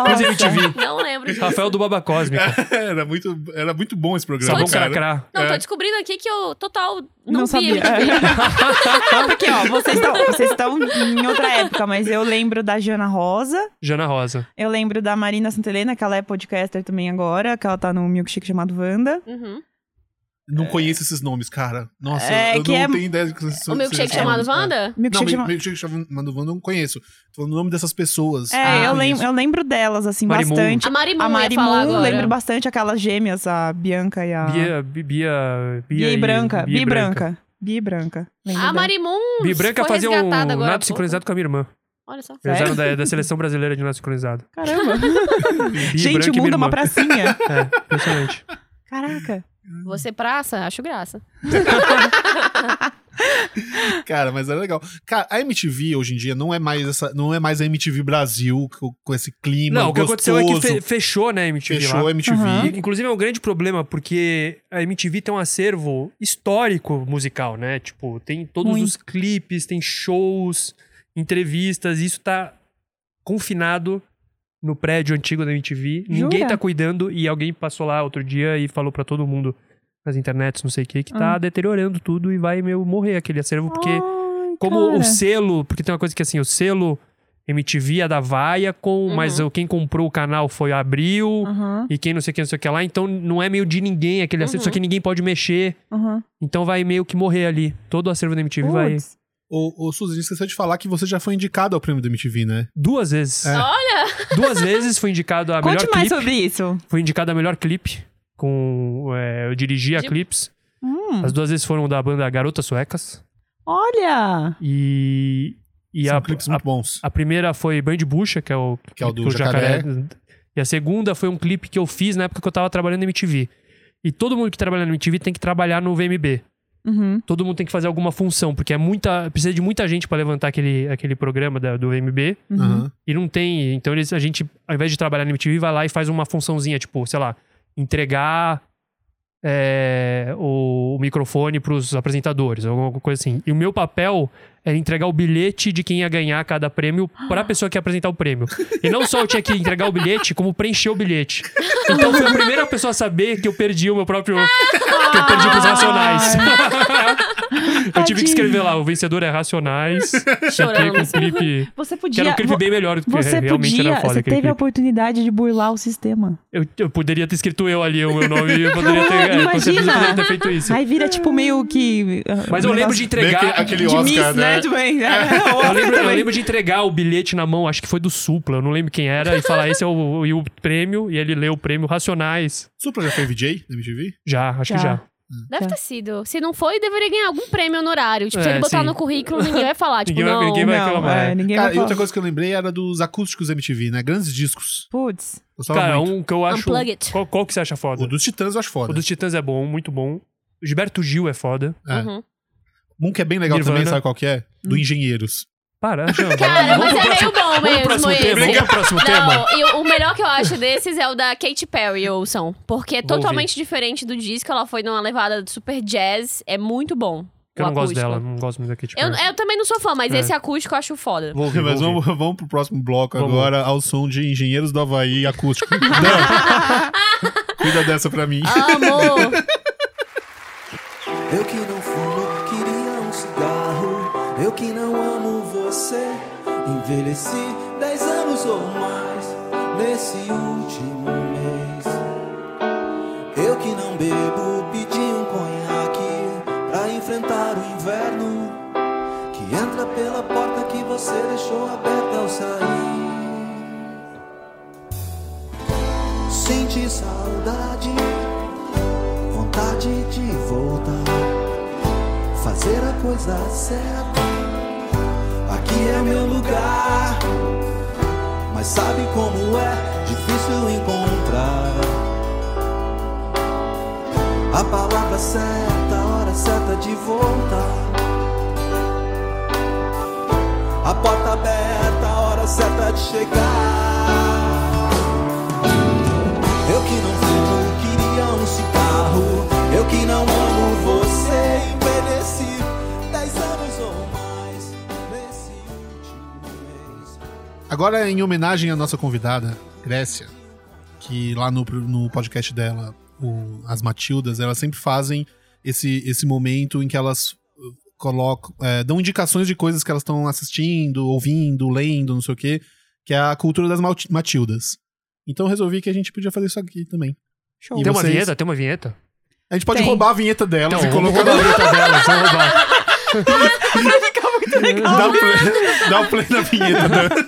Speaker 3: Quiz
Speaker 4: Nossa.
Speaker 3: MTV.
Speaker 2: Não lembro disso.
Speaker 3: Rafael do Baba Cósmico.
Speaker 1: era, muito, era muito bom esse programa,
Speaker 3: Sabão
Speaker 1: cara.
Speaker 3: Cracrá.
Speaker 2: Não, tô
Speaker 1: É.
Speaker 2: descobrindo aqui que eu total não,
Speaker 4: Não
Speaker 2: vi
Speaker 4: sabia.
Speaker 2: MTV.
Speaker 4: É. Porque, ó, vocês estão vocês estão em outra época, mas eu lembro da Jana Rosa,
Speaker 3: Jana Rosa.
Speaker 4: eu lembro da Marina Santelena, que ela é podcaster também agora, que ela tá num milkshake chamado Wanda.
Speaker 2: Uhum.
Speaker 3: né?
Speaker 1: Não conheço esses nomes, cara. Nossa,
Speaker 4: É,
Speaker 1: eu
Speaker 4: que
Speaker 1: não
Speaker 4: é-
Speaker 1: tenho ideia do que esses
Speaker 2: O milkshake chamado
Speaker 3: É.
Speaker 2: Wanda?
Speaker 1: Não,
Speaker 4: Milkshake
Speaker 1: mi-
Speaker 4: chama-
Speaker 1: milkshake chamado Wanda eu não conheço. Tô falando o nome dessas pessoas. Ah,
Speaker 4: É,
Speaker 2: Ah,
Speaker 1: Não
Speaker 4: eu, lem-
Speaker 1: conheço.
Speaker 4: eu lembro delas, assim,
Speaker 3: Marimun.
Speaker 4: bastante.
Speaker 2: A Mari
Speaker 4: A
Speaker 2: Moon Ah, ia falar
Speaker 4: Marimun,
Speaker 2: agora.
Speaker 4: lembro bastante aquelas gêmeas, a Bianca e a...
Speaker 3: Bia, Bi- Bia, Bia,
Speaker 4: Ah. Bia e Branca. Bia
Speaker 3: Bia
Speaker 4: e Branca. Bia e Branca. Lembro
Speaker 2: A
Speaker 4: dela.
Speaker 2: Marimun
Speaker 3: Bia Branca
Speaker 2: foi
Speaker 3: fazia um
Speaker 2: resgatada agora há
Speaker 3: nado
Speaker 2: pouco.
Speaker 3: sincronizado com a minha irmã.
Speaker 2: Olha só.
Speaker 3: Eles
Speaker 4: Sério?
Speaker 3: eram da, da seleção brasileira de nado sincronizado.
Speaker 4: Caramba.
Speaker 3: Bia
Speaker 4: Gente,
Speaker 3: Branca
Speaker 4: o
Speaker 3: e minha
Speaker 4: mundo é
Speaker 3: irmã.
Speaker 4: uma pracinha.
Speaker 3: É, impressionante.
Speaker 4: Caraca.
Speaker 2: Você praça? Acho graça.
Speaker 1: Cara, mas era legal. Cara, a MTV hoje em dia não é mais essa, não é mais a MTV Brasil com, com esse clima
Speaker 3: Não, o que
Speaker 1: gostoso.
Speaker 3: aconteceu é que fe- fechou, né, a MTV
Speaker 1: fechou a
Speaker 3: lá.
Speaker 1: MTV.
Speaker 4: Aham.
Speaker 3: E, Inclusive é um grande problema, porque a MTV tem um acervo histórico musical, né? Tipo, tem todos
Speaker 4: Muito.
Speaker 3: os clipes, tem shows, entrevistas, e isso tá confinado no prédio antigo da MTV.
Speaker 4: Jura?
Speaker 3: Ninguém tá cuidando e alguém passou lá outro dia e falou pra todo mundo nas internets, não sei o que, que
Speaker 4: Ah.
Speaker 3: tá deteriorando tudo e vai meio morrer aquele acervo, porque
Speaker 4: Ai,
Speaker 3: como
Speaker 4: cara.
Speaker 3: o selo, porque tem uma coisa que assim, o selo MTV é da Vaia, com,
Speaker 2: Uhum.
Speaker 3: mas o- quem comprou o canal foi a Abril
Speaker 4: Ah, Aham,
Speaker 3: e quem não sei o que, não sei o que lá, então não é meio de ninguém aquele acervo,
Speaker 2: Uhum.
Speaker 3: só que ninguém pode mexer,
Speaker 4: aham.
Speaker 3: então vai meio que morrer ali. Todo o acervo da MTV vai
Speaker 4: Putz.
Speaker 1: Ô, ô Suzy, a gente esqueceu de falar que você já foi indicado ao prêmio da MTV, né?
Speaker 3: duas vezes.
Speaker 1: É.
Speaker 2: Olha!
Speaker 3: Duas vezes fui indicado a
Speaker 4: Conte
Speaker 3: melhor
Speaker 4: mais
Speaker 3: clipe.
Speaker 4: sobre isso.
Speaker 3: Fui indicado a melhor clipe. Com, é, eu dirigi a
Speaker 2: De-
Speaker 3: clipes.
Speaker 4: Hum,
Speaker 3: As duas vezes foram da banda Garotas Suecas.
Speaker 4: olha!
Speaker 3: E. E
Speaker 1: São
Speaker 3: a,
Speaker 1: clipes
Speaker 3: a,
Speaker 1: muito bons.
Speaker 3: a primeira foi Band Bucha, que é o,
Speaker 1: Que é o do
Speaker 3: E a segunda foi um clipe que eu fiz na época que eu tava trabalhando na MTV. E todo mundo que trabalha na MTV tem que trabalhar no VMB.
Speaker 4: Uhum.
Speaker 3: Todo mundo tem que fazer alguma função, porque é muita. Precisa de muita gente pra levantar aquele, aquele programa da- do VMB.
Speaker 4: uhum.
Speaker 1: Aham.
Speaker 3: E não tem. Então eles, a gente, ao invés de trabalhar na MTV, vai lá e faz uma funçãozinha, tipo, sei lá, entregar é, o, o microfone pros apresentadores, alguma coisa assim. E o meu papel era entregar o bilhete de quem ia ganhar cada prêmio pra pessoa que ia apresentar o prêmio. E não só eu tinha que entregar o bilhete, como preencher o bilhete. Então eu fui a primeira pessoa a saber que eu perdi o meu próprio. que eu
Speaker 2: Ah.
Speaker 3: perdi
Speaker 4: Ah!
Speaker 3: pros Racionais. eu tive que escrever lá, o vencedor é Racionais. Fiquei
Speaker 2: Chorando.
Speaker 3: com o clipe.
Speaker 4: Você
Speaker 3: Que era
Speaker 4: podia.
Speaker 3: um clipe
Speaker 4: vo-
Speaker 3: bem melhor do que
Speaker 4: Você
Speaker 3: realmente
Speaker 4: podia.
Speaker 3: era foda
Speaker 4: Você
Speaker 3: aquele
Speaker 4: teve a
Speaker 3: clipe.
Speaker 4: oportunidade de burlar o sistema.
Speaker 3: Eu, eu poderia ter escrito eu ali o meu nome e eu poderia ter, é, com certeza eu
Speaker 4: Imagina.
Speaker 3: poderia ter feito isso.
Speaker 4: Aí vira tipo meio que. ah,
Speaker 3: Mas
Speaker 4: um
Speaker 3: eu lembro de
Speaker 4: negócio
Speaker 1: Bem
Speaker 3: entregar.
Speaker 1: aquele- aquele
Speaker 4: de
Speaker 1: Oscar,
Speaker 4: Miss,
Speaker 1: né?
Speaker 4: né? Também. É, o
Speaker 3: Eu
Speaker 4: Oscar
Speaker 3: lembro, eu
Speaker 4: também.
Speaker 3: lembro de entregar o bilhete na mão, acho que foi do Supla, eu não lembro quem era, e falar esse é o, e o prêmio, e ele leu o prêmio Racionais.
Speaker 1: Supra já foi VJ da MTV?
Speaker 3: Já, acho que
Speaker 4: Já.
Speaker 3: já.
Speaker 2: Deve ter sido. Se não foi, deveria ganhar algum prêmio honorário. Tipo, se
Speaker 3: É,
Speaker 2: ele botar
Speaker 3: sim.
Speaker 2: no currículo, ninguém vai falar. Tipo,
Speaker 3: Ninguém vai-
Speaker 2: não.
Speaker 3: ninguém vai-
Speaker 4: Não,
Speaker 3: reclamar,
Speaker 4: é,
Speaker 3: é.
Speaker 4: ninguém
Speaker 1: Cara,
Speaker 4: vai
Speaker 1: e outra
Speaker 4: falar.
Speaker 1: coisa que eu lembrei era dos acústicos MTV, né? Grandes discos.
Speaker 4: Putz.
Speaker 1: Gostava
Speaker 3: Cara,
Speaker 1: muito.
Speaker 3: um que eu acho.
Speaker 2: Unplug it.
Speaker 3: Qual, qual que você acha foda?
Speaker 1: O dos Titãs eu acho foda.
Speaker 3: O dos Titãs é bom, muito bom. O Gilberto Gil é foda.
Speaker 1: É.
Speaker 2: Uhum.
Speaker 1: Um que é bem legal
Speaker 3: Nirvana. Hum.
Speaker 1: também, sabe qual que é? Do Engenheiros.
Speaker 3: Para, Jean,
Speaker 2: Cara, mas
Speaker 3: vamos pro
Speaker 2: é
Speaker 3: próximo-
Speaker 2: meio bom
Speaker 3: vamos pro
Speaker 2: mesmo
Speaker 3: próximo tema.
Speaker 2: esse.
Speaker 3: Vamos pro próximo tema.
Speaker 2: Não, e o- o melhor que eu acho desses é o da Katy Perry, ouçam. Porque é
Speaker 3: Vou ouvir.
Speaker 2: totalmente diferente do disco, ela foi numa levada de super jazz, é muito bom.
Speaker 3: Eu
Speaker 2: o
Speaker 3: não gosto
Speaker 2: acústico.
Speaker 3: dela, não gosto muito da Kit
Speaker 2: Eu, eu também não sou fã, mas
Speaker 3: É.
Speaker 2: esse acústico eu acho foda.
Speaker 3: Vou ouvir,
Speaker 1: Mas
Speaker 3: vou ouvir.
Speaker 1: vamos, vamos pro próximo bloco
Speaker 3: Vamos.
Speaker 1: agora, ao som de Engenheiros do Havaí acústico. Dan, Cuida dessa pra mim.
Speaker 2: Amo!
Speaker 6: Eu que não fumo, queria um cigarro. Eu que não amo você. Envelheci dez anos ou mais nesse último mês. Eu que não bebo, pedi um conhaque pra enfrentar o inverno que entra pela porta que você deixou aberta ao sair. Senti saudade vontade de voltar, fazer a coisa certa. Aqui é meu lugar, mas sabe como é difícil encontrar a palavra certa, a hora certa de voltar. A porta aberta, a hora certa de chegar. Eu que não fumo, queria um cigarro. Eu que não amo você, envelheci dez anos ou mais nesse último mês.
Speaker 1: Agora, em homenagem à nossa convidada, Grécia, que lá no, no podcast dela, o- as Matildas, elas sempre fazem esse, esse momento em que elas uh, colocam, é, dão indicações de coisas que elas estão assistindo, ouvindo, lendo, não sei o quê, que é a cultura das Malt- Matildas. Então eu resolvi que a gente podia fazer isso aqui também.
Speaker 4: Show.
Speaker 1: E
Speaker 3: Tem uma
Speaker 1: vocês?
Speaker 3: vinheta? Tem uma vinheta?
Speaker 1: A gente pode
Speaker 4: Tem.
Speaker 1: roubar a vinheta dela
Speaker 3: Então,
Speaker 1: e
Speaker 3: vamos
Speaker 1: colocar
Speaker 3: roubar a vinheta dela, vamos roubar.
Speaker 1: Dá o play, dá o play na vinheta. né? Dan.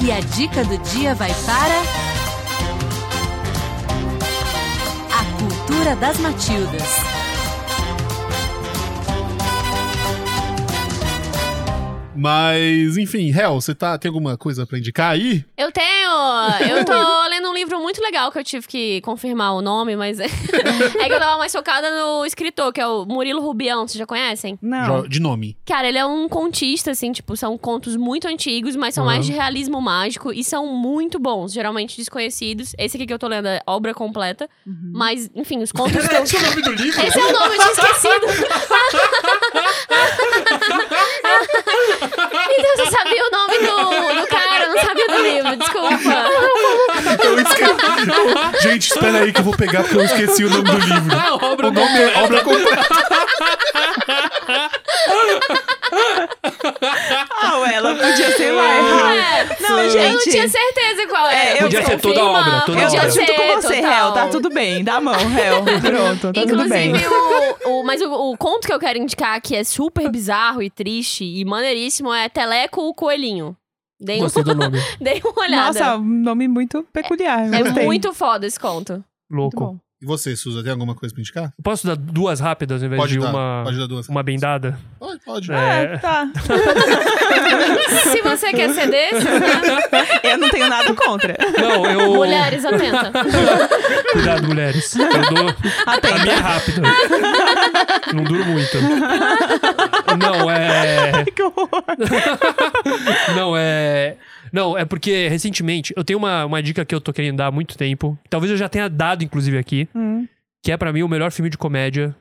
Speaker 7: E a dica do dia vai para. A cultura das Matildas.
Speaker 1: Mas, enfim, Hel, você tá, tem alguma coisa pra indicar aí?
Speaker 2: Eu tenho! Eu tô lendo um livro muito legal que eu tive que confirmar o nome, mas é que eu tava mais focada no escritor, que é o Murilo Rubião, vocês já conhecem?
Speaker 4: Não.
Speaker 1: Jo- De nome.
Speaker 2: Cara, ele é um contista, assim, tipo, são contos muito antigos, mas são
Speaker 3: Uhum.
Speaker 2: mais de realismo mágico e são muito bons, geralmente desconhecidos. Esse aqui que eu tô lendo é obra completa, mas, enfim, os contos que eu...
Speaker 1: o nome do livro?
Speaker 2: Esse é o nome, eu tinha esquecido. Então você sabia o nome do, do cara, não sabia do livro, desculpa.
Speaker 1: Eu esqueci. Eu- Gente, espera aí que eu vou pegar porque eu esqueci o nome do livro.
Speaker 3: A obra
Speaker 1: O nome é obra completa.
Speaker 4: Ah, ué, ela podia ser lá. errar.
Speaker 2: É,
Speaker 4: Não,
Speaker 2: Eu não
Speaker 4: gente.
Speaker 2: tinha certeza qual
Speaker 4: É,
Speaker 2: era.
Speaker 4: eu Podia
Speaker 3: ser toda a
Speaker 2: Confirma,
Speaker 3: obra, toda a
Speaker 4: Eu
Speaker 2: podia
Speaker 3: obra.
Speaker 4: tô junto
Speaker 2: ser,
Speaker 4: com você,
Speaker 2: total.
Speaker 4: Hel. Tá tudo bem. Dá a mão, Hel. Pronto, tá tudo bem.
Speaker 2: Inclusive, o, o- mas o, o conto que eu quero indicar, que é super bizarro e triste e maneiríssimo, é Teleco o Coelhinho. Dei, um,
Speaker 3: Gostei do nome.
Speaker 2: dei uma olhada.
Speaker 4: Nossa, um nome muito peculiar.
Speaker 2: é
Speaker 4: gostei.
Speaker 2: muito foda esse conto.
Speaker 4: Muito
Speaker 3: Louco.
Speaker 4: bom.
Speaker 1: E você, Suza, tem alguma coisa pra indicar?
Speaker 3: Eu Posso dar duas rápidas ao invés
Speaker 1: Pode
Speaker 3: de
Speaker 1: dar.
Speaker 3: uma,
Speaker 1: Pode dar duas.
Speaker 3: uma bendada?
Speaker 1: Pode, pode.
Speaker 3: É.
Speaker 4: Ah, tá.
Speaker 2: Se você quer ser desses, né?
Speaker 4: Eu não tenho nada contra.
Speaker 3: Não, eu.
Speaker 2: Mulheres, atenta.
Speaker 3: Cuidado, mulheres. Eu dou. A minha é rápida. Não duro muito. Não, é.
Speaker 4: Que horror.
Speaker 3: Não, é. Não, é porque recentemente eu tenho uma, uma dica que eu tô querendo dar há muito tempo. Talvez eu já tenha dado, inclusive, aqui.
Speaker 4: Hum.
Speaker 3: Que é pra mim o melhor filme de comédia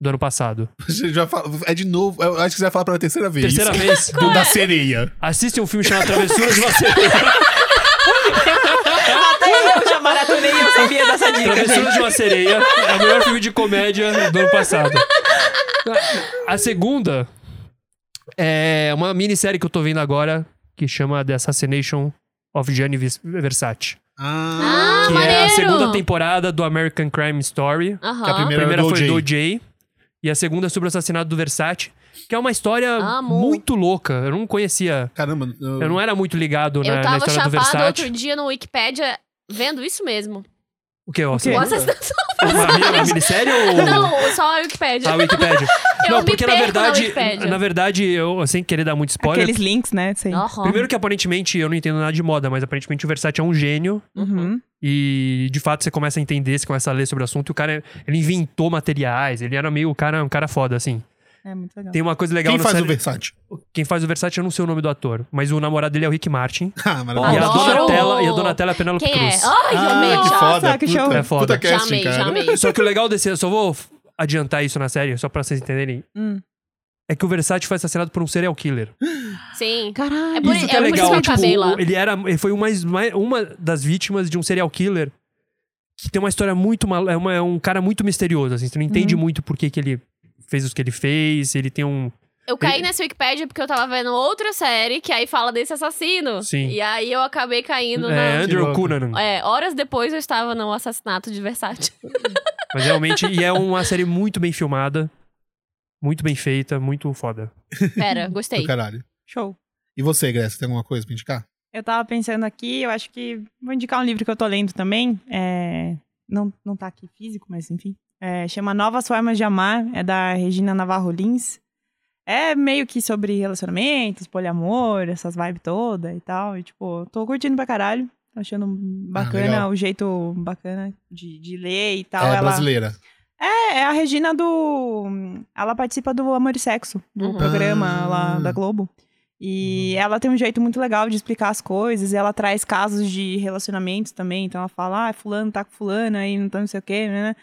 Speaker 3: do ano passado.
Speaker 1: Você já fala- É de novo. Eu acho que você vai falar pela terceira vez.
Speaker 3: Terceira vez.
Speaker 1: Do, da sereia.
Speaker 3: Assiste um filme chamado Travessuras de uma Sereia.
Speaker 4: Até eu já maratonei e eu sabia dessa dica.
Speaker 3: Travessuras de uma Sereia é o melhor filme de comédia do ano passado. A segunda é uma minissérie que eu tô vendo agora que chama The Assassination of Gianni Vers- Versace.
Speaker 1: Ah.
Speaker 2: Ah,
Speaker 3: que
Speaker 2: maneiro.
Speaker 3: é a segunda temporada do American Crime Story.
Speaker 2: Aham.
Speaker 1: Que a
Speaker 3: A
Speaker 1: primeira-
Speaker 3: primeira
Speaker 1: do
Speaker 3: foi
Speaker 1: O.J..
Speaker 3: do Jay. E a segunda é sobre o assassinato do Versace, que é uma história
Speaker 2: Amo.
Speaker 3: muito louca. Eu não conhecia.
Speaker 1: Caramba.
Speaker 3: Eu não é era muito ligado
Speaker 2: Eu
Speaker 3: na, na
Speaker 2: tava
Speaker 3: história do
Speaker 2: chapada
Speaker 3: Versace.
Speaker 2: outro dia no Wikipedia vendo isso mesmo.
Speaker 3: O que? O
Speaker 4: quê?
Speaker 2: O
Speaker 3: assassinato?
Speaker 2: assassinato-
Speaker 3: Uma, mi- uma minissérie ou
Speaker 2: Não, só a Wikipedia.
Speaker 3: a Wikipédia?
Speaker 2: Eu
Speaker 3: Tá, não,
Speaker 2: me
Speaker 3: porque na
Speaker 2: perco na
Speaker 3: verdade,
Speaker 2: Wikipédia.
Speaker 3: na verdade, eu sem querer dar muito spoiler.
Speaker 4: Aqueles links, né? Sim.
Speaker 2: Aham.
Speaker 3: Primeiro que aparentemente eu não entendo nada de moda, mas aparentemente o Versace é um gênio
Speaker 4: Uhum.
Speaker 3: E de fato você começa a entender, você começa a ler sobre o assunto. E o cara, ele inventou materiais, ele era meio o cara, um cara foda, assim.
Speaker 4: É muito legal.
Speaker 3: Tem uma coisa legal
Speaker 1: Quem
Speaker 3: no
Speaker 1: faz o
Speaker 3: série-
Speaker 1: Versace?
Speaker 3: Quem faz o Versace, eu não sei o nome do ator, mas o namorado dele é o Rick Martin.
Speaker 1: Ah,
Speaker 3: E a,
Speaker 1: maravilhoso.
Speaker 2: Adoro!
Speaker 3: Donatella, e a Donatella é a Penélope
Speaker 2: Quem é?
Speaker 3: Cruz.
Speaker 2: Ai,
Speaker 1: Ah,
Speaker 2: amei.
Speaker 3: tipo,
Speaker 1: que
Speaker 2: já.
Speaker 1: foda.
Speaker 4: que
Speaker 1: puta,
Speaker 4: show.
Speaker 3: É
Speaker 1: Puta
Speaker 3: foda.
Speaker 1: casting,
Speaker 2: já amei,
Speaker 1: cara.
Speaker 2: já amei.
Speaker 3: Só que o legal desse. Eu só vou f- adiantar isso na série, só pra vocês entenderem.
Speaker 4: Hum.
Speaker 3: É que o Versace foi assassinado por um serial killer.
Speaker 2: Sim.
Speaker 4: Caralho.
Speaker 2: É por,
Speaker 3: isso
Speaker 2: é
Speaker 3: que é,
Speaker 2: por
Speaker 3: legal.
Speaker 2: isso que eu
Speaker 3: tipo,
Speaker 2: acabei lá.
Speaker 3: o- ele era. Ele foi uma, uma das vítimas de um serial killer que tem uma história muito mal. É, uma- é um cara muito misterioso, assim. Você não entende
Speaker 2: Uhum.
Speaker 3: muito por que, que ele fez os que ele fez. Ele tem um.
Speaker 2: Eu caí nessa Wikipédia porque eu tava vendo outra série que aí fala desse assassino.
Speaker 3: Sim.
Speaker 2: E aí eu acabei caindo
Speaker 3: É,
Speaker 2: na.
Speaker 3: Andrew
Speaker 1: louco.
Speaker 3: Cunanan.
Speaker 2: É, horas depois eu estava no assassinato de Versace.
Speaker 3: Mas realmente. e é uma série muito bem filmada. Muito bem feita, muito foda.
Speaker 2: Pera,
Speaker 1: Do
Speaker 2: gostei.
Speaker 1: caralho.
Speaker 4: Show.
Speaker 1: E você, Grécia, tem alguma coisa pra indicar?
Speaker 4: Eu tava pensando aqui, eu acho que vou indicar um livro que eu tô lendo também. É, Não, não tá aqui físico, mas enfim. É, chama Novas Formas de Amar, é da Regina Navarro Lins. É meio que sobre relacionamentos, poliamor, essas vibes toda e tal. E, tipo, tô curtindo pra caralho. Tô achando bacana
Speaker 1: Ah, legal.
Speaker 4: o jeito bacana de, de ler e tal.
Speaker 1: Ela é
Speaker 4: Ela-
Speaker 1: brasileira.
Speaker 4: É, é a Regina do. Ela participa do Amor e Sexo, do
Speaker 2: Uhum.
Speaker 4: programa
Speaker 1: Ah.
Speaker 4: lá da Globo. E ela tem um jeito muito legal de explicar as coisas, e ela traz casos de relacionamentos também. Então ela fala, ah, fulano tá com fulano, aí não tá não sei o quê, né? né?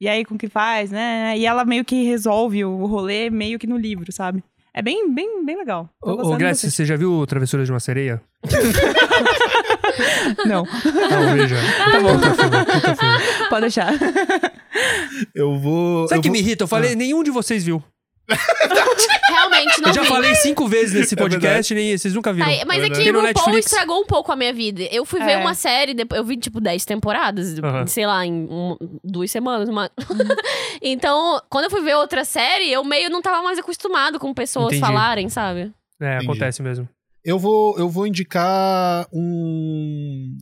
Speaker 4: E aí, com que faz, né? E ela meio que resolve o rolê meio que no livro, sabe? É bem, bem, bem legal. Tô
Speaker 3: Ô, ô
Speaker 4: gostando
Speaker 3: Grace,
Speaker 4: bastante.
Speaker 3: você já viu Travessuras de uma Sereia? Ah,
Speaker 4: Não,
Speaker 3: Não, veja. Tá bom. Puta filme, puta filme.
Speaker 4: pode deixar.
Speaker 1: Eu vou.
Speaker 3: Sabe
Speaker 1: eu
Speaker 3: o que
Speaker 1: vou-
Speaker 3: me irrita? Eu Ah. falei, nenhum de vocês viu.
Speaker 2: Realmente, não
Speaker 3: eu já
Speaker 2: vi.
Speaker 3: falei cinco vezes nesse
Speaker 1: É
Speaker 3: podcast e nem vocês nunca viram.
Speaker 2: Ai, mas é
Speaker 1: verdade.
Speaker 2: que
Speaker 3: Tem no
Speaker 2: o RuPaul
Speaker 3: Netflix.
Speaker 2: estragou um pouco a minha vida. Eu fui ver
Speaker 4: É.
Speaker 2: uma série, depois- eu vi tipo 10 temporadas,
Speaker 3: Aham.
Speaker 2: sei lá, em um- duas semanas. uma- então, quando eu fui ver outra série, eu meio não tava mais acostumado com pessoas
Speaker 3: Entendi.
Speaker 2: falarem, sabe?
Speaker 3: É,
Speaker 1: Entendi.
Speaker 3: acontece mesmo.
Speaker 1: Eu vou, eu vou indicar um,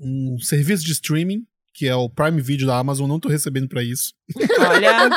Speaker 1: um serviço de streaming, que é o Prime Video da Amazon. Não tô recebendo pra isso.
Speaker 4: Olha,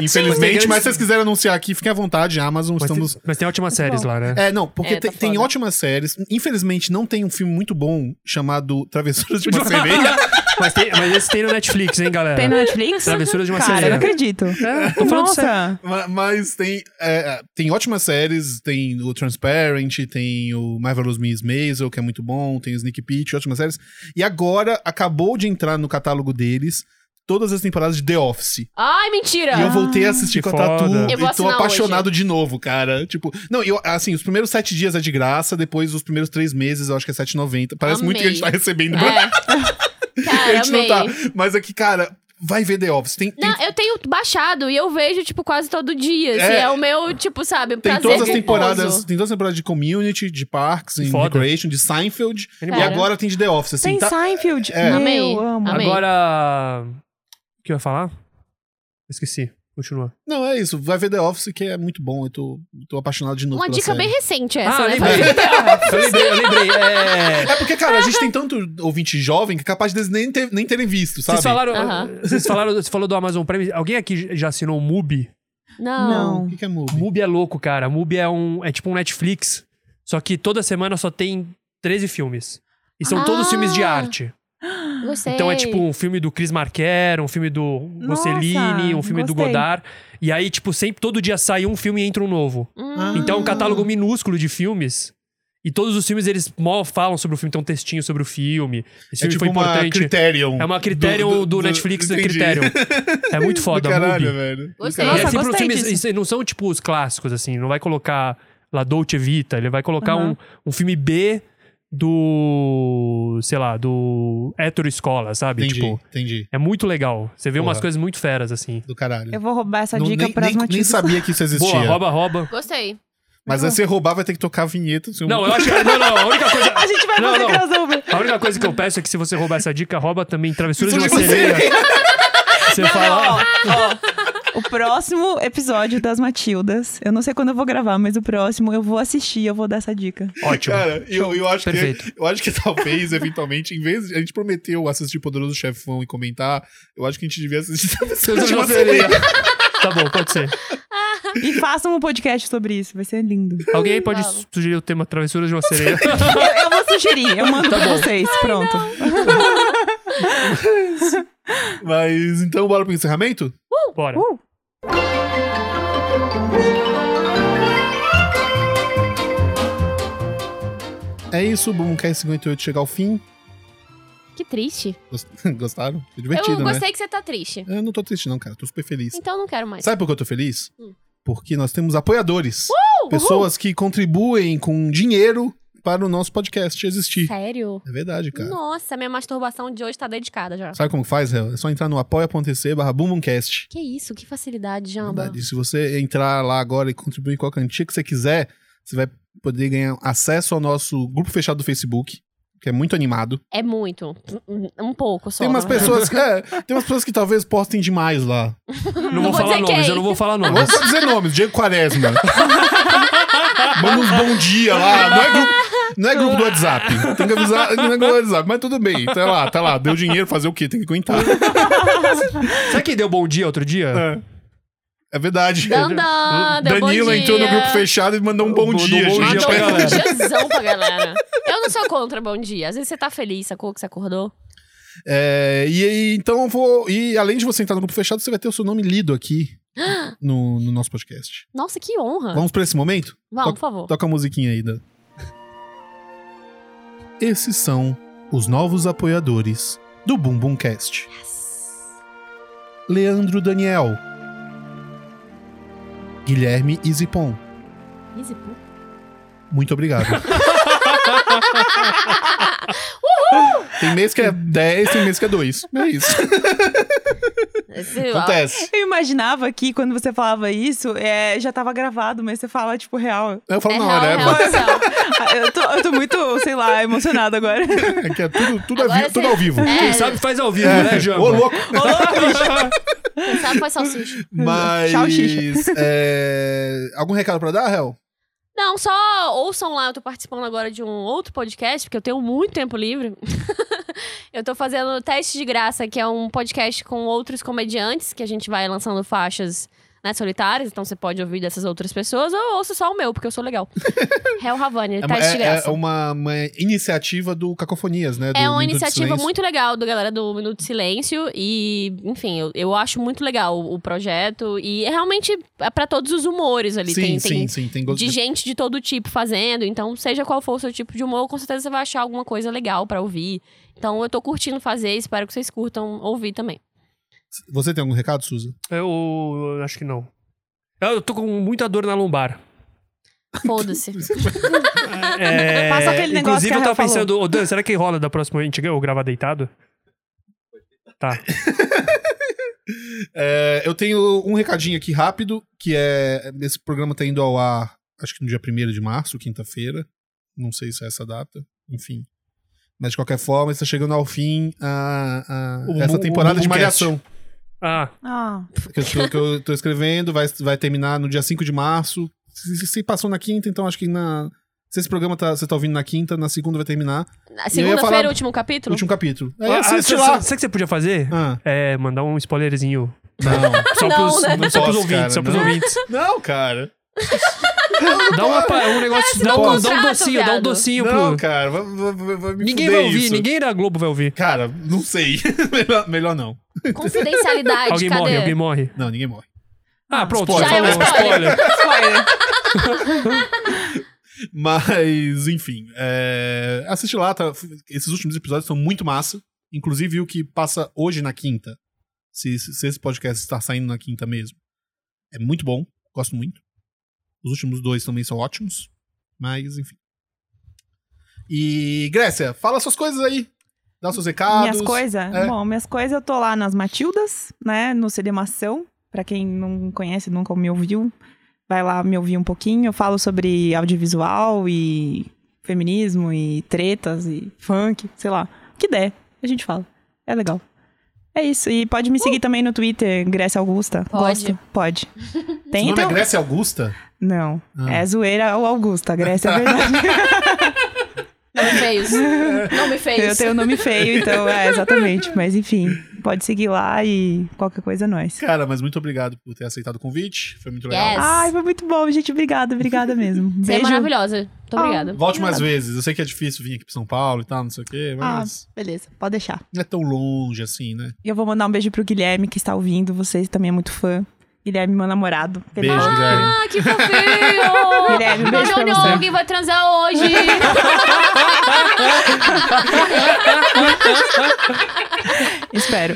Speaker 1: Infelizmente,
Speaker 3: Mas-
Speaker 1: mas se vocês quiserem anunciar aqui, fiquem à vontade, Amazon.
Speaker 3: Mas,
Speaker 1: estamos.
Speaker 3: tem, mas tem ótimas
Speaker 4: Muito
Speaker 3: séries
Speaker 4: bom.
Speaker 3: lá, né?
Speaker 1: É, não, porque
Speaker 2: É, tá
Speaker 1: tem, tem
Speaker 2: foda.
Speaker 1: ótimas séries. Infelizmente, não tem um filme muito bom chamado Travessuras de uma Sereia.
Speaker 3: mas, tem, mas esse tem no Netflix, hein, galera?
Speaker 4: tem no Netflix?
Speaker 3: Travessuras de uma
Speaker 4: Cara, eu não
Speaker 3: Sereia.
Speaker 4: acredito.
Speaker 3: É, tô falando sério.
Speaker 4: Nossa,
Speaker 1: Ma- Mas tem, é, é, tem ótimas séries, tem o Transparent, tem o Marvelous Miss Maisel, que é muito bom, tem o Sneak Peek, ótimas séries. E agora acabou de entrar no catálogo deles todas as temporadas de The Office.
Speaker 2: Ai, mentira!
Speaker 1: E eu voltei a assistir
Speaker 3: que
Speaker 1: com a Tatu
Speaker 3: foda.
Speaker 2: Eu vou
Speaker 1: e tô
Speaker 2: assinar
Speaker 1: apaixonado de novo, cara. Tipo, não, eu, assim, os primeiros sete dias é de graça, depois os primeiros três meses eu acho que é 7,90. Parece muito que a gente tá
Speaker 2: Amei.
Speaker 1: recebendo.
Speaker 2: É.
Speaker 1: a
Speaker 2: Cara,
Speaker 1: gente não
Speaker 2: amei.
Speaker 1: tá. Mas aqui, cara, vai ver The Office. Tem, tem,
Speaker 2: Não, eu tenho baixado e eu vejo, tipo, quase todo dia. assim,
Speaker 1: É.
Speaker 2: É, o meu, tipo, sabe,
Speaker 1: tem
Speaker 2: prazer
Speaker 1: todas as
Speaker 2: culposo.
Speaker 1: temporadas. Tem todas as temporadas de Community, de Parks, de
Speaker 3: Foda.
Speaker 1: Recreation, de Seinfeld. E
Speaker 2: Cara.
Speaker 1: agora tem de The Office, assim.
Speaker 4: Tem
Speaker 1: tá-
Speaker 4: Seinfeld.
Speaker 1: É.
Speaker 4: Meu,
Speaker 2: Amei,
Speaker 4: eu amo.
Speaker 2: amei.
Speaker 3: Agora. O que eu ia falar? Esqueci. Continua.
Speaker 1: Não, é isso. Vai ver The Office, que é muito bom. Eu tô, tô apaixonado de novo.
Speaker 2: Uma
Speaker 1: pela
Speaker 2: dica
Speaker 1: série.
Speaker 2: bem recente
Speaker 4: É,
Speaker 2: essa,
Speaker 3: ah,
Speaker 2: né?
Speaker 3: lembrei. eu lembrei, eu lembrei. É...
Speaker 1: É porque, cara, a gente tem tanto ouvinte jovem que é capaz deles nem, ter- nem terem visto, sabe?
Speaker 3: Vocês falaram.
Speaker 2: Aham.
Speaker 3: Vocês falaram. Você falou do Amazon Prime. Alguém aqui já assinou o Mubi?
Speaker 2: Não.
Speaker 1: O
Speaker 4: Não.
Speaker 1: que, que é Mubi?
Speaker 3: Mubi é louco, cara. Mubi é um. É tipo um Netflix. Só que toda semana só tem 13 filmes. E são todos
Speaker 2: Ah.
Speaker 3: filmes de arte.
Speaker 2: Gostei.
Speaker 3: Então é tipo um filme do Chris Marquer, um filme do
Speaker 4: Nossa,
Speaker 3: Gosselini, um filme do
Speaker 4: gostei.
Speaker 3: Godard. E aí, tipo, sempre todo dia sai um filme e entra um novo.
Speaker 2: Hum.
Speaker 1: ah.
Speaker 3: Então é
Speaker 4: Ah.
Speaker 3: um catálogo minúsculo de filmes. E todos os filmes eles mó falam sobre o filme, tem um textinho sobre o filme. Esse
Speaker 1: É
Speaker 3: filme
Speaker 1: tipo
Speaker 3: foi
Speaker 1: uma
Speaker 3: importante.
Speaker 1: Criterion.
Speaker 3: É uma Criterion do, Netflix
Speaker 1: entendi.
Speaker 3: Criterion. É muito
Speaker 1: do
Speaker 3: foda,
Speaker 1: caralho,
Speaker 3: Mubi.
Speaker 1: velho.
Speaker 2: Gostei.
Speaker 3: E
Speaker 4: Nossa,
Speaker 3: é sempre
Speaker 4: gostei
Speaker 3: os filmes,
Speaker 4: disso.
Speaker 3: isso- não são tipo os clássicos, assim, não vai colocar La Dolce Vita, ele vai colocar
Speaker 4: Aham.
Speaker 3: um, um filme B do, sei lá, do hétero escola, sabe?
Speaker 1: Entendi,
Speaker 3: Tipo,
Speaker 1: entendi.
Speaker 3: é muito legal. Você vê umas
Speaker 1: Porra.
Speaker 3: coisas muito feras, assim.
Speaker 1: Do caralho.
Speaker 4: Eu vou roubar essa
Speaker 1: Não-
Speaker 4: dica
Speaker 1: nem,
Speaker 4: para
Speaker 1: nem,
Speaker 4: as
Speaker 1: nem
Speaker 4: notícias.
Speaker 1: sabia que isso existia.
Speaker 3: Boa, rouba, rouba.
Speaker 2: Gostei.
Speaker 1: Mas aí você roubar vai ter que tocar a vinheta. assim, um do seu-
Speaker 3: Não, é eu acho que. Não, não, a única coisa.
Speaker 4: A gente vai
Speaker 3: Não,
Speaker 4: fazer
Speaker 3: não.
Speaker 4: crossover.
Speaker 3: A única coisa que eu peço é que se você roubar essa dica, rouba também travessuras de
Speaker 1: Isso
Speaker 3: uma
Speaker 1: de você.
Speaker 3: sereia. Você fala, ó,
Speaker 4: O próximo episódio das Matildas. Eu não sei quando eu vou gravar, mas o próximo eu vou assistir, eu vou dar essa dica.
Speaker 3: "Ah, ótimo.
Speaker 1: Cara, eu, eu acho que
Speaker 3: Perfeito.
Speaker 1: eu acho que talvez, eventualmente, em vez de a gente prometeu assistir Poderoso Chefão e comentar, eu acho que a gente devia assistir Travessuras de uma sereia.
Speaker 3: Tá bom, pode ser.
Speaker 4: E façam um podcast sobre isso, vai ser lindo.
Speaker 3: Alguém aí pode
Speaker 2: Vamos.
Speaker 3: sugerir o tema travessuras de uma sereia?
Speaker 4: Eu, eu vou sugerir, eu mando pra vocês. Pronto.
Speaker 1: Mas então bora pro encerramento?
Speaker 3: Bora.
Speaker 4: Uh.
Speaker 1: É isso, o Boomcast 58 chegar ao fim.
Speaker 2: Que triste.
Speaker 1: Gost- Gostaram? Foi divertido,
Speaker 2: eu
Speaker 1: né?
Speaker 2: gostei que você tá triste.
Speaker 1: Eu não tô triste, não, cara. Tô super feliz.
Speaker 2: Então não quero mais.
Speaker 1: Sabe por que eu tô feliz?
Speaker 2: Hum.
Speaker 1: Porque nós temos apoiadores. Pessoas que contribuem com dinheiro para o nosso podcast existir.
Speaker 2: Sério?
Speaker 1: É verdade, cara.
Speaker 2: Nossa, minha masturbação de hoje tá dedicada já.
Speaker 1: Sabe como faz, Hel? É só entrar no apoia.se barra boomboomcast.
Speaker 2: Que isso, que facilidade, Jamba.
Speaker 1: Verdade. E se você entrar lá agora e contribuir com a quantia que você quiser, você vai poder ganhar acesso ao nosso grupo fechado do Facebook, que é muito animado.
Speaker 2: É muito. Um um pouco só.
Speaker 1: Tem umas
Speaker 2: na verdade.
Speaker 1: pessoas que, é, tem umas pessoas que talvez postem demais lá.
Speaker 3: Não
Speaker 2: vou
Speaker 3: vou falar
Speaker 2: dizer
Speaker 3: nomes,
Speaker 2: quem.
Speaker 3: eu não vou falar
Speaker 1: Não vou
Speaker 3: nomes.
Speaker 1: dizer nomes, Diego Quaresma. Manda uns bom dia lá. Não é grupo, não é grupo do WhatsApp. Tem que avisar, não é grupo do WhatsApp. Mas tudo bem, tá lá, tá lá. Deu dinheiro, fazer o quê? Tem que aguentar.
Speaker 3: Sabe quem deu bom dia outro dia?
Speaker 1: Uhum. É, É verdade.
Speaker 2: Dandan, deu um bom
Speaker 1: Danilo
Speaker 2: dia.
Speaker 1: entrou no grupo fechado e mandou um bom
Speaker 3: Mandou um
Speaker 1: dia,
Speaker 3: bom
Speaker 1: gente.
Speaker 2: Mandou
Speaker 3: pra
Speaker 2: um
Speaker 3: galera.
Speaker 2: diazão pra galera. Eu não sou contra bom dia. Às vezes você tá feliz, sacou que você acordou.
Speaker 1: É, e aí, então eu vou. E além de você entrar no grupo fechado, você vai ter o seu nome lido aqui no, no nosso podcast.
Speaker 2: Nossa, que honra.
Speaker 1: Vamos pra esse momento?
Speaker 2: Vamos, por favor.
Speaker 1: Toca a musiquinha aí, Dan. Esses são os novos apoiadores do Boom Boom Cast. Leandro Daniel. Guilherme Izipon.
Speaker 2: Easy, pô.
Speaker 1: Muito obrigado. Tem mês que é 10, tem mês que é 2. É isso.
Speaker 2: Esse-
Speaker 1: Acontece.
Speaker 4: Eu imaginava que quando você falava isso, é, já tava gravado, mas você fala, tipo, real.
Speaker 1: Eu falo
Speaker 2: É
Speaker 1: na hora,
Speaker 2: real,
Speaker 1: é,
Speaker 2: real, real.
Speaker 4: Ah, Eu tô, eu tô muito, sei lá, emocionada agora.
Speaker 1: É que é tudo, tudo, ao
Speaker 2: Agora
Speaker 1: vi-
Speaker 2: você-
Speaker 1: tudo ao vivo.
Speaker 2: É.
Speaker 3: Quem sabe faz ao vivo, né, Jamba?
Speaker 1: Ô, louco.
Speaker 2: Quem sabe faz salsicha.
Speaker 1: Mas.
Speaker 4: Tchau, Xixa.
Speaker 1: é, Algum recado pra dar, Hel?
Speaker 2: Não, só ouçam lá, eu tô participando agora de um outro podcast, porque eu tenho muito tempo livre. eu tô fazendo o Teste de Graça, que é um podcast com outros comediantes, que a gente vai lançando faixas né, solitárias, então você pode ouvir dessas outras pessoas, ou ouça só o meu, porque eu sou legal. Hel Havani,
Speaker 1: É, uma-
Speaker 2: Teste de
Speaker 1: é-
Speaker 2: Graça.
Speaker 1: é uma, uma iniciativa do Cacofonias, né? do
Speaker 2: É
Speaker 1: Minuto
Speaker 2: uma
Speaker 1: de
Speaker 2: iniciativa
Speaker 1: Silêncio.
Speaker 2: muito legal do galera do Minuto de Silêncio e, enfim, eu, eu acho muito legal o, o projeto e é realmente é pra todos os humores ali.
Speaker 1: Sim,
Speaker 2: tem,
Speaker 1: sim,
Speaker 2: tem
Speaker 1: sim. Tem gosto
Speaker 2: de gente de todo tipo fazendo, então seja qual for o seu tipo de humor, com certeza você vai achar alguma coisa legal pra ouvir. Então eu tô curtindo fazer, espero que vocês curtam ouvir também.
Speaker 1: Você tem algum recado, Suza?
Speaker 3: É, Eu acho que não. Eu tô com muita dor na lombar.
Speaker 2: Foda-se.
Speaker 3: É,
Speaker 4: Passa aquele negócio
Speaker 3: inclusive,
Speaker 4: que a
Speaker 3: eu tava
Speaker 4: Rafa falou.
Speaker 3: pensando, ô Dan, será que rola da próxima a gente eu gravar deitado? Tá.
Speaker 1: É, eu tenho um recadinho aqui rápido, que é. Esse programa tá indo ao ar, acho que no dia 1 de março, quinta-feira. Não sei se é essa data, enfim. Mas de qualquer forma, está chegando ao fim a, a-
Speaker 3: O
Speaker 1: essa
Speaker 3: Mu-
Speaker 1: temporada
Speaker 3: o
Speaker 1: de
Speaker 3: Mumucast.
Speaker 1: Malhação.
Speaker 3: Ah,
Speaker 4: Ah,
Speaker 1: que eu, tô- que eu tô escrevendo, vai, vai terminar no dia 5 de março. Se, se- se passou na quinta, então acho que na. Se esse programa tá, você tá ouvindo na quinta, na segunda vai terminar.
Speaker 2: Na Segunda-feira,
Speaker 1: falar-
Speaker 2: o último capítulo?
Speaker 1: Último capítulo. É,
Speaker 3: ah,
Speaker 1: assiste
Speaker 3: sabe-
Speaker 1: lá.
Speaker 3: Sabe o que você podia fazer?
Speaker 1: Ah,
Speaker 3: É, mandar um spoilerzinho.
Speaker 1: não.
Speaker 3: Só
Speaker 2: Não,
Speaker 3: pros,
Speaker 2: né?
Speaker 1: Não
Speaker 3: só pros
Speaker 1: posso,
Speaker 3: ouvintes,
Speaker 1: cara,
Speaker 3: só pros
Speaker 1: não.
Speaker 3: ouvintes.
Speaker 1: não, cara.
Speaker 3: Dá uma pa- um negócio, dá, um-
Speaker 1: posso.
Speaker 3: dá um docinho, dá um
Speaker 2: Contrato,
Speaker 3: docinho
Speaker 1: Não,
Speaker 3: pro...
Speaker 1: cara. vai- vai- vai- vai me
Speaker 3: Ninguém
Speaker 1: fuder
Speaker 3: vai ouvir,
Speaker 1: isso.
Speaker 3: ninguém da Globo vai ouvir.
Speaker 1: Cara, não sei. melhor, melhor não.
Speaker 2: Confidencialidade,
Speaker 3: Alguém
Speaker 2: cadê?
Speaker 3: morre, alguém morre.
Speaker 1: Não, ninguém morre.
Speaker 3: Ah, pronto,
Speaker 1: spoiler.
Speaker 3: falou,
Speaker 2: Já é um spoiler.
Speaker 4: spoiler.
Speaker 1: Mas, enfim. É... Assiste lá, tá? Esses últimos episódios são muito massa. Inclusive o que passa hoje na quinta. Se, se esse podcast está saindo na quinta mesmo. É muito bom. Gosto muito. Os últimos dois também são ótimos. Mas, enfim. E, Grécia, fala suas coisas aí. Dá seus recados.
Speaker 4: Minhas coisas?
Speaker 1: É.
Speaker 4: Bom, minhas coisas eu tô lá nas Matildas, né? No Cinemação. Pra quem não conhece, nunca me ouviu, vai lá me ouvir um pouquinho. Eu falo sobre audiovisual e feminismo e tretas e funk, sei lá. O que der, a gente fala. É legal. É isso. E pode me
Speaker 1: Uh!
Speaker 4: seguir também no Twitter, Grécia Augusta.
Speaker 2: Pode.
Speaker 4: Gosto. Pode.
Speaker 1: Seu
Speaker 4: Tem
Speaker 1: nome
Speaker 4: então?
Speaker 1: é Grécia Augusta?
Speaker 4: Não.
Speaker 1: Ah.
Speaker 4: É zoeira ou Augusta. Grécia é verdade.
Speaker 2: Não me fez. Não me fez.
Speaker 4: Eu tenho nome feio, então é exatamente. Mas enfim, pode seguir lá e qualquer coisa é nóis.
Speaker 1: Cara, mas muito obrigado por ter aceitado o convite. Foi muito legal.
Speaker 2: Yes.
Speaker 4: Ai, foi muito bom, gente. Obrigada, obrigada mesmo.
Speaker 2: Você é
Speaker 4: Beijo.
Speaker 2: maravilhosa. Muito
Speaker 4: Ah.
Speaker 2: obrigada.
Speaker 1: Volte mais vezes. Eu sei que é difícil vir aqui pra São Paulo e tal, não sei o quê,
Speaker 4: Ah,
Speaker 1: mas
Speaker 4: Beleza, pode deixar.
Speaker 1: não é tão longe assim, né?
Speaker 4: E eu vou mandar um beijo pro Guilherme, que está ouvindo. Vocês também é muito fã. Guilherme, meu namorado. Ele-
Speaker 1: Beijo, Guilherme.
Speaker 2: Ah, que fofinho!
Speaker 4: Guilherme, um beijo pra
Speaker 2: Olha,
Speaker 4: você.
Speaker 2: alguém vai transar hoje.
Speaker 4: Espero.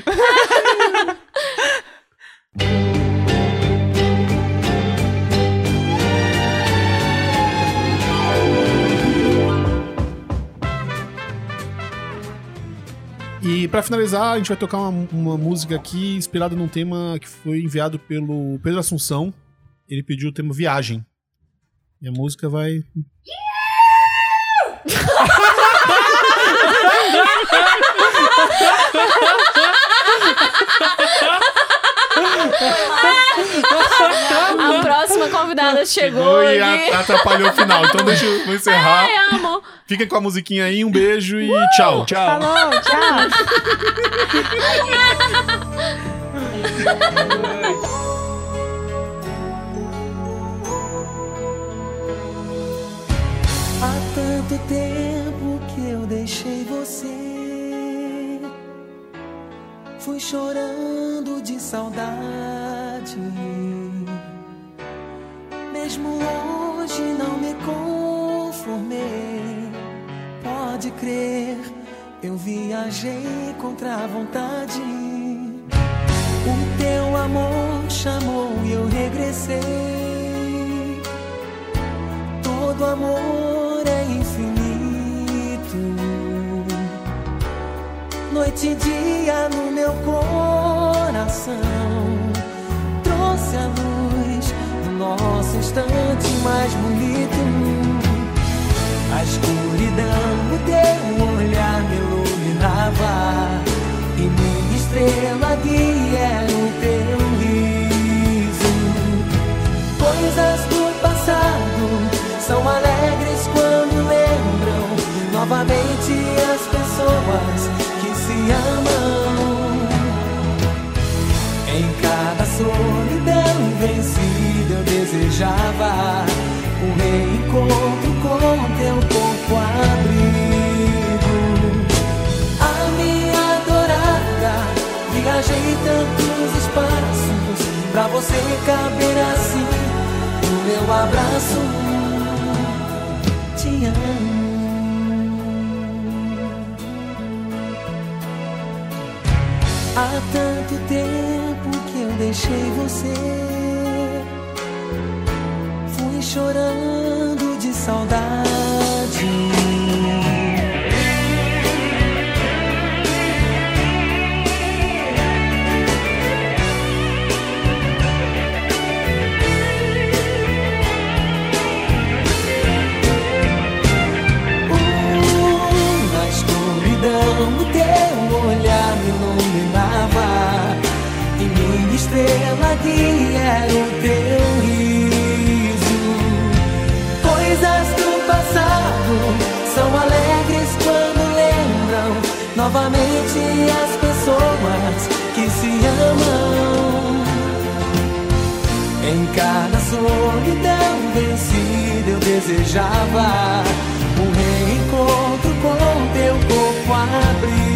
Speaker 1: E pra finalizar, a gente vai tocar uma, uma música aqui inspirada num tema que foi enviado pelo Pedro Assunção. Ele pediu o tema Viagem. E a música vai.
Speaker 2: A próxima convidada chegou
Speaker 1: e
Speaker 2: aqui.
Speaker 1: a- atrapalhou o final. Então deixa eu vou encerrar.
Speaker 2: Ai, amo.
Speaker 1: Fiquem com a musiquinha aí, um beijo e tchau.
Speaker 3: Tchau.
Speaker 4: Falou, tchau.
Speaker 8: Há tanto tempo que eu deixei você. Fui chorando de saudade. Mesmo longe não me conformei. Pode crer, eu viajei contra a vontade. O teu amor chamou e eu regressei. Todo amor é infinito. Noite e dia no meu coração trouxe a luz do nosso instante mais bonito. A escuridão, o teu olhar me iluminava E minha estrela guia era o teu riso Coisas do passado são alegres quando lembram Novamente as pessoas que se amam em cada solidão vencida eu desejava um reencontro com teu corpo abrigo. A minha adorada, viajei tantos espaços pra você caber assim no meu abraço. Te amo. Há tanto tempo que eu deixei você. Fui chorando de saudade. Na escuridão, o teu olhar me iluminava E minha estrela guia era o teu riso Coisas do passado são alegres quando lembram Novamente as pessoas que se amam em cada solidão vencida eu desejava um reencontro com teu corpo abrir. assim, Uh,